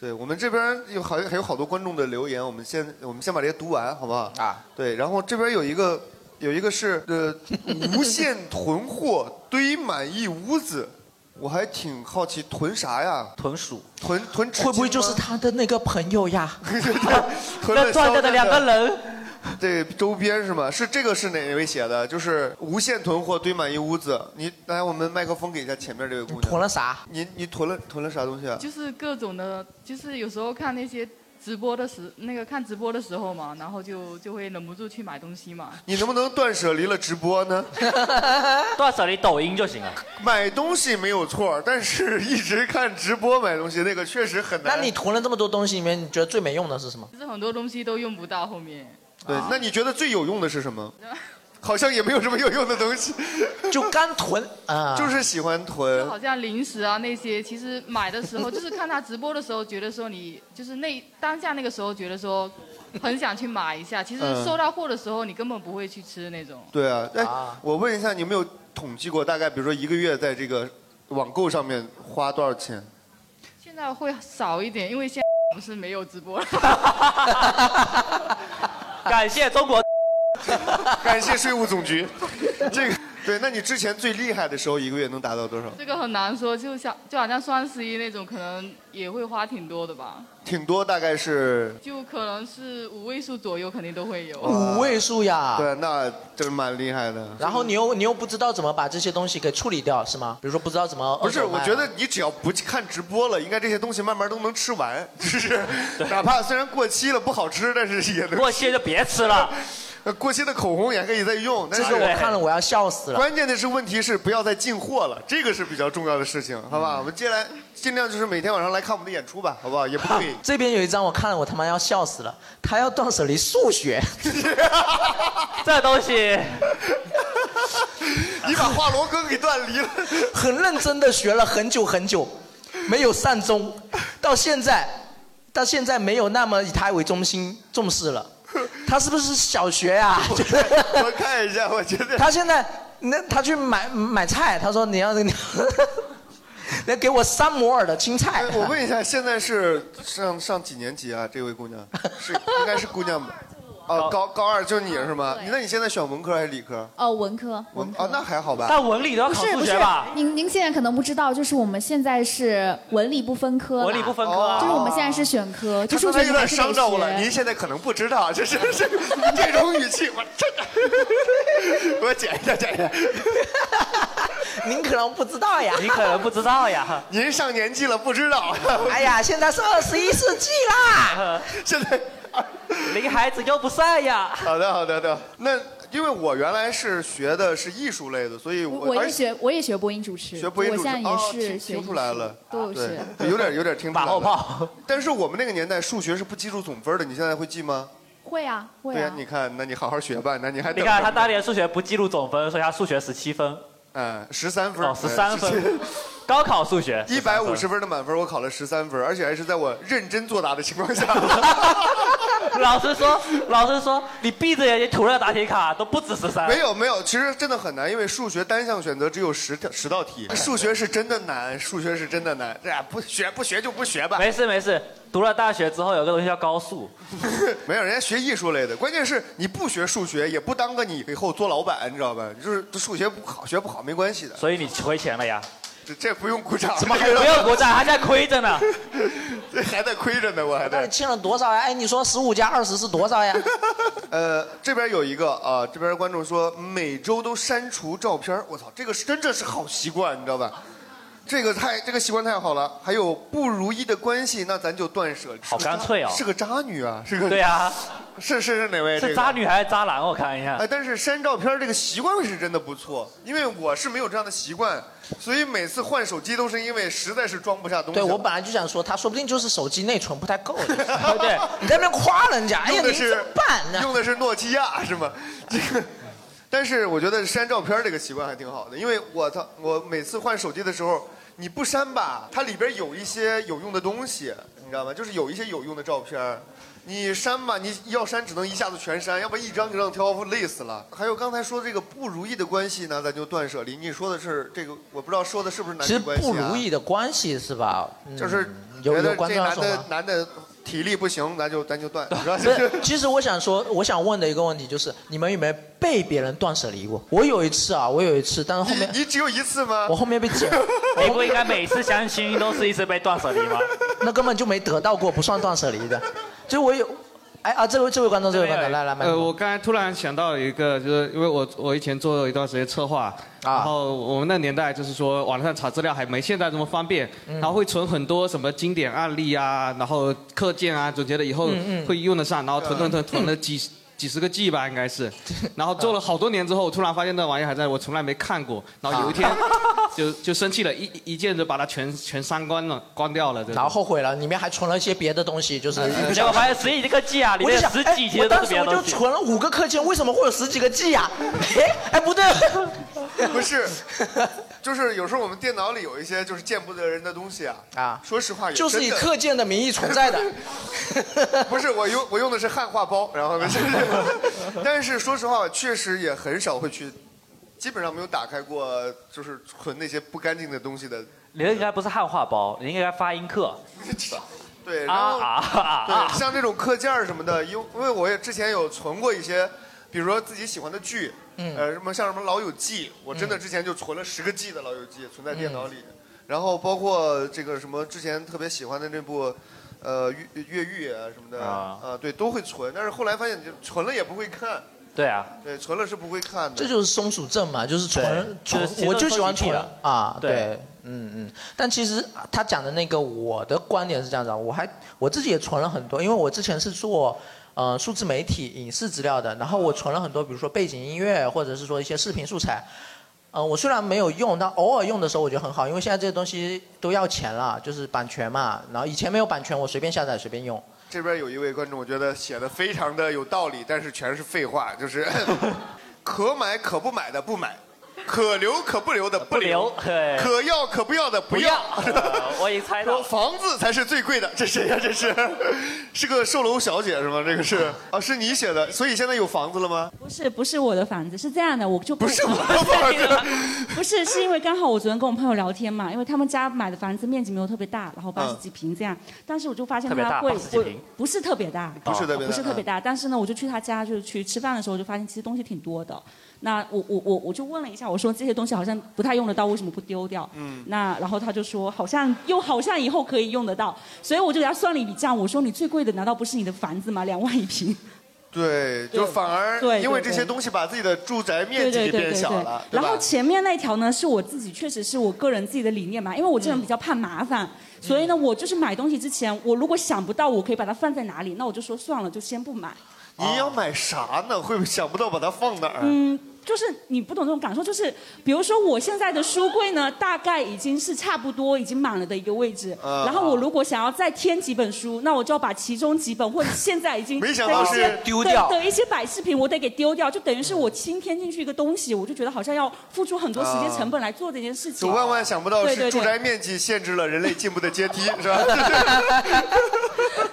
Speaker 1: 对我们这边有好还有好多观众的留言，我们先我们先把这些读完，好不好？
Speaker 4: 啊，
Speaker 1: 对，然后这边有一个有一个是呃无限囤货堆满一屋子，我还挺好奇囤啥呀？
Speaker 6: 豚鼠，
Speaker 1: 囤囤纸
Speaker 4: 会不会
Speaker 1: 巾
Speaker 4: 就是
Speaker 1: 吗
Speaker 4: 他的那个朋友 呀？
Speaker 1: 囤了
Speaker 4: 断
Speaker 1: 肖
Speaker 4: 掉的
Speaker 1: 战
Speaker 4: 两个人。
Speaker 1: 对，周边是吗？是这个是哪位写的？就是无限囤货堆满一屋子。你来，我们麦克风给一下前面这位姑娘。囤
Speaker 4: 了啥？
Speaker 1: 你你囤了囤了啥东西啊？
Speaker 15: 就是各种的，就是有时候看那些直播的时，那个看直播的时候嘛，然后就就会忍不住去买东西嘛。
Speaker 1: 你能不能断舍离了直播呢？
Speaker 6: 断舍离抖音就行了。
Speaker 1: 买东西没有错，但是一直看直播买东西那个确实很难。
Speaker 4: 那你囤了这么多东西里面，你觉得最没用的是什么？啊
Speaker 15: 就是很多东西都用不到后面。
Speaker 1: 对，那你觉得最有用的是 什么？好像也没有什么有用的东西，
Speaker 4: 就干囤啊
Speaker 1: 就是喜欢
Speaker 15: 就
Speaker 1: 囤。
Speaker 15: 好像零食啊那些，其实买的时候就是看他直播的时候，觉得说你就是那当下那个时候觉得说很想去买一下，其实
Speaker 1: 嗯
Speaker 15: 收到货的时候你根本不会去吃那种。
Speaker 1: 对啊，哎，我问一下，你有没有统计过大概，比如说一个月在这个网购上面花多少钱？
Speaker 15: 现在会少一点，因为现在不是没有直播了。
Speaker 6: 感谢中国，
Speaker 1: 感谢税务总局。这个对，那你之前最厉害的时候，一个月能达到多少？
Speaker 15: 这个很难说，就像就好像双十一那种，可能也会花挺多的吧，
Speaker 1: 挺多，大概是
Speaker 15: 就可能是五位数左右，肯定都会有。
Speaker 1: 哦
Speaker 4: 五位数呀。
Speaker 1: 对，那真蛮厉害的。
Speaker 4: 然后你又你又不知道怎么把这些东西给处理掉，是吗？比如说不知道怎么
Speaker 1: 不是，
Speaker 4: 二手卖
Speaker 1: 我
Speaker 4: 啊
Speaker 1: 觉得你只要不去看直播了，应该这些东西慢慢都能吃完，就是哪怕虽然过期了不好吃，但是也能
Speaker 6: 过期就别吃了。
Speaker 1: 呃 过期的口红也可以再用，但是
Speaker 4: 这个我看了我要笑死了。
Speaker 1: 关键的是，问题是不要再进货了，这个是比较重要的事情，好吧？我们接下来尽量就是每天晚上来看我们的演出吧，好不好？也不贵
Speaker 4: 这边有一张我看了我他妈要笑死了，他要断舍离数 学，
Speaker 6: 这东西
Speaker 1: 你把华罗庚给断离了，
Speaker 4: 很认真的学了很久很久，没有善终，到现在到现在没有那么以他为中心重视了，他是不是小学呀、啊？
Speaker 1: 我看一下，我觉得
Speaker 4: 他现在那他去买买菜，他说你要 你要给我三摩尔的青菜
Speaker 1: 哎，我问一下，现在是上上几年级啊？这位姑娘是应该是姑娘吧？哦，高高二就你是吗？那你现在选文科还是理科？
Speaker 10: 哦，文科。
Speaker 1: 文哦，那还好吧。
Speaker 6: 但文理都要
Speaker 10: 不
Speaker 6: 考
Speaker 10: 是
Speaker 6: 数
Speaker 10: 不是
Speaker 6: 学吧？，
Speaker 10: 您您现在可能不知道，就是我们现在是文理不分科了，
Speaker 6: 文理不分科啊
Speaker 10: 就是我们现在是选科，就数
Speaker 1: 哦他
Speaker 10: 学
Speaker 1: 有
Speaker 10: 你还
Speaker 1: 点
Speaker 10: 是得
Speaker 1: 伤着我了。
Speaker 10: 学
Speaker 1: 您现在可能不知道，就是是这种语气，我这 个，我剪一下，剪一下。
Speaker 4: 您可能不知道呀，
Speaker 6: 你可能不知道呀。
Speaker 1: 您上年纪了，不知道。
Speaker 4: 哎呀，现在是二十一世纪啦！
Speaker 1: 现在
Speaker 6: 离孩子又不算呀。
Speaker 1: 好的，好的，好的。那因为我原来是学的是艺术类的，所以我
Speaker 10: 我
Speaker 1: 而
Speaker 10: 也
Speaker 1: 且
Speaker 10: 学，我也学播音主持，
Speaker 1: 学播音主持
Speaker 10: 我现在也
Speaker 1: 哦
Speaker 10: 是学艺术、
Speaker 1: 听出来了，啊
Speaker 10: 都有学。
Speaker 1: 对， 有点有点听出 来了。 但是我们那个年代数学是不记住总分的，你现在会记吗？
Speaker 10: 会啊，会
Speaker 1: 对呀
Speaker 10: 啊，。
Speaker 1: 你看，那你好好学吧，那你还
Speaker 6: 你
Speaker 1: 等
Speaker 6: 看
Speaker 1: 着
Speaker 6: 他
Speaker 1: 呢
Speaker 6: 当年数学不记录总分，所以他数学十七分。
Speaker 1: 嗯，十三分，
Speaker 6: 哦，十三分 高考数学
Speaker 1: 一百五十分的满分，我考了十三分，而且还是在我认真作答的情 况下。
Speaker 6: 老师说，老师说，你闭着眼睛涂了答题卡都不止十三。
Speaker 1: 没有没有，其实真的很难，因为数学单项选择只有十条十道 题，数学是真的难，数学是真的难。这呀，不学不学就不学吧。
Speaker 6: 没事没事，读了大学之后有个东西叫高数，
Speaker 1: 没有，人家学艺术类的，关键是你不学数学，也不当个你以后做老板，你知道吧？就是数学不好，学不好没关系的。
Speaker 6: 所以你亏钱了呀？
Speaker 1: 这这不用鼓掌，
Speaker 6: 怎么还不用鼓掌还在亏着呢？
Speaker 1: 这 还在亏着呢，我还
Speaker 4: 那
Speaker 1: 在
Speaker 4: 你。欠了多少呀？哎，你说十五加二十是多少呀？
Speaker 1: 呃，这边有一个啊、这边观众说每周都删除照片儿，我操，这个是真的是好习惯，你知道吧？这个太这个习惯太好了。还有不如意的关系，那咱就断舍离。
Speaker 6: 好干脆哦
Speaker 1: 是个渣女啊，是个
Speaker 6: 对啊，
Speaker 1: 是是是哪位？这
Speaker 6: 是
Speaker 1: 个
Speaker 6: 渣女还是渣男？我看一下
Speaker 1: 哎，。但是删照片儿这个习惯是真的不错，因为我是没有这样的习惯，所以每次换手机都是因为实在是装不下东西
Speaker 4: 对
Speaker 1: 了。
Speaker 4: 我本来就想说，他说不定就是手机内存不太 够。
Speaker 6: 对，
Speaker 4: 你在那边夸人家，哎呀，
Speaker 1: 用
Speaker 4: 你
Speaker 1: 的
Speaker 4: 怎
Speaker 1: 是
Speaker 4: 么办呢？
Speaker 1: 用的是诺基亚是吗？ 这个，但是我觉得删照片这个习惯还挺好的，因为我操，我每次换手机的时候，你不删吧，它里边有一些有用的东西，你知道吗？就是有一些有用的照片儿。你删吧，你要删只能一下子全删，要不然一张一张挑，累死了。还有刚才说这个不如意的关系呢，咱就断舍离。你说的是这个，我不知道说的是不是男
Speaker 4: 其
Speaker 1: 女
Speaker 4: 实
Speaker 1: 关系、啊、
Speaker 4: 不如意的关系是吧？嗯
Speaker 1: 就是
Speaker 4: 有
Speaker 1: 觉
Speaker 4: 有
Speaker 1: 得
Speaker 4: 观
Speaker 1: 这
Speaker 4: 众要
Speaker 1: 男
Speaker 4: 说
Speaker 1: 的
Speaker 4: 吗？
Speaker 1: 男的体力不行，咱就咱就断。你知道
Speaker 4: 不 是，其实我想说，我想问的一个问题就是，你们有没有被别人断舍离过？我有一次啊，我有一次，但是后 面
Speaker 1: 你你只有一次吗？
Speaker 4: 我后面被 剪，
Speaker 6: 你不哎应该每次相亲都是一次被断舍离 吗？
Speaker 4: 那根本就没得到过，不算断舍离的。就我有，哎啊，这位这位观众，这位观众，来来麦克
Speaker 16: 呃，
Speaker 4: 风
Speaker 16: 我刚才突然想到一个，就是因为我我以前做了一段时间策划，
Speaker 4: 啊
Speaker 16: 然后我们那年代就是说网上查资料还没现在这么方便，
Speaker 4: 嗯
Speaker 16: 然后会存很多什么经典案例啊，然后课件啊，总觉得以后
Speaker 4: 嗯嗯
Speaker 16: 会用得上，然后囤囤囤囤了 几。几十个 G 吧，应该是，然后做了好多年之后，我突然发现那玩意还在，我从来没看过。然后有 一天就就生气了，一一键就把它全全删关了，关掉了。
Speaker 4: 然后后悔了，里面还存了一些别的东西，就是不
Speaker 6: 结
Speaker 4: 小心
Speaker 6: 果发现十几个 G 啊，里
Speaker 4: 我
Speaker 6: 面
Speaker 4: 就
Speaker 6: 有
Speaker 4: 想，
Speaker 6: 十
Speaker 4: 哎
Speaker 6: 几
Speaker 4: 我
Speaker 6: 节都
Speaker 4: 当
Speaker 6: 是
Speaker 4: 时
Speaker 6: 别
Speaker 4: 我
Speaker 6: 的
Speaker 4: 就
Speaker 6: 东西。
Speaker 4: 存了五个课件，为什么会有十几个 G 呀、 哎哎，不对，
Speaker 1: 不是，就是有时候我们电脑里有一些就是见不得人的东西啊。
Speaker 4: 啊，
Speaker 1: 说实话也
Speaker 4: 就是以
Speaker 1: 真的
Speaker 4: 课件的名义存在的。
Speaker 1: 不是我用我用的是汉化包，然后呢，就是，但是说实话，确实也很少会去，基本上没有打开过就是存那些不干净的东西的。
Speaker 6: 你那应该不是汉化包，你应该发音课。啊
Speaker 1: 对，然后、
Speaker 6: 啊啊啊
Speaker 1: 对，像这种课件儿什么的，因为因为我也之前有存过一些，比如说自己喜欢的剧，
Speaker 4: 嗯
Speaker 1: 呃，什么像什么《老友记》，我真的之前就存了十个 G 的《老友记》，存在电脑里。 然后包括这个什么之前特别喜欢的那部，呃，越越狱啊什么的，
Speaker 6: 啊
Speaker 1: 啊、对，都会存。但是后来发现，就存了也不会看，
Speaker 6: 对啊，
Speaker 1: 对，存了是不会看的。
Speaker 4: 这就是松鼠症嘛，就是存
Speaker 6: 对
Speaker 4: 存
Speaker 6: 就是其，实
Speaker 4: 我
Speaker 6: 都
Speaker 4: 就是喜欢
Speaker 6: 收集癖
Speaker 4: 存
Speaker 6: 了
Speaker 4: 啊，
Speaker 6: 对
Speaker 4: 对，嗯嗯。但其实啊他讲的那个，我的观点是这样子啊，我还我自己也存了很多，因为我之前是做。呃，数字媒体、影视资料的，然后我存了很多，比如说背景音乐，或者是说一些视频素材。呃，我虽然没有用，但偶尔用的时候我觉得很好，因为现在这些东西都要钱了，就是版权嘛。然后以前没有版权，我随便下载随便用。
Speaker 1: 这边有一位观众，我觉得写的非常的有道理，但是全是废话，就是可买可不买的不买，可留可不留的不留，
Speaker 6: 不留
Speaker 1: 可要可不要的不要。
Speaker 6: 我已经猜 到了。
Speaker 1: 房子才是最贵的，这谁呀、这是 是个售楼小姐是吗？这个是啊，是你写的，所以现在有房子了吗？
Speaker 17: 不是不是我的房子，是这样的，我就不
Speaker 1: 是
Speaker 17: 我
Speaker 1: 的房
Speaker 17: 子，不是 是因为刚好我昨天跟我朋友聊天嘛，因为他们家买的房子面积没有特别大，
Speaker 1: 嗯
Speaker 17: 然后八十几平这样，但是我就发现
Speaker 1: 特别
Speaker 17: 他
Speaker 1: 大
Speaker 17: 会
Speaker 1: 80几
Speaker 17: 会
Speaker 1: 平
Speaker 17: 不是特别大，哦
Speaker 1: 不是特别大嗯
Speaker 17: 不是特别大，但是呢，我就去他家就是去吃饭的时候就发现其实东西挺多的。那我我我我就问了一下，我说这些东西好像不太用得到，为什么不丢掉？
Speaker 1: 嗯
Speaker 17: 那然后他就说好像又好像以后可以用得到，所以我就给他算了一笔账，我说你最贵的难道不是你的房子吗？两万一平。
Speaker 1: 对，就反而
Speaker 17: 对对
Speaker 1: 因为这些
Speaker 17: 对
Speaker 1: 东西把自己的住宅
Speaker 17: 对
Speaker 1: 面积
Speaker 17: 对
Speaker 1: 给
Speaker 17: 对对
Speaker 1: 变小
Speaker 17: 对
Speaker 1: 了，对
Speaker 17: 然
Speaker 1: 吧？
Speaker 17: 后前面那条呢，是我自己确实是我个人自己的理念嘛，因为我这人比较怕麻烦，所以呢，我就是买东西之前，我如果想不到我可以把它放在哪里，那我就说算了，就先不买。
Speaker 1: 你要买啥呢？会不会想不到把它放哪儿？
Speaker 17: 嗯，就是你不懂这种感受，就是比如说我现在的书柜呢，大概已经是差不多已经满了的一个位置，
Speaker 1: 嗯
Speaker 17: 然后我如果想要再添几本书，那我就要把其中几本或者现在已经
Speaker 1: 没想到
Speaker 17: 的一些
Speaker 1: 是丢掉
Speaker 17: 对的一些摆饰品，我得给丢掉，就等于是我新添进去一个东西，我就觉得好像要付出很多时间成本来做这件事
Speaker 1: 就
Speaker 17: 情。
Speaker 1: 万万想不到
Speaker 17: 对
Speaker 1: 是
Speaker 17: 对对
Speaker 1: 住宅面积限制了人类进步的阶 梯，是吧？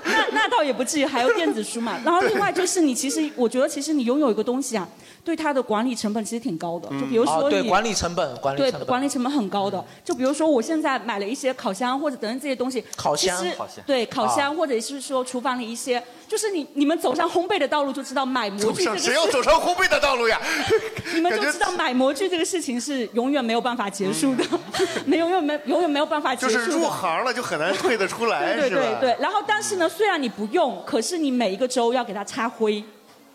Speaker 17: 那 那倒也不至于，还有电子书 嘛。然后另外就是你其实，我觉得其实你拥有一个东西啊，对它的管理成本其实挺高的。就比如说你、
Speaker 4: 哦，对，管理成本，管理
Speaker 17: 对
Speaker 4: 成本，
Speaker 17: 管理成本很高
Speaker 4: 嗯
Speaker 17: 的。就比如说我现在买了一些烤箱或者等等这些东西，
Speaker 4: 烤
Speaker 17: 其
Speaker 4: 箱
Speaker 17: 实
Speaker 4: 烤箱
Speaker 17: 对烤
Speaker 4: 啊
Speaker 17: 箱或者是说厨房里一些，就是你你们走上烘焙的道路就知道买模
Speaker 1: 走
Speaker 17: 具这
Speaker 1: 上
Speaker 17: 个
Speaker 1: 谁要走上烘焙的道路 呀？
Speaker 17: 你们就知道买模具这个事情是永远没有办法结束的，
Speaker 4: 嗯
Speaker 17: 没有永远没永远没有办法结
Speaker 1: 就
Speaker 17: 束
Speaker 1: 是
Speaker 17: 的。
Speaker 1: 入行了就很难退得出来，
Speaker 17: 对对
Speaker 1: 是吧？
Speaker 17: 对对，然后但是呢，虽然你不用，可是你每一个周要给它擦灰。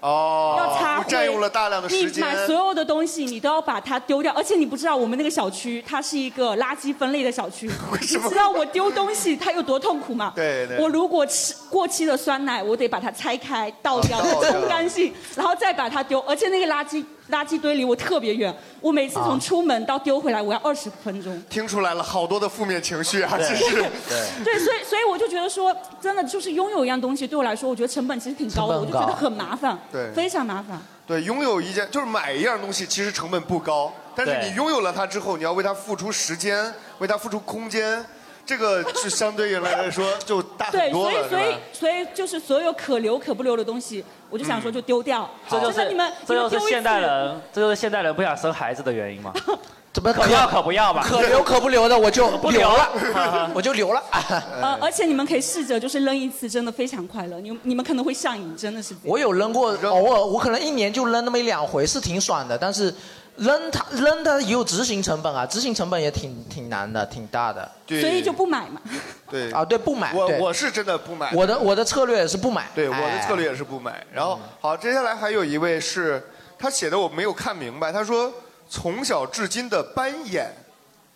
Speaker 1: 哦，
Speaker 17: 要擦
Speaker 1: 我
Speaker 17: 灰，
Speaker 1: 占用了大量的时
Speaker 17: 你
Speaker 1: 间。
Speaker 17: 买所有的东西，你都要把它丢掉，而且你不知道我们那个小区它是一个垃圾分类的小 区，你知道我丢东西它有多痛苦吗？
Speaker 1: 对对
Speaker 17: 我如果吃过期的酸奶，我得把它拆开倒掉，
Speaker 1: 哦倒掉
Speaker 17: 冲干净，然后再把它丢，而且那个垃圾垃圾堆离我特别远，我每次
Speaker 1: 啊
Speaker 17: 从出门到丢回来我要二十分钟。
Speaker 1: 听出来了，好多的负面情绪啊，
Speaker 17: 对
Speaker 1: 真是。
Speaker 17: 对，所以所以我就觉得说，真的就是拥有一样东西，对我来说，我觉得成本其实挺高的，
Speaker 1: 成
Speaker 17: 我
Speaker 1: 本
Speaker 17: 就
Speaker 1: 高
Speaker 17: 觉得很麻烦，
Speaker 1: 对
Speaker 17: 非常麻烦。
Speaker 1: 对，拥有一件就是买一样东西，其实成本不高，但是
Speaker 6: 对
Speaker 1: 你拥有了它之后，你要为它付出时间，为它付出空间，这个就相对于来说就大
Speaker 17: 对，
Speaker 1: 很多
Speaker 17: 所以
Speaker 1: 了，
Speaker 17: 所
Speaker 1: 是
Speaker 17: 以
Speaker 1: 吧？
Speaker 17: 所以就是所有可留可不留的东西，我就想说就丢掉。
Speaker 6: 这就
Speaker 17: 真的
Speaker 6: 是
Speaker 17: 你们，
Speaker 6: 这就
Speaker 17: 你们
Speaker 6: 是
Speaker 17: 丢一
Speaker 6: 现代
Speaker 17: 次
Speaker 6: 人，这就是现代人不想生孩子的原因嘛？
Speaker 4: 怎么
Speaker 6: 可要可不要吧？
Speaker 4: 可留可不留的，我就
Speaker 6: 不
Speaker 4: 留
Speaker 6: 留啊
Speaker 4: 了
Speaker 6: 了，
Speaker 4: 我就留了。
Speaker 17: 呃，而且你们可以试着就是扔一次，真的非常快乐，你你们可能会上瘾，真的是。
Speaker 4: 我有扔过，偶尔我可能一年就扔那么一两回，是挺爽的。但是扔它扔它也有执行成本啊，执行成本也挺挺难的，挺大的。
Speaker 1: 对
Speaker 17: 所以就不买嘛。
Speaker 1: 对
Speaker 4: 啊，对不买。
Speaker 1: 我
Speaker 4: 对
Speaker 1: 我是真的不买。
Speaker 4: 我的我的策略也是不买。
Speaker 1: 对，我的
Speaker 4: 哎
Speaker 1: 策略也是不买。然后好，接下来还有一位是他写的我没有看明白，他说从小至今的斑眼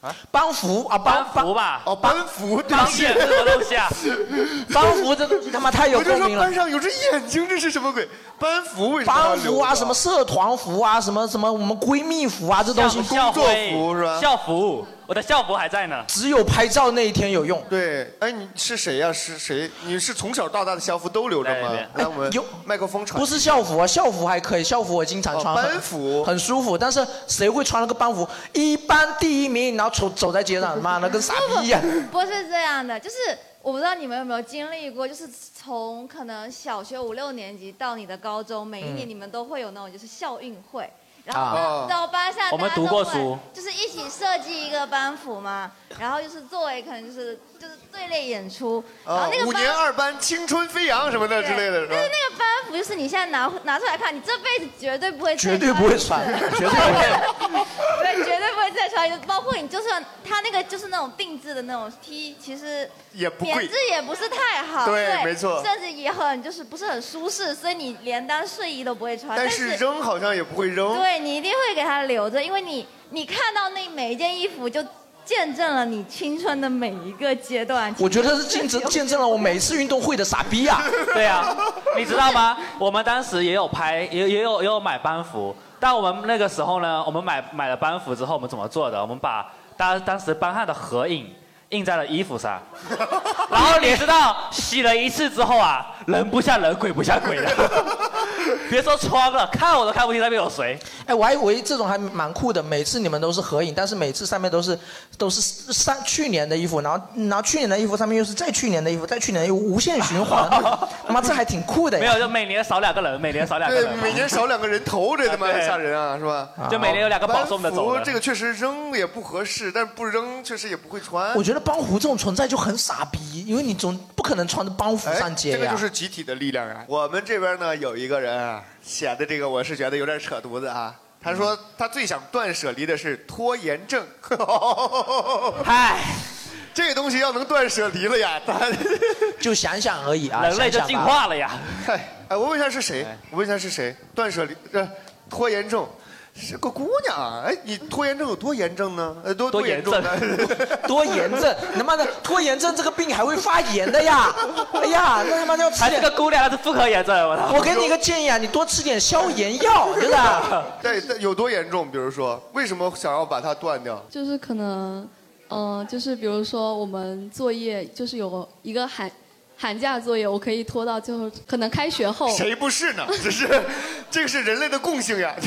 Speaker 1: 啊，
Speaker 4: 班服啊，
Speaker 1: 班
Speaker 6: 服吧，
Speaker 1: 哦，班服，对
Speaker 6: 斑
Speaker 1: 不起
Speaker 6: 眼是什么东西 啊
Speaker 4: 班服这东西他妈太有
Speaker 1: 我就
Speaker 4: 共
Speaker 1: 说
Speaker 4: 鸣了
Speaker 1: 班上有只眼睛，这是什么鬼？班服为什么要
Speaker 4: 班
Speaker 1: 留
Speaker 4: 服啊，
Speaker 1: 着
Speaker 4: 什么社团服啊，什么什么我们闺蜜服啊，这东西
Speaker 6: 校徽校服，我的校服还在呢。
Speaker 4: 只有拍照那一天有用。
Speaker 1: 对，哎，你是谁呀、是谁？你是从小到大的校服都留着
Speaker 4: 哎
Speaker 1: 吗？来，我们麦克风传。
Speaker 4: 不是校服啊，校服还可以，校服我经常穿
Speaker 1: 哦
Speaker 4: 很，
Speaker 1: 班服
Speaker 4: 很舒服。但是谁会穿了个班服？一班第一名，然后走走在街 上，妈的跟傻逼一样。
Speaker 18: 不是这样的，就是我不知道你们有没有经历过，就是从可能小学五六年级到你的高中，每一年
Speaker 6: 嗯
Speaker 18: 你们都会有那种就是校运会，然后
Speaker 6: 啊
Speaker 18: 呢到班上
Speaker 6: 我们
Speaker 18: 大家都
Speaker 6: 读过
Speaker 18: 会
Speaker 6: 书
Speaker 18: 就是一起设计一个班服嘛，然后就是作为可能就是就是队列演出，然
Speaker 1: 啊
Speaker 18: 后哦那，个
Speaker 1: 五
Speaker 18: 班
Speaker 1: 年二班青春飞扬什么的之类的，是吧
Speaker 18: 但是那个班服就是你现在拿拿出来看，你这辈子绝对不会再
Speaker 1: 绝对不会
Speaker 18: 穿一次
Speaker 1: 穿绝对不会
Speaker 18: 对，绝对不会再穿一次。包括你就算他那个就是那种定制的那种 T，其实
Speaker 1: 也不贵
Speaker 18: 棉质也不是太好，
Speaker 1: 对
Speaker 18: 对，
Speaker 1: 没错
Speaker 18: 甚至也很就是不是很舒适，所以你连当睡衣都不会穿。
Speaker 1: 啊但是扔好像也不会扔。
Speaker 18: 对你一定会给它留着，因为你你看到那每一件衣服就见证了你青春的每一个阶段。
Speaker 4: 我觉得是见 证见证了我每一次运动会的傻逼啊！
Speaker 6: 对啊，你知道吗？我们当时也有拍，也也有也有买班服，但我们那个时候呢，我们买买了班服之后，我们怎么做的？我们把当当时班上的合影印在了衣服上，然后你知道洗了一次之后啊，人不像人，鬼不像鬼的，别说穿了，看我都看不清那边有谁。
Speaker 4: 哎，我还以为这种还蛮酷的，每次你们都是合影，但是每次上面都是都是上去年的衣服，然后然后去年的衣服上面又是再去年的衣服，再去年的衣服，无限循 环。他妈这还挺酷的呀！
Speaker 6: 没有，就每年少两个人，每年少两个
Speaker 1: 对，
Speaker 6: 人，
Speaker 1: 每年少两个人头，这他妈
Speaker 6: 啊对
Speaker 1: 吓人啊，是吧？
Speaker 6: 就每年有两个保送的走
Speaker 1: 班
Speaker 6: 了
Speaker 1: 服这个确实扔也不合适，但是不扔确实也不会穿。
Speaker 4: 我觉得帮胡这种存在就很傻逼，因为你总不可能穿着帮胡
Speaker 1: 哎
Speaker 4: 上街呀。
Speaker 1: 这个就是集体的力量啊！我们这边呢有一个人啊写的这个，我是觉得有点扯犊子啊。他
Speaker 6: 嗯
Speaker 1: 说他最想断舍离的是拖延症。
Speaker 6: 嗨，
Speaker 1: 这个东西要能断舍离了呀，他
Speaker 4: 就想想而已啊，
Speaker 6: 人类就
Speaker 4: 想想
Speaker 6: 进
Speaker 4: 吧
Speaker 6: 化了呀。
Speaker 1: 哎哎，我问一下是谁？我问一下是谁？断舍离，呃，拖延症。是个姑娘啊，哎，你拖延症有多严重呢？呃，多
Speaker 4: 多
Speaker 1: 严
Speaker 4: 严
Speaker 1: 重
Speaker 4: 重
Speaker 1: 呢？
Speaker 4: 多炎症，他妈的拖延症这个病还会发炎的 呀！哎呀，那他妈要吃
Speaker 6: 还是
Speaker 4: 点
Speaker 6: 个姑娘，她是妇科炎症，我操！
Speaker 4: 我给你一个建议啊，你多吃点消 炎药，真的。啊
Speaker 1: 对，但有多严重？比如说，为什么想要把它断掉？
Speaker 19: 就是可能，
Speaker 8: 呃
Speaker 19: 嗯、就是比如说我们作业，就是有一个寒寒假作业，我可以拖到最后，可能开学后。
Speaker 1: 谁不是 呢？这是，这个是人类的共性呀。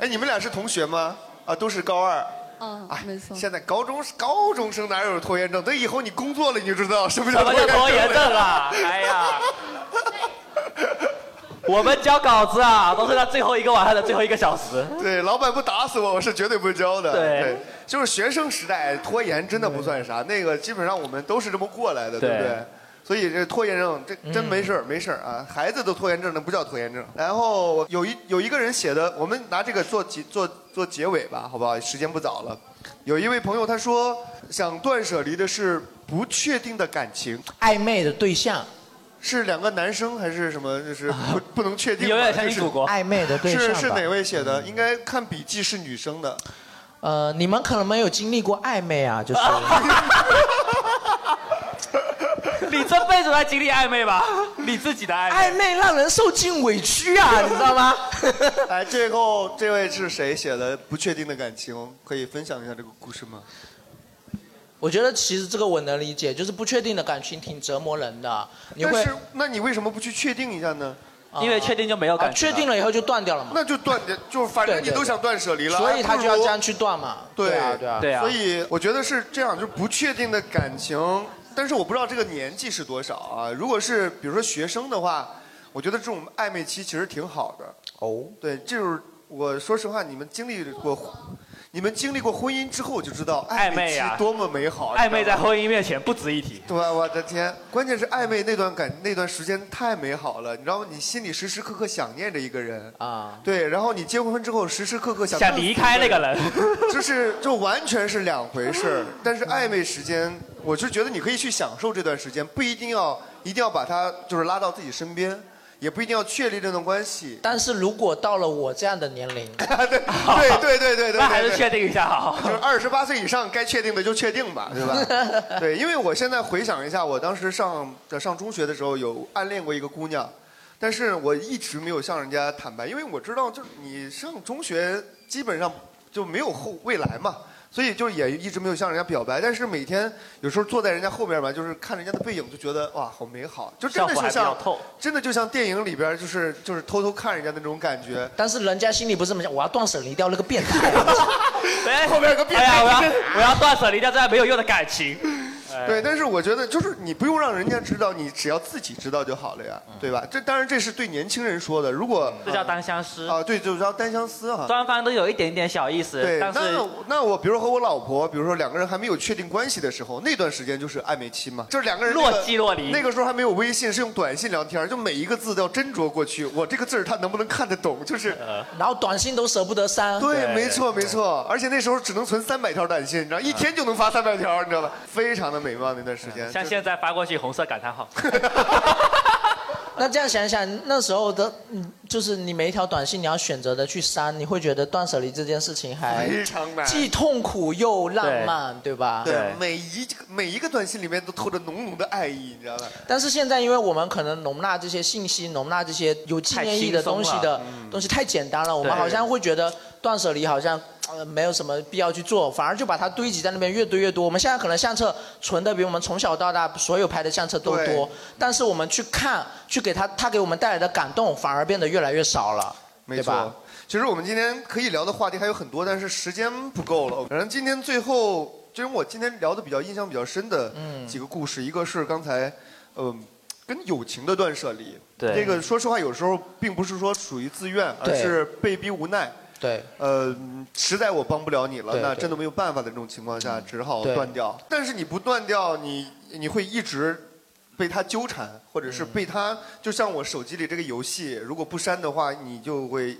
Speaker 1: 哎，你们俩是同学吗？啊，都是高二。哎
Speaker 19: 嗯，没错。
Speaker 1: 现在高中高中生哪有拖延症？等以后你工作了你就知道什么叫。
Speaker 6: 什么叫拖延症了哎呀，我们交稿子啊，都是到最后一个晚上的最后一个小时。
Speaker 1: 对，老板不打死我，我是绝对不会交的。
Speaker 6: 对
Speaker 1: 就是学生时代拖延真的不算啥，那个基本上我们都是这么过来的，对
Speaker 6: 对
Speaker 1: 不对？所以这拖延症这真没事儿、没事儿啊，孩子的拖延症那不叫拖延症。然后我有一有一个人写的，我们拿这个做结做做结尾吧，好不好？时间不早了。有一位朋友他说想断舍离的是不确定的感情，
Speaker 4: 暧昧的对象，
Speaker 1: 是两个男生还是什么？就是不不能确定吧。
Speaker 4: 有点像
Speaker 1: 就是
Speaker 4: 英国国暧昧的对
Speaker 1: 是
Speaker 4: 象
Speaker 1: 是
Speaker 4: 吧
Speaker 1: 哪位写的？应该看笔记是女生的。
Speaker 4: 呃，你们可能没有经历过暧昧啊，就是。
Speaker 6: 你这辈子在经历暧昧吧？你 自己的暧昧。
Speaker 4: 暧昧让人受尽委屈 啊，你知道吗？
Speaker 1: 哎，最后这位是谁写的？不确定的感情，可以分享一下这个故事吗？
Speaker 4: 我觉得其实这个我能理解，就是不确定的感情挺折磨人的。你
Speaker 1: 但
Speaker 4: 会
Speaker 1: 是，那你为什么不去确定一下呢？啊
Speaker 4: 因为确定
Speaker 6: 就没有
Speaker 4: 感情啊了确定了以后就断掉了嘛。
Speaker 1: 那就断掉，就是反正你都想断舍离了，哎
Speaker 4: 所以他就要这
Speaker 1: 还
Speaker 4: 样去断嘛。
Speaker 1: 不如。对
Speaker 4: 啊，对啊，
Speaker 1: 所以我觉得是这样，就是不确定的感情，但是我不知道这个年纪是多少啊。如果是比如说学生的话，我觉得这种暧昧期其实挺好的。
Speaker 4: 哦。
Speaker 1: 对，就是我说实话，你们经历过。你们经历过婚姻之后，就知道暧
Speaker 6: 暧昧
Speaker 1: 期
Speaker 6: 啊
Speaker 1: 多么美好。
Speaker 6: 暧昧在婚
Speaker 1: 姻。
Speaker 6: 姻面前不值 一提。
Speaker 1: 对，我的天！关键是暧昧那段感那段时间太美好了，你知道吗？你心里时时刻刻想念着一个人
Speaker 4: 啊，
Speaker 1: 对，然后你结婚之后时时刻刻想
Speaker 6: 想离开那个人，
Speaker 1: 就是就完全是两回事儿。但是暧昧时间，我是觉得你可以去享受这段时间，不一定要一定要把他就是拉到自己身边，也不一定要确立这段关系。
Speaker 4: 但是如果到了我这样的年龄，
Speaker 1: 对对对对对对，
Speaker 4: 那还是确定一下好
Speaker 1: 就是二十八岁以上该确定的就确定吧，对吧？对，因为我现在回想一下，我当时上呃上中学的时候有暗恋过一个姑娘，但是我一直没有向人家坦白，因为我知道就是你上中学基本上就没有后未来嘛。所以就是也一直没有向人家表白，但是每天有时候坐在人家后边吧，就是看人家的背影，就觉得哇，好美好，就真的
Speaker 4: 校服还
Speaker 1: 就
Speaker 4: 比较
Speaker 1: 像
Speaker 4: 透
Speaker 1: 真的就像电影里边，就是就是偷偷看人家那种感觉。
Speaker 4: 但是人家心里不是这么想，我要断舍离掉那个变态。
Speaker 6: 哎，
Speaker 1: 后面有个变态
Speaker 6: 哎呀，我要我要断舍离掉这样没有用的感情。哎
Speaker 1: 对，但是我觉得就是你不用让人家知道，你只要自己知道就好了呀，
Speaker 6: 嗯
Speaker 1: 对吧？这当然这是对年轻人说的，如果
Speaker 6: 这叫单相思
Speaker 1: 啊，对，就叫单相思哈。
Speaker 6: 双方都有一点点小意思，
Speaker 1: 对，
Speaker 6: 但是
Speaker 1: 那我那我比如说和我老婆，比如说两个人还没有确定关系的时候，那段时间就是暧昧期嘛，就是两个人那个
Speaker 6: 若即若离
Speaker 1: 那个时候还没有微信，是用短信聊天，就每一个字都要斟酌过去，我这个字儿他能不能看得懂，就是。
Speaker 6: 呃
Speaker 4: 然后短信都舍不得删。
Speaker 1: 对，没错没错，而且那时候只能存三百条短信，你知道，一天就能发三百条，你知道吧？非常的美妙那段时间。
Speaker 6: 嗯像现在发过去红色感叹号，
Speaker 4: 那这样想一想，那时候的，嗯就是你每一条短信你要选择的去删，你会觉得断舍离这件事情还
Speaker 1: 非常难
Speaker 4: 既痛苦又浪漫，对吧？
Speaker 1: 对，每一个每一个短信里面都透着浓浓的爱意，你知道吧？
Speaker 4: 但是现在，因为我们可能容纳这些信息、容纳这些有纪念意义的东西
Speaker 1: 太轻松
Speaker 4: 的
Speaker 1: 了嗯
Speaker 4: 东西太简单了，我们
Speaker 1: 对
Speaker 4: 好像会觉得断舍离好像呃没有什么必要去做，反而就把它堆积在那边越堆越多。我们现在可能相册存的比我们从小到大所有拍的相册都
Speaker 1: 对
Speaker 4: 多，但是我们去看、去给它，它给我们带来的感动反而变得越来越少了，
Speaker 1: 没
Speaker 4: 对吧
Speaker 1: 错？。其实我们今天可以聊的话题还有很多，但是时间不够了。反正今天最后，就是我今天聊的比较印象比较深的
Speaker 4: 嗯
Speaker 1: 几个故事，一个是刚才，嗯、跟友情的断舍离。
Speaker 4: 对
Speaker 1: 这个说实话，有时候并不是说属于自愿，而
Speaker 4: 对
Speaker 1: 是被逼无奈。
Speaker 4: 对，
Speaker 1: 呃，实在我帮不了你了，
Speaker 4: 对
Speaker 1: 那
Speaker 4: 对
Speaker 1: 真的没有办法的这种情况下，只好
Speaker 4: 嗯对
Speaker 1: 哦断掉。但是你不断掉，你你会一直被它纠缠，或者是被它，就像我手机里这个游戏，如果不删的话，你就会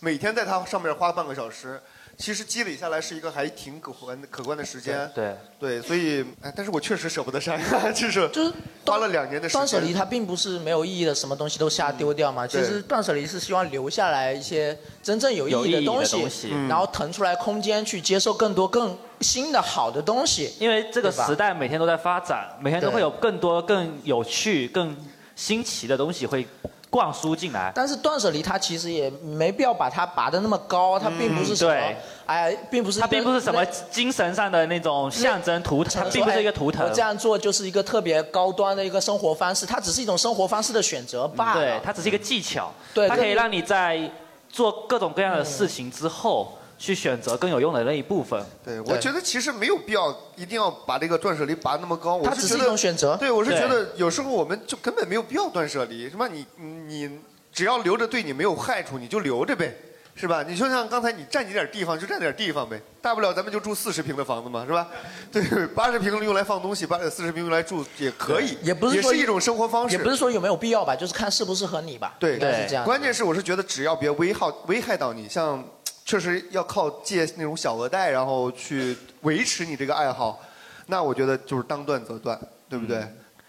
Speaker 1: 每天在它上面花半个小时。其实积累下来是一个还挺可观的可观的时间，
Speaker 6: 对
Speaker 1: 对，所以哎，但是我确实舍不得删， 就是
Speaker 4: 就是
Speaker 1: 花了两年的时间。
Speaker 4: 断舍离它并不是没有意义的，什么东西都瞎丢掉
Speaker 6: 嗯
Speaker 4: 嘛。其
Speaker 1: 对
Speaker 4: 实断舍离是希望留下来一些真正有意义
Speaker 6: 有意
Speaker 4: 的
Speaker 6: 义的
Speaker 4: 东
Speaker 6: 东西嗯
Speaker 4: 然后腾出来空间去接受更多更新的好的东西。
Speaker 6: 因为这个
Speaker 4: 对吧
Speaker 6: 时代每天都在发展，每天都
Speaker 4: 对
Speaker 6: 会有更多、更有趣、更新奇的东西会灌输进来。
Speaker 4: 但是断舍离它其实也没必要把它拔得那么高，它并不是什么，
Speaker 6: 嗯对
Speaker 4: 哎呀，并不是一个
Speaker 6: 它并不是什么精神上的那种象征图腾，并不是一个图腾
Speaker 4: 哎我。这样做就是一个特别高端的一个生活方式，它只是一种生活方式的选择罢了。
Speaker 6: 嗯对，它只是一个技巧，
Speaker 4: 对嗯
Speaker 6: 它可以
Speaker 4: 对
Speaker 6: 让你在做各种各样的事情之后，去选择更有用的那一部分。
Speaker 1: 对，我觉得其实没有必要一定要把这个断舍离拔那么高，我
Speaker 4: 它只是
Speaker 1: 觉得
Speaker 4: 一种选择
Speaker 1: 对，我是
Speaker 4: 对
Speaker 1: 觉得有时候我们就根本没有必要断舍离，什么你你只要留着对你没有害处，你就留着呗，是吧？你就像刚才你占你点地方就占点地方呗，大不了咱们就住四十平的房子嘛，是吧？对，八十平用来放东西，八呃四十平用来住也可以，
Speaker 4: 也不是
Speaker 1: 也
Speaker 4: 说
Speaker 1: 是一种生活方式，
Speaker 4: 也不是说有没有必要吧，就是看适不适合你吧。
Speaker 1: 对，
Speaker 4: 应该是这样。
Speaker 1: 关键是我是觉得只要别危害危害到你，像确实要靠借那种小额贷，然后去维持你这个爱好，那我觉得就是当断则断，对不对？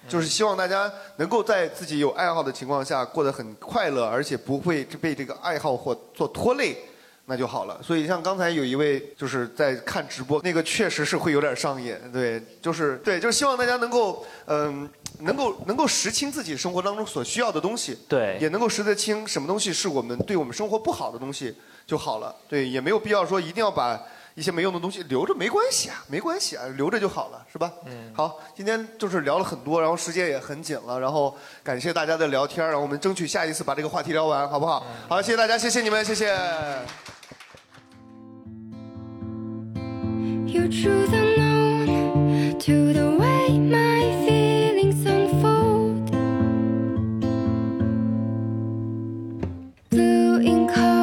Speaker 1: 就是希望大家能够在自己有爱好的情况下过得很快乐，而且不会被这个爱好或做拖累，那就好了。所以像刚才有一位就是在看直播，那个确实是会有点上瘾，对，就是对，就是希望大家能够嗯、能够能够识清自己生活当中所需要的东西，
Speaker 6: 对
Speaker 1: 也能够识得清什么东西是我们对我们生活不好的东西就好了，对，也没有必要说一定要把。一些没用的东西留着没关系啊，没关系啊，留着就好了，是吧？嗯。好，今天就是聊了很多，然后时间也很紧了，然后感谢大家的聊天，然后我们争取下一次把这个话题聊完，好不好？好，谢谢大家，谢谢你们，谢谢。
Speaker 20: Your truth unknown to the way my feelings unfold. Blue in color.